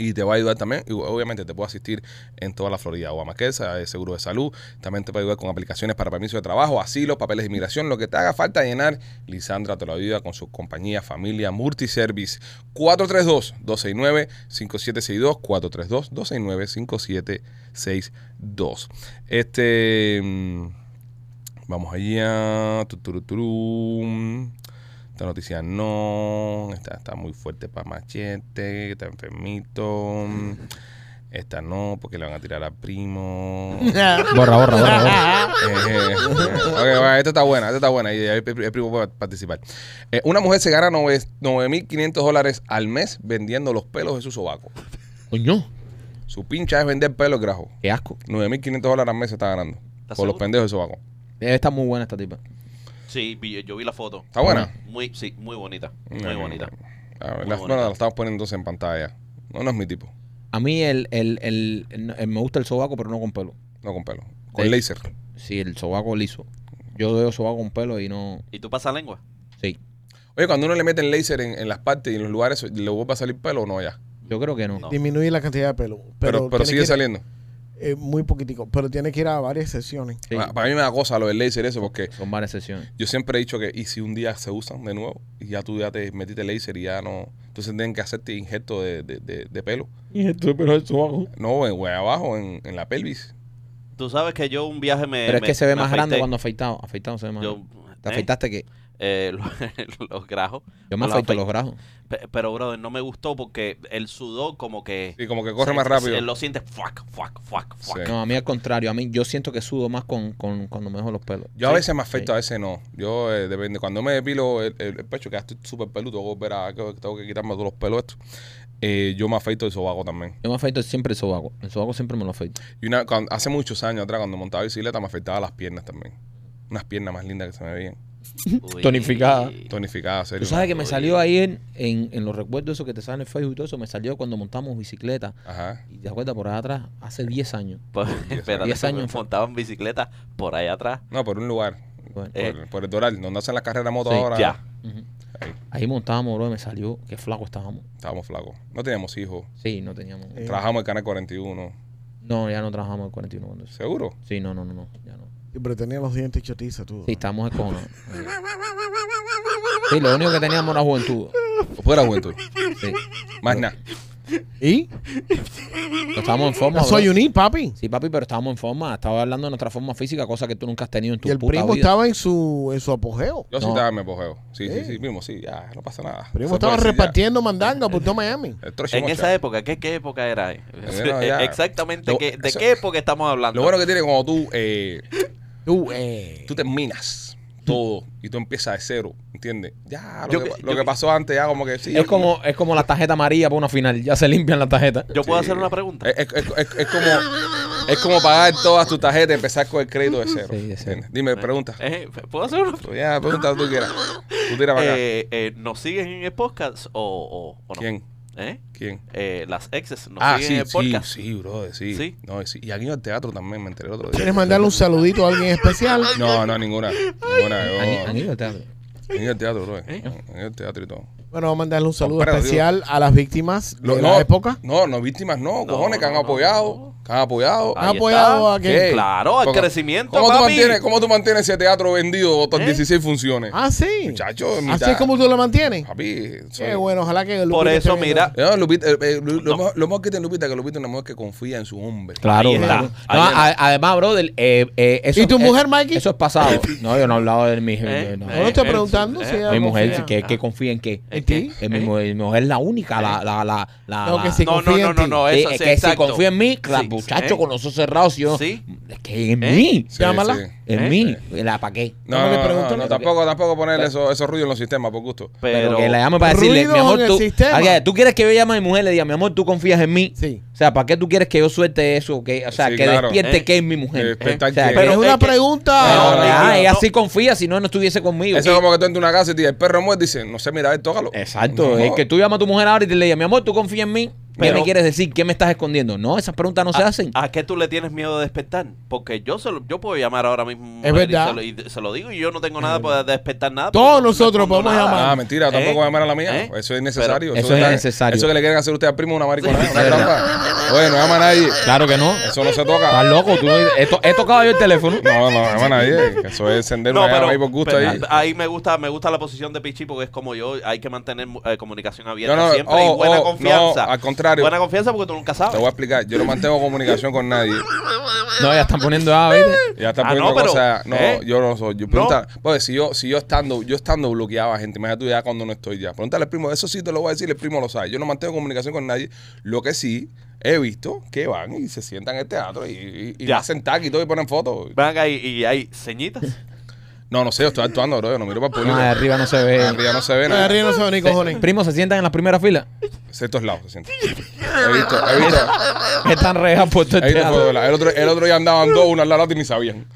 Speaker 1: y te va a ayudar también. Y obviamente te puede asistir en toda la Florida. Obamacare, sa- eh, seguro de salud. También te puede ayudar con aplicaciones para permiso de trabajo, asilo, papeles de inmigración. Lo que te haga falta llenar, Lisandra te lo ayuda con su compañía, familia, multiservice. 432-269-5762. 432-269-5762. Este... mm, Vamos allá. Tu, turu, turum. Esta noticia no. Esta está muy fuerte para Machete. Está enfermito. Esta no, porque le van a tirar al primo. Eh,
Speaker 2: Borra, borra,
Speaker 3: Ah,
Speaker 2: borra. borra.
Speaker 1: eh, ok, bueno, esta está buena, esta está buena. Y ahí el, el primo puede participar. Eh, una mujer se gana nove- 9.500 dólares al mes vendiendo los pelos de su sobaco.
Speaker 2: Coño,
Speaker 1: Su pincha es vender pelos grajo.
Speaker 2: qué asco.
Speaker 1: 9.500 dólares al mes se está ganando. Por
Speaker 4: seguro?
Speaker 1: los pendejos de sobaco.
Speaker 2: Debe estar muy buena esta tipa.
Speaker 4: Sí, vi- yo vi la foto.
Speaker 1: ¿Está buena?
Speaker 4: Muy, sí, muy bonita. Muy
Speaker 1: No, no,
Speaker 4: bonita.
Speaker 1: no. A ver,
Speaker 4: Muy
Speaker 1: la,
Speaker 4: bonita.
Speaker 1: bueno, la estamos poniendo entonces en pantalla. No, no es mi tipo.
Speaker 2: A mí el, el, el, el- el- me gusta el sobaco, pero no con pelo.
Speaker 1: No con pelo. Con
Speaker 2: Sí.
Speaker 1: láser.
Speaker 2: Sí, el sobaco liso. Yo veo sobaco con pelo y no.
Speaker 4: ¿Y tú pasas lengua?
Speaker 2: Sí,
Speaker 1: Oye, cuando uno le mete el láser en, en las partes y en los lugares, ¿le vuelve a salir pelo o no ya?
Speaker 2: yo creo que no.
Speaker 4: No.
Speaker 3: Disminuye la cantidad de pelo.
Speaker 1: Pero,
Speaker 3: Pero,
Speaker 1: pero
Speaker 3: tiene
Speaker 1: sigue
Speaker 3: que ir-
Speaker 1: saliendo.
Speaker 3: eh, muy poquitico. Pero tiene que ir a varias sesiones.
Speaker 2: Sí,
Speaker 4: Ah,
Speaker 1: Pa- Ah, Para mí me da cosa lo del láser eso porque
Speaker 2: Son varias sesiones.
Speaker 1: yo siempre he dicho que y si un día se usan de nuevo y ya tú ya te metiste el láser y ya no... Entonces tienen que hacerte injerto de, de- de- de pelo.
Speaker 2: Y esto pero el sobaco.
Speaker 4: Eh,
Speaker 1: No, en, güey, abajo, en, en la pelvis.
Speaker 4: Tú sabes que yo un viaje me.
Speaker 2: Pero es
Speaker 4: me-
Speaker 2: que se ve
Speaker 4: me
Speaker 2: más grande
Speaker 4: afeité.
Speaker 2: cuando afeitado. Afeitado se ve más grande.
Speaker 4: Yo,
Speaker 2: ¿Te
Speaker 4: ¿eh?
Speaker 2: afeitaste qué?
Speaker 4: Eh, lo- los grajos.
Speaker 2: Yo me
Speaker 4: Los
Speaker 2: afeito
Speaker 4: afeit-
Speaker 2: los brazos.
Speaker 4: Pe- Pero, brother, no me gustó porque el sudor como que...
Speaker 1: Y como que corre
Speaker 4: se-
Speaker 1: más rápido.
Speaker 4: se- Lo sientes... Fuck, fuck, fuck, fuck.
Speaker 1: Sí.
Speaker 2: No, a mí al contrario. A mí yo siento que sudo más con, con cuando me dejo los pelos.
Speaker 1: Yo a
Speaker 2: Sí,
Speaker 1: veces me afecto,
Speaker 2: sí.
Speaker 1: a veces no. Yo, eh, depende, cuando me depilo el, el- el pecho, que ya estoy súper peludo, tengo que volver a- que tengo que quitarme todos los pelos estos. eh, yo me afecto el sobaco también.
Speaker 2: Yo me afeito siempre el sobaco. El sobaco siempre me lo afeito.
Speaker 1: Y una, cuan- hace muchos años atrás, cuando montaba bicicleta, me afectaba las piernas también. Unas piernas más lindas que se me veían.
Speaker 4: Uy. Pues,
Speaker 2: Tonificada.
Speaker 1: Tonificadas, serio.
Speaker 2: Tú sabes que me
Speaker 4: Oye.
Speaker 2: salió ahí en, en, en los recuerdos esos que te salen en Facebook y todo eso. Me salió cuando montamos bicicleta.
Speaker 1: Ajá.
Speaker 2: Y te acuerdas por allá atrás, hace 10 años.
Speaker 4: Pues, espérate,
Speaker 2: Diez años.
Speaker 4: montaban bicicleta por ahí atrás.
Speaker 1: No, por un lugar.
Speaker 2: Bueno,
Speaker 4: Eh.
Speaker 1: Por, por el Doral, donde hacen las carreras de moto
Speaker 2: Sí,
Speaker 1: ahora.
Speaker 4: Ya.
Speaker 2: ujú.
Speaker 1: Ahí,
Speaker 2: Ahí montábamos, bro, y me salió. Qué flaco estábamos.
Speaker 1: estábamos flacos. No teníamos hijos.
Speaker 2: Sí, no teníamos.
Speaker 3: Eh.
Speaker 1: Trabajamos el canal 41.
Speaker 2: No, ya no trabajamos el 41 cuando eso.
Speaker 1: ¿Seguro?
Speaker 2: Sí, no, no, no, no, ya no.
Speaker 3: Y Pero tenía los dientes chotiza, tú.
Speaker 2: Sí, estábamos escojonados. Sí, lo único que teníamos era juventud.
Speaker 1: Fuera juventud.
Speaker 2: Sí.
Speaker 1: Más nada.
Speaker 3: ¿Y?
Speaker 2: Pero estábamos en forma. bro.
Speaker 3: Soy uní, papi.
Speaker 2: Sí, papi, pero estábamos en forma. Estaba hablando de nuestra forma física, cosa que tú nunca has tenido en tu
Speaker 3: Y el
Speaker 2: puta
Speaker 3: primo
Speaker 2: vida.
Speaker 3: estaba en su, en su apogeo.
Speaker 1: Yo sí
Speaker 2: No. Eh.
Speaker 1: estaba en mi apogeo. Sí, sí,
Speaker 3: Sí.
Speaker 1: sí, primo, sí, ya, no pasa nada.
Speaker 3: El primo
Speaker 1: Se
Speaker 3: estaba
Speaker 1: puede decir ya.
Speaker 3: repartiendo mandanga por todo Miami.
Speaker 1: El troche
Speaker 4: En
Speaker 1: mocha.
Speaker 4: esa época, ¿qué, qué época era? eh?
Speaker 1: Bueno, ya.
Speaker 4: Exactamente,
Speaker 1: Lo-
Speaker 4: ¿qué- ¿de
Speaker 1: eso-
Speaker 4: qué época estamos hablando?
Speaker 1: Lo bueno que tiene cuando tú, eh,
Speaker 3: Tú, eh.
Speaker 1: tú terminas todo y tú empiezas de cero, ¿entiendes? Ya, lo,
Speaker 4: Yo
Speaker 1: que,
Speaker 4: que-
Speaker 1: lo que
Speaker 4: yo que-
Speaker 1: pasó antes ya como que sí.
Speaker 2: Es como, es
Speaker 4: Oh,
Speaker 2: como la tarjeta amarilla para una final. Ya se limpian la tarjeta.
Speaker 4: Yo puedo
Speaker 1: Sí. Eh,
Speaker 4: hacer una pregunta.
Speaker 1: Es, es- es- es- es como... Es como pagar todas tus tarjetas y empezar con el crédito de cero.
Speaker 2: Sí, de cero.
Speaker 1: ¿Entiendes? Dime, pregunta.
Speaker 4: Eh, ¿Puedo hacer una
Speaker 1: Tú Ya, pregunta lo que tú quieras. Tú tira para acá.
Speaker 4: Eh, eh, ¿Nos siguen en el podcast o, o- o no?
Speaker 1: ¿Quién?
Speaker 4: ¿Eh?
Speaker 1: ¿Quién?
Speaker 4: Eh, las exes nos
Speaker 1: Ah,
Speaker 4: siguen
Speaker 1: sí,
Speaker 4: en el
Speaker 1: sí,
Speaker 4: podcast.
Speaker 1: sí, bro, sí.
Speaker 4: Sí.
Speaker 1: No, y sí. Y aquí en el teatro también me enteré el otro
Speaker 3: ¿Quieres
Speaker 1: día.
Speaker 3: mandarle un saludito a alguien especial?
Speaker 1: No, no, ninguna. Ninguna. yo-
Speaker 2: Han- han ido al teatro.
Speaker 1: En el teatro, bro.
Speaker 4: ¿Eh?
Speaker 1: En el teatro y todo.
Speaker 3: Bueno, vamos a mandarle un saludo
Speaker 1: Comprado,
Speaker 3: especial a las víctimas de
Speaker 1: Lo-
Speaker 3: la época.
Speaker 1: No, no, víctimas no,
Speaker 4: No,
Speaker 1: cojones, que han
Speaker 4: no, no,
Speaker 1: apoyado.
Speaker 4: no.
Speaker 1: Que han apoyado.
Speaker 4: Ahí
Speaker 3: ¿Han
Speaker 2: Ah, pues,
Speaker 3: apoyado
Speaker 2: oh,
Speaker 4: está.
Speaker 3: a que-
Speaker 1: ¿Qué?
Speaker 4: Claro, al
Speaker 1: Porque-
Speaker 4: crecimiento,
Speaker 1: ¿cómo tú,
Speaker 4: papi.
Speaker 1: mantienes, ¿Cómo tú mantienes ese teatro vendido con
Speaker 4: ¿Eh?
Speaker 1: 16 funciones?
Speaker 3: Ah, sí.
Speaker 1: Muchacho,
Speaker 3: Así
Speaker 1: mitad.
Speaker 3: es como tú lo mantienes.
Speaker 1: Papi, soy-
Speaker 3: Qué bueno, ojalá que Lupita
Speaker 4: Por eso,
Speaker 3: esté viendo.
Speaker 4: mira,
Speaker 1: No, Lupita, eh, eh, lo, lo
Speaker 4: No.
Speaker 1: mejor, lo mejor que tiene Lupita es que Lupita es una mujer que confía en su hombre.
Speaker 2: Claro,
Speaker 4: Ahí está.
Speaker 2: claro.
Speaker 4: Ahí
Speaker 2: No,
Speaker 4: está.
Speaker 2: a- además, brother, eh, eh, eso,
Speaker 3: ¿Y tu
Speaker 2: eh,
Speaker 3: mujer, Mikey?
Speaker 2: Eso es pasado. No, yo no he hablado de mi eh, no.
Speaker 3: eh, estoy preguntando si ella
Speaker 2: Mi
Speaker 3: no
Speaker 2: mujer
Speaker 3: confía.
Speaker 2: que, que confía en que,
Speaker 4: ¿En
Speaker 3: qué?
Speaker 2: que mi, mujer, mi mujer es la única, la, la, la, la-
Speaker 3: No, que
Speaker 2: la-
Speaker 3: sí.
Speaker 4: No, no,
Speaker 3: confía
Speaker 4: no,
Speaker 3: en
Speaker 4: no,
Speaker 3: ti.
Speaker 4: no,
Speaker 2: Sí,
Speaker 4: eso,
Speaker 2: es
Speaker 4: Eh. sí,
Speaker 2: que
Speaker 4: exacto.
Speaker 2: si confía en mí, claro,
Speaker 4: Sí,
Speaker 2: muchacho,
Speaker 4: ¿eh?
Speaker 2: con los ojos cerrados, yo.
Speaker 4: Sí.
Speaker 2: Es que en
Speaker 4: ¿Eh?
Speaker 2: mí,
Speaker 1: Sí,
Speaker 3: Llámala.
Speaker 1: sí.
Speaker 2: en
Speaker 4: ¿Eh?
Speaker 2: mí, la pa' qué.
Speaker 1: No,
Speaker 3: No me le
Speaker 1: no, no,
Speaker 3: pregunto
Speaker 1: no,
Speaker 3: nada.
Speaker 1: tampoco, tampoco ponerle esos esos ruidos en los sistemas, por gusto.
Speaker 2: Pero,
Speaker 4: Pero,
Speaker 2: que la llame para
Speaker 3: Ruido
Speaker 2: decirle, mi amor,
Speaker 3: en el
Speaker 2: tú,
Speaker 3: sistema.
Speaker 2: Oye, tú quieres que yo llame a mi mujer y le diga, mi amor, tú confías en mí.
Speaker 3: Sí.
Speaker 2: O sea, ¿para qué tú quieres que yo suelte eso? Que, o sea,
Speaker 1: Sí,
Speaker 2: que
Speaker 1: claro.
Speaker 2: despierte
Speaker 4: Eh,
Speaker 2: que es mi mujer.
Speaker 1: eh, despertar
Speaker 2: O sea,
Speaker 1: que-
Speaker 3: Pero
Speaker 2: que-
Speaker 3: es una
Speaker 4: es que-
Speaker 3: pregunta.
Speaker 2: Ah,
Speaker 1: No, no,
Speaker 2: ah,
Speaker 4: no,
Speaker 2: ella
Speaker 4: no.
Speaker 2: sí confía, si no, no estuviese conmigo.
Speaker 1: Eso es como que tú entras a una casa y te dices, el perro muerto, dice, no sé, mira, a ver, tócalo.
Speaker 2: Exacto,
Speaker 1: No.
Speaker 2: es que tú llamas a tu mujer ahora y te le digas, mi amor, tú confías en mí. ¿Qué
Speaker 4: Pero-
Speaker 2: me quieres decir? ¿Qué me estás escondiendo? No, esas preguntas no se
Speaker 1: Ah,
Speaker 4: ¿a-
Speaker 2: hacen.
Speaker 4: ¿A, qué tú le tienes miedo de despertar? Porque yo se lo- yo puedo llamar ahora mismo.
Speaker 3: Es
Speaker 4: a él y
Speaker 3: verdad.
Speaker 4: Se lo, y se lo digo y yo no tengo nada para despertar nada.
Speaker 3: Todos
Speaker 4: porque no
Speaker 3: nosotros
Speaker 4: respondo
Speaker 3: podemos
Speaker 4: nada.
Speaker 3: llamar.
Speaker 1: Ah, mentira, tampoco
Speaker 4: ¿Eh?
Speaker 1: voy a llamar a la mía.
Speaker 4: ¿Eh?
Speaker 1: Eso es innecesario.
Speaker 2: Pero- Eso es
Speaker 1: está-
Speaker 2: innecesario.
Speaker 1: Eso que le quieren hacer usted al primo una maricona,
Speaker 4: Sí.
Speaker 1: una trampa. Oye, no llama a nadie.
Speaker 2: Claro que no.
Speaker 1: Eso no se toca.
Speaker 2: Estás loco, tú. He, to- he tocado yo el teléfono.
Speaker 1: No, no llama a nadie. Eso es encender
Speaker 4: No,
Speaker 1: una llama
Speaker 4: pero, pues,
Speaker 1: ahí por gusto
Speaker 4: pero
Speaker 1: ahí.
Speaker 4: a- ahí me gusta, me gusta la posición de Pichi porque es como yo, hay que mantener eh, comunicación abierta
Speaker 1: No, no,
Speaker 4: siempre
Speaker 1: oh,
Speaker 4: y buena
Speaker 1: oh,
Speaker 4: confianza.
Speaker 1: no, al contrario.
Speaker 4: Buena confianza porque tú nunca
Speaker 1: Te
Speaker 4: sabes.
Speaker 1: voy a explicar. Yo no mantengo comunicación con nadie.
Speaker 2: No, ya están poniendo ah, ¿viste?
Speaker 1: Ya está
Speaker 4: Ah,
Speaker 1: poniendo
Speaker 4: no, pero,
Speaker 1: cosas. No,
Speaker 4: ¿eh?
Speaker 1: yo no soy. Yo pregunta, pues si yo, si yo estando, yo estando bloqueado a gente, imagínate tú ya cuando no estoy ya. Pregúntale al primo, eso sí te lo voy a decir, el primo lo sabe. Yo no mantengo comunicación con nadie. Lo que sí he visto que van y se sientan en el teatro y, y, y
Speaker 4: Ya.
Speaker 1: hacen tag y todo y ponen fotos.
Speaker 4: Ven acá y, y hay ceñitas.
Speaker 1: No, no sé, yo estoy actuando, bro. Yo no miro para el público.
Speaker 2: No, Ah, de arriba Ah, no se ve.
Speaker 1: Ah, Arriba no se ve
Speaker 3: No,
Speaker 1: nada.
Speaker 3: arriba no se ve ni cojones.
Speaker 2: Primo, se sientan en la primera fila.
Speaker 1: Estos lados se sienten. He visto, he visto,
Speaker 2: Están rejas por todo
Speaker 1: he
Speaker 2: el
Speaker 1: visto fotos
Speaker 2: teatro.
Speaker 1: de la- el otro, el otro día andaban dos, una al lado de la otra y ni sabían.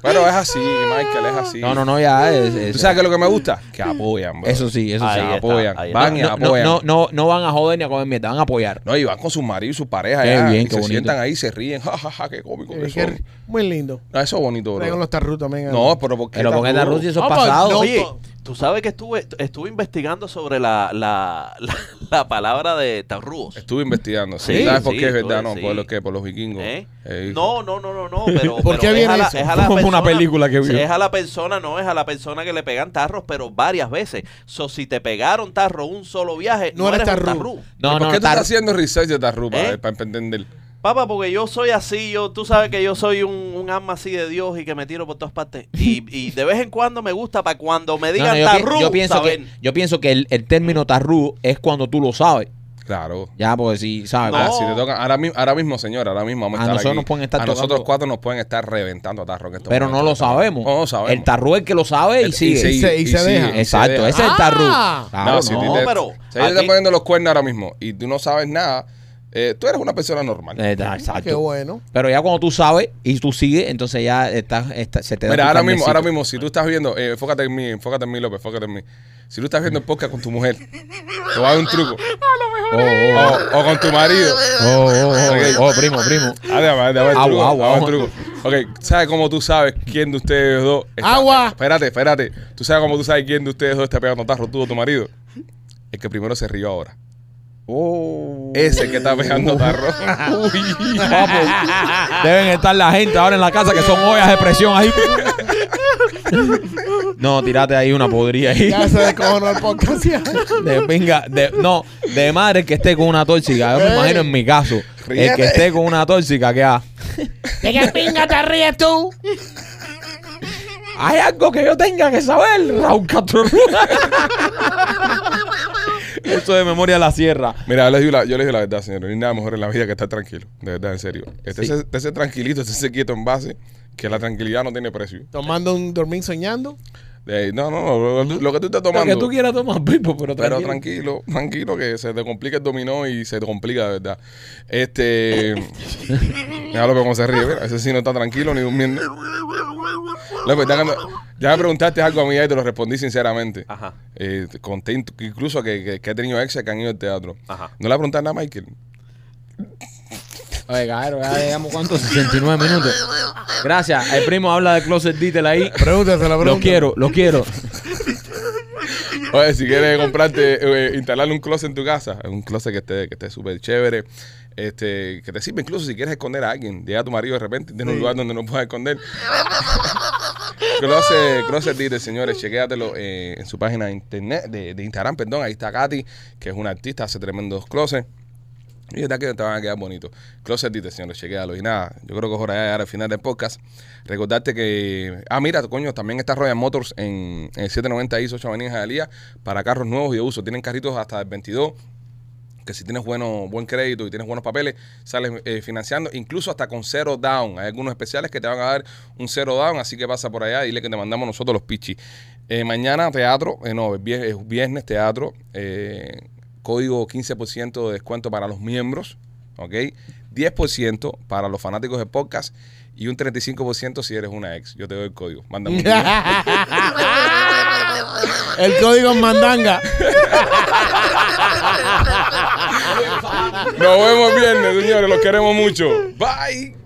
Speaker 1: Pero es así, Michael, es así.
Speaker 2: No, no, no, ya. Es, es-
Speaker 1: ¿Tú sabes qué es lo que me gusta? Que apoyan, bro.
Speaker 2: eso sí, eso
Speaker 1: Se
Speaker 2: sí.
Speaker 4: Ahí está,
Speaker 1: apoyan.
Speaker 4: ahí está.
Speaker 1: van y
Speaker 2: No, no,
Speaker 1: apoyan.
Speaker 2: no, no, no van a joder ni a comer mierda, van a apoyar.
Speaker 1: No, y van con sus maridos y sus parejas.
Speaker 2: Qué
Speaker 1: allá,
Speaker 2: bien,
Speaker 1: y
Speaker 2: qué
Speaker 1: se
Speaker 2: bonito.
Speaker 1: sientan ahí y se ríen. Ja, ja, ja, qué cómico que
Speaker 3: Eh,
Speaker 1: son.
Speaker 3: qué- Muy lindo.
Speaker 1: No, eso es bonito,
Speaker 3: Traigan
Speaker 1: bro.
Speaker 3: los tarrutos también.
Speaker 1: No, pues, pero porque.
Speaker 2: Pero porque la Rusia eso es
Speaker 1: Ah,
Speaker 3: Vamos,
Speaker 1: pues,
Speaker 2: pasado.
Speaker 3: no,
Speaker 4: Oye, tú sabes que estuve, estuve investigando sobre la, la, la, la palabra de tarrúos.
Speaker 1: Estuve investigando.
Speaker 4: Sí,
Speaker 1: Sí, ¿Sabes por
Speaker 4: sí,
Speaker 1: qué es verdad?
Speaker 4: tú-
Speaker 1: No,
Speaker 4: sí.
Speaker 1: por, lo que, por los vikingos.
Speaker 4: ¿Eh?
Speaker 1: Eh,
Speaker 4: No, no, no, no, no, pero,
Speaker 3: ¿Por
Speaker 4: pero
Speaker 3: qué
Speaker 4: es,
Speaker 3: viene
Speaker 4: a la,
Speaker 3: eso?
Speaker 4: es a la
Speaker 2: Como una
Speaker 4: persona-
Speaker 2: película que vio.
Speaker 4: Es a la persona, no es a la persona que le pegan tarros, pero varias veces. So, si te pegaron tarro un solo viaje,
Speaker 3: No
Speaker 4: no,
Speaker 3: eres
Speaker 4: eres, un
Speaker 3: tarrú.
Speaker 4: tarrú.
Speaker 1: ¿Y
Speaker 2: No,
Speaker 1: ¿Por
Speaker 2: no,
Speaker 1: qué tú estás
Speaker 2: tar-
Speaker 1: haciendo research de Tarru para,
Speaker 4: ¿Eh?
Speaker 1: para entender?
Speaker 4: Papá, porque yo soy así, yo, tú sabes que yo soy un, un alma así de Dios y que me tiro por todas partes. Y, y de vez en cuando me gusta para cuando me
Speaker 2: No,
Speaker 4: digan
Speaker 2: no, yo, pi-
Speaker 4: tarrú,
Speaker 2: yo pienso que,
Speaker 4: saber.
Speaker 2: yo pienso que el, el término tarru es cuando tú lo sabes.
Speaker 1: Claro.
Speaker 2: Ya, porque si sabes.
Speaker 4: No.
Speaker 1: Ah, si te tocan, ahora, mi- ahora mismo, señor, ahora mismo vamos a,
Speaker 2: A
Speaker 1: estar
Speaker 2: nosotros
Speaker 1: aquí.
Speaker 2: nos pueden estar
Speaker 1: A nosotros
Speaker 2: tocando.
Speaker 1: cuatro nos pueden estar reventando a tarro. en este
Speaker 2: Pero
Speaker 1: momento.
Speaker 2: no lo sabemos.
Speaker 1: No lo sabemos.
Speaker 2: El tarru es el que lo sabe y
Speaker 1: El-
Speaker 2: sigue.
Speaker 3: sí, Y se- y se deja.
Speaker 1: sigue, y se
Speaker 2: Exacto,
Speaker 1: deja.
Speaker 2: ese es el tarru.
Speaker 3: Ah.
Speaker 2: Claro,
Speaker 1: no, si
Speaker 2: no.
Speaker 1: a ti te-
Speaker 4: pero
Speaker 1: si a ti te
Speaker 4: aquí-
Speaker 1: están poniendo los cuernos ahora mismo y tú no sabes nada, eh, tú eres una persona normal.
Speaker 2: Eh, da-
Speaker 3: Qué
Speaker 2: Exacto.
Speaker 3: bueno.
Speaker 2: Pero ya cuando tú sabes y tú sigues, entonces ya estás, está- se te da.
Speaker 1: Mira,
Speaker 2: tu
Speaker 1: ahora mismo,
Speaker 2: carnecito.
Speaker 1: ahora mismo, si tú estás viendo, eh, enfócate en mí, enfócate en mí, López, enfócate en mí. Si tú estás viendo el podcast con tu mujer, te va a dar un truco.
Speaker 2: Oh, oh,
Speaker 1: O, o con tu marido.
Speaker 2: oh, oh, oh, oh, oh, primo, primo.
Speaker 1: Ah, déjame, déjame el
Speaker 2: Agua,
Speaker 1: truco,
Speaker 2: agua,
Speaker 1: déjame el truco.
Speaker 2: agua.
Speaker 1: Ok, ¿sabes cómo tú sabes quién de ustedes dos está-
Speaker 3: Agua.
Speaker 1: Espérate, espérate. ¿Tú sabes cómo tú sabes quién de ustedes dos está pegando tarro, tú o tu marido? El que primero se rió ahora.
Speaker 2: Oh.
Speaker 1: Ese que está pegando tarro. Uy.
Speaker 2: Papo, deben estar la gente ahora en la casa que son ollas de presión ahí. No, tirate ahí una podrida ahí.
Speaker 3: Ya se descojonó el podcast. ya.
Speaker 2: De pinga, de, no, de madre el que esté con una tóxica. Yo me
Speaker 3: Ey.
Speaker 2: imagino en mi caso, el
Speaker 1: Ríete.
Speaker 2: que esté con una tóxica que ha.
Speaker 3: ¿De qué pinga te ríes tú?
Speaker 2: Hay algo que yo tenga que saber, Raúl Castro Eso de memoria de la sierra.
Speaker 1: Mira, yo les, digo la, yo les digo la verdad, señor. No hay nada mejor en la vida que estar tranquilo. De verdad, en serio. Este
Speaker 2: Sí.
Speaker 1: ese, ese tranquilito, este ese quieto en base, que la tranquilidad no tiene precio.
Speaker 3: Tomando un dormir soñando.
Speaker 1: De Eh, no, no, no, lo, lo que tú estás
Speaker 2: Lo
Speaker 1: tomando.
Speaker 2: que tú quieras tomar, Pipo, pero
Speaker 1: Pero
Speaker 2: tranquilo.
Speaker 1: tranquilo, tranquilo que se te complica el dominó y se te complica de verdad. Este. Mira López cómo se ríe, mira, ese sí no está tranquilo ni durmiendo. pues, López, ya, que me, ya me preguntaste algo a mí y te lo respondí sinceramente.
Speaker 4: Ajá,
Speaker 1: Eh, te conté in- incluso que, que, que he tenido exes que han ido al teatro.
Speaker 4: ajá.
Speaker 1: No le preguntas nada a Michael.
Speaker 2: Oye, cabrón, ya llegamos cuánto, 69 minutos. Gracias. El primo habla de Closet Detail ahí.
Speaker 3: Pregúntaselo,
Speaker 2: Lo
Speaker 3: pregúntaselo.
Speaker 2: quiero, lo quiero.
Speaker 1: Oye, si quieres comprarte, eh, instalarle un closet en tu casa, un closet que esté que esté súper chévere, este, que te sirve incluso si quieres esconder a alguien. Llega tu marido de repente y tiene un lugar donde no puedas esconder. Closet, closet Detail, señores, chequéatelo eh, en su página de internet, de, de Instagram, perdón. Ahí está Katy, que es una artista, hace tremendos closets. Y está que te van a quedar bonitos. Closet Detail, señores, chequéalo. Y nada, yo creo que es hora ya de llegar al final del podcast. Recordarte que. Ah, mira, coño, también está Royal Motors en, en 790 ISO 8 Avenida Jalía para carros nuevos y de uso. Tienen carritos hasta el 22 que si tienes bueno, buen crédito y tienes buenos papeles, sales eh, financiando, incluso hasta con cero down. Hay algunos especiales que te van a dar un cero down, así que pasa por allá, dile que te mandamos nosotros los pichis. Eh, mañana teatro, eh, no, es vie- es viernes, teatro, eh, código 15% de descuento para los miembros, ¿ok? 10% para los fanáticos de podcast y un 35% si eres una ex. Yo te doy el código. Mándame un video.
Speaker 3: El código es mandanga.
Speaker 1: Nos vemos el viernes, señores. Los queremos mucho. Bye.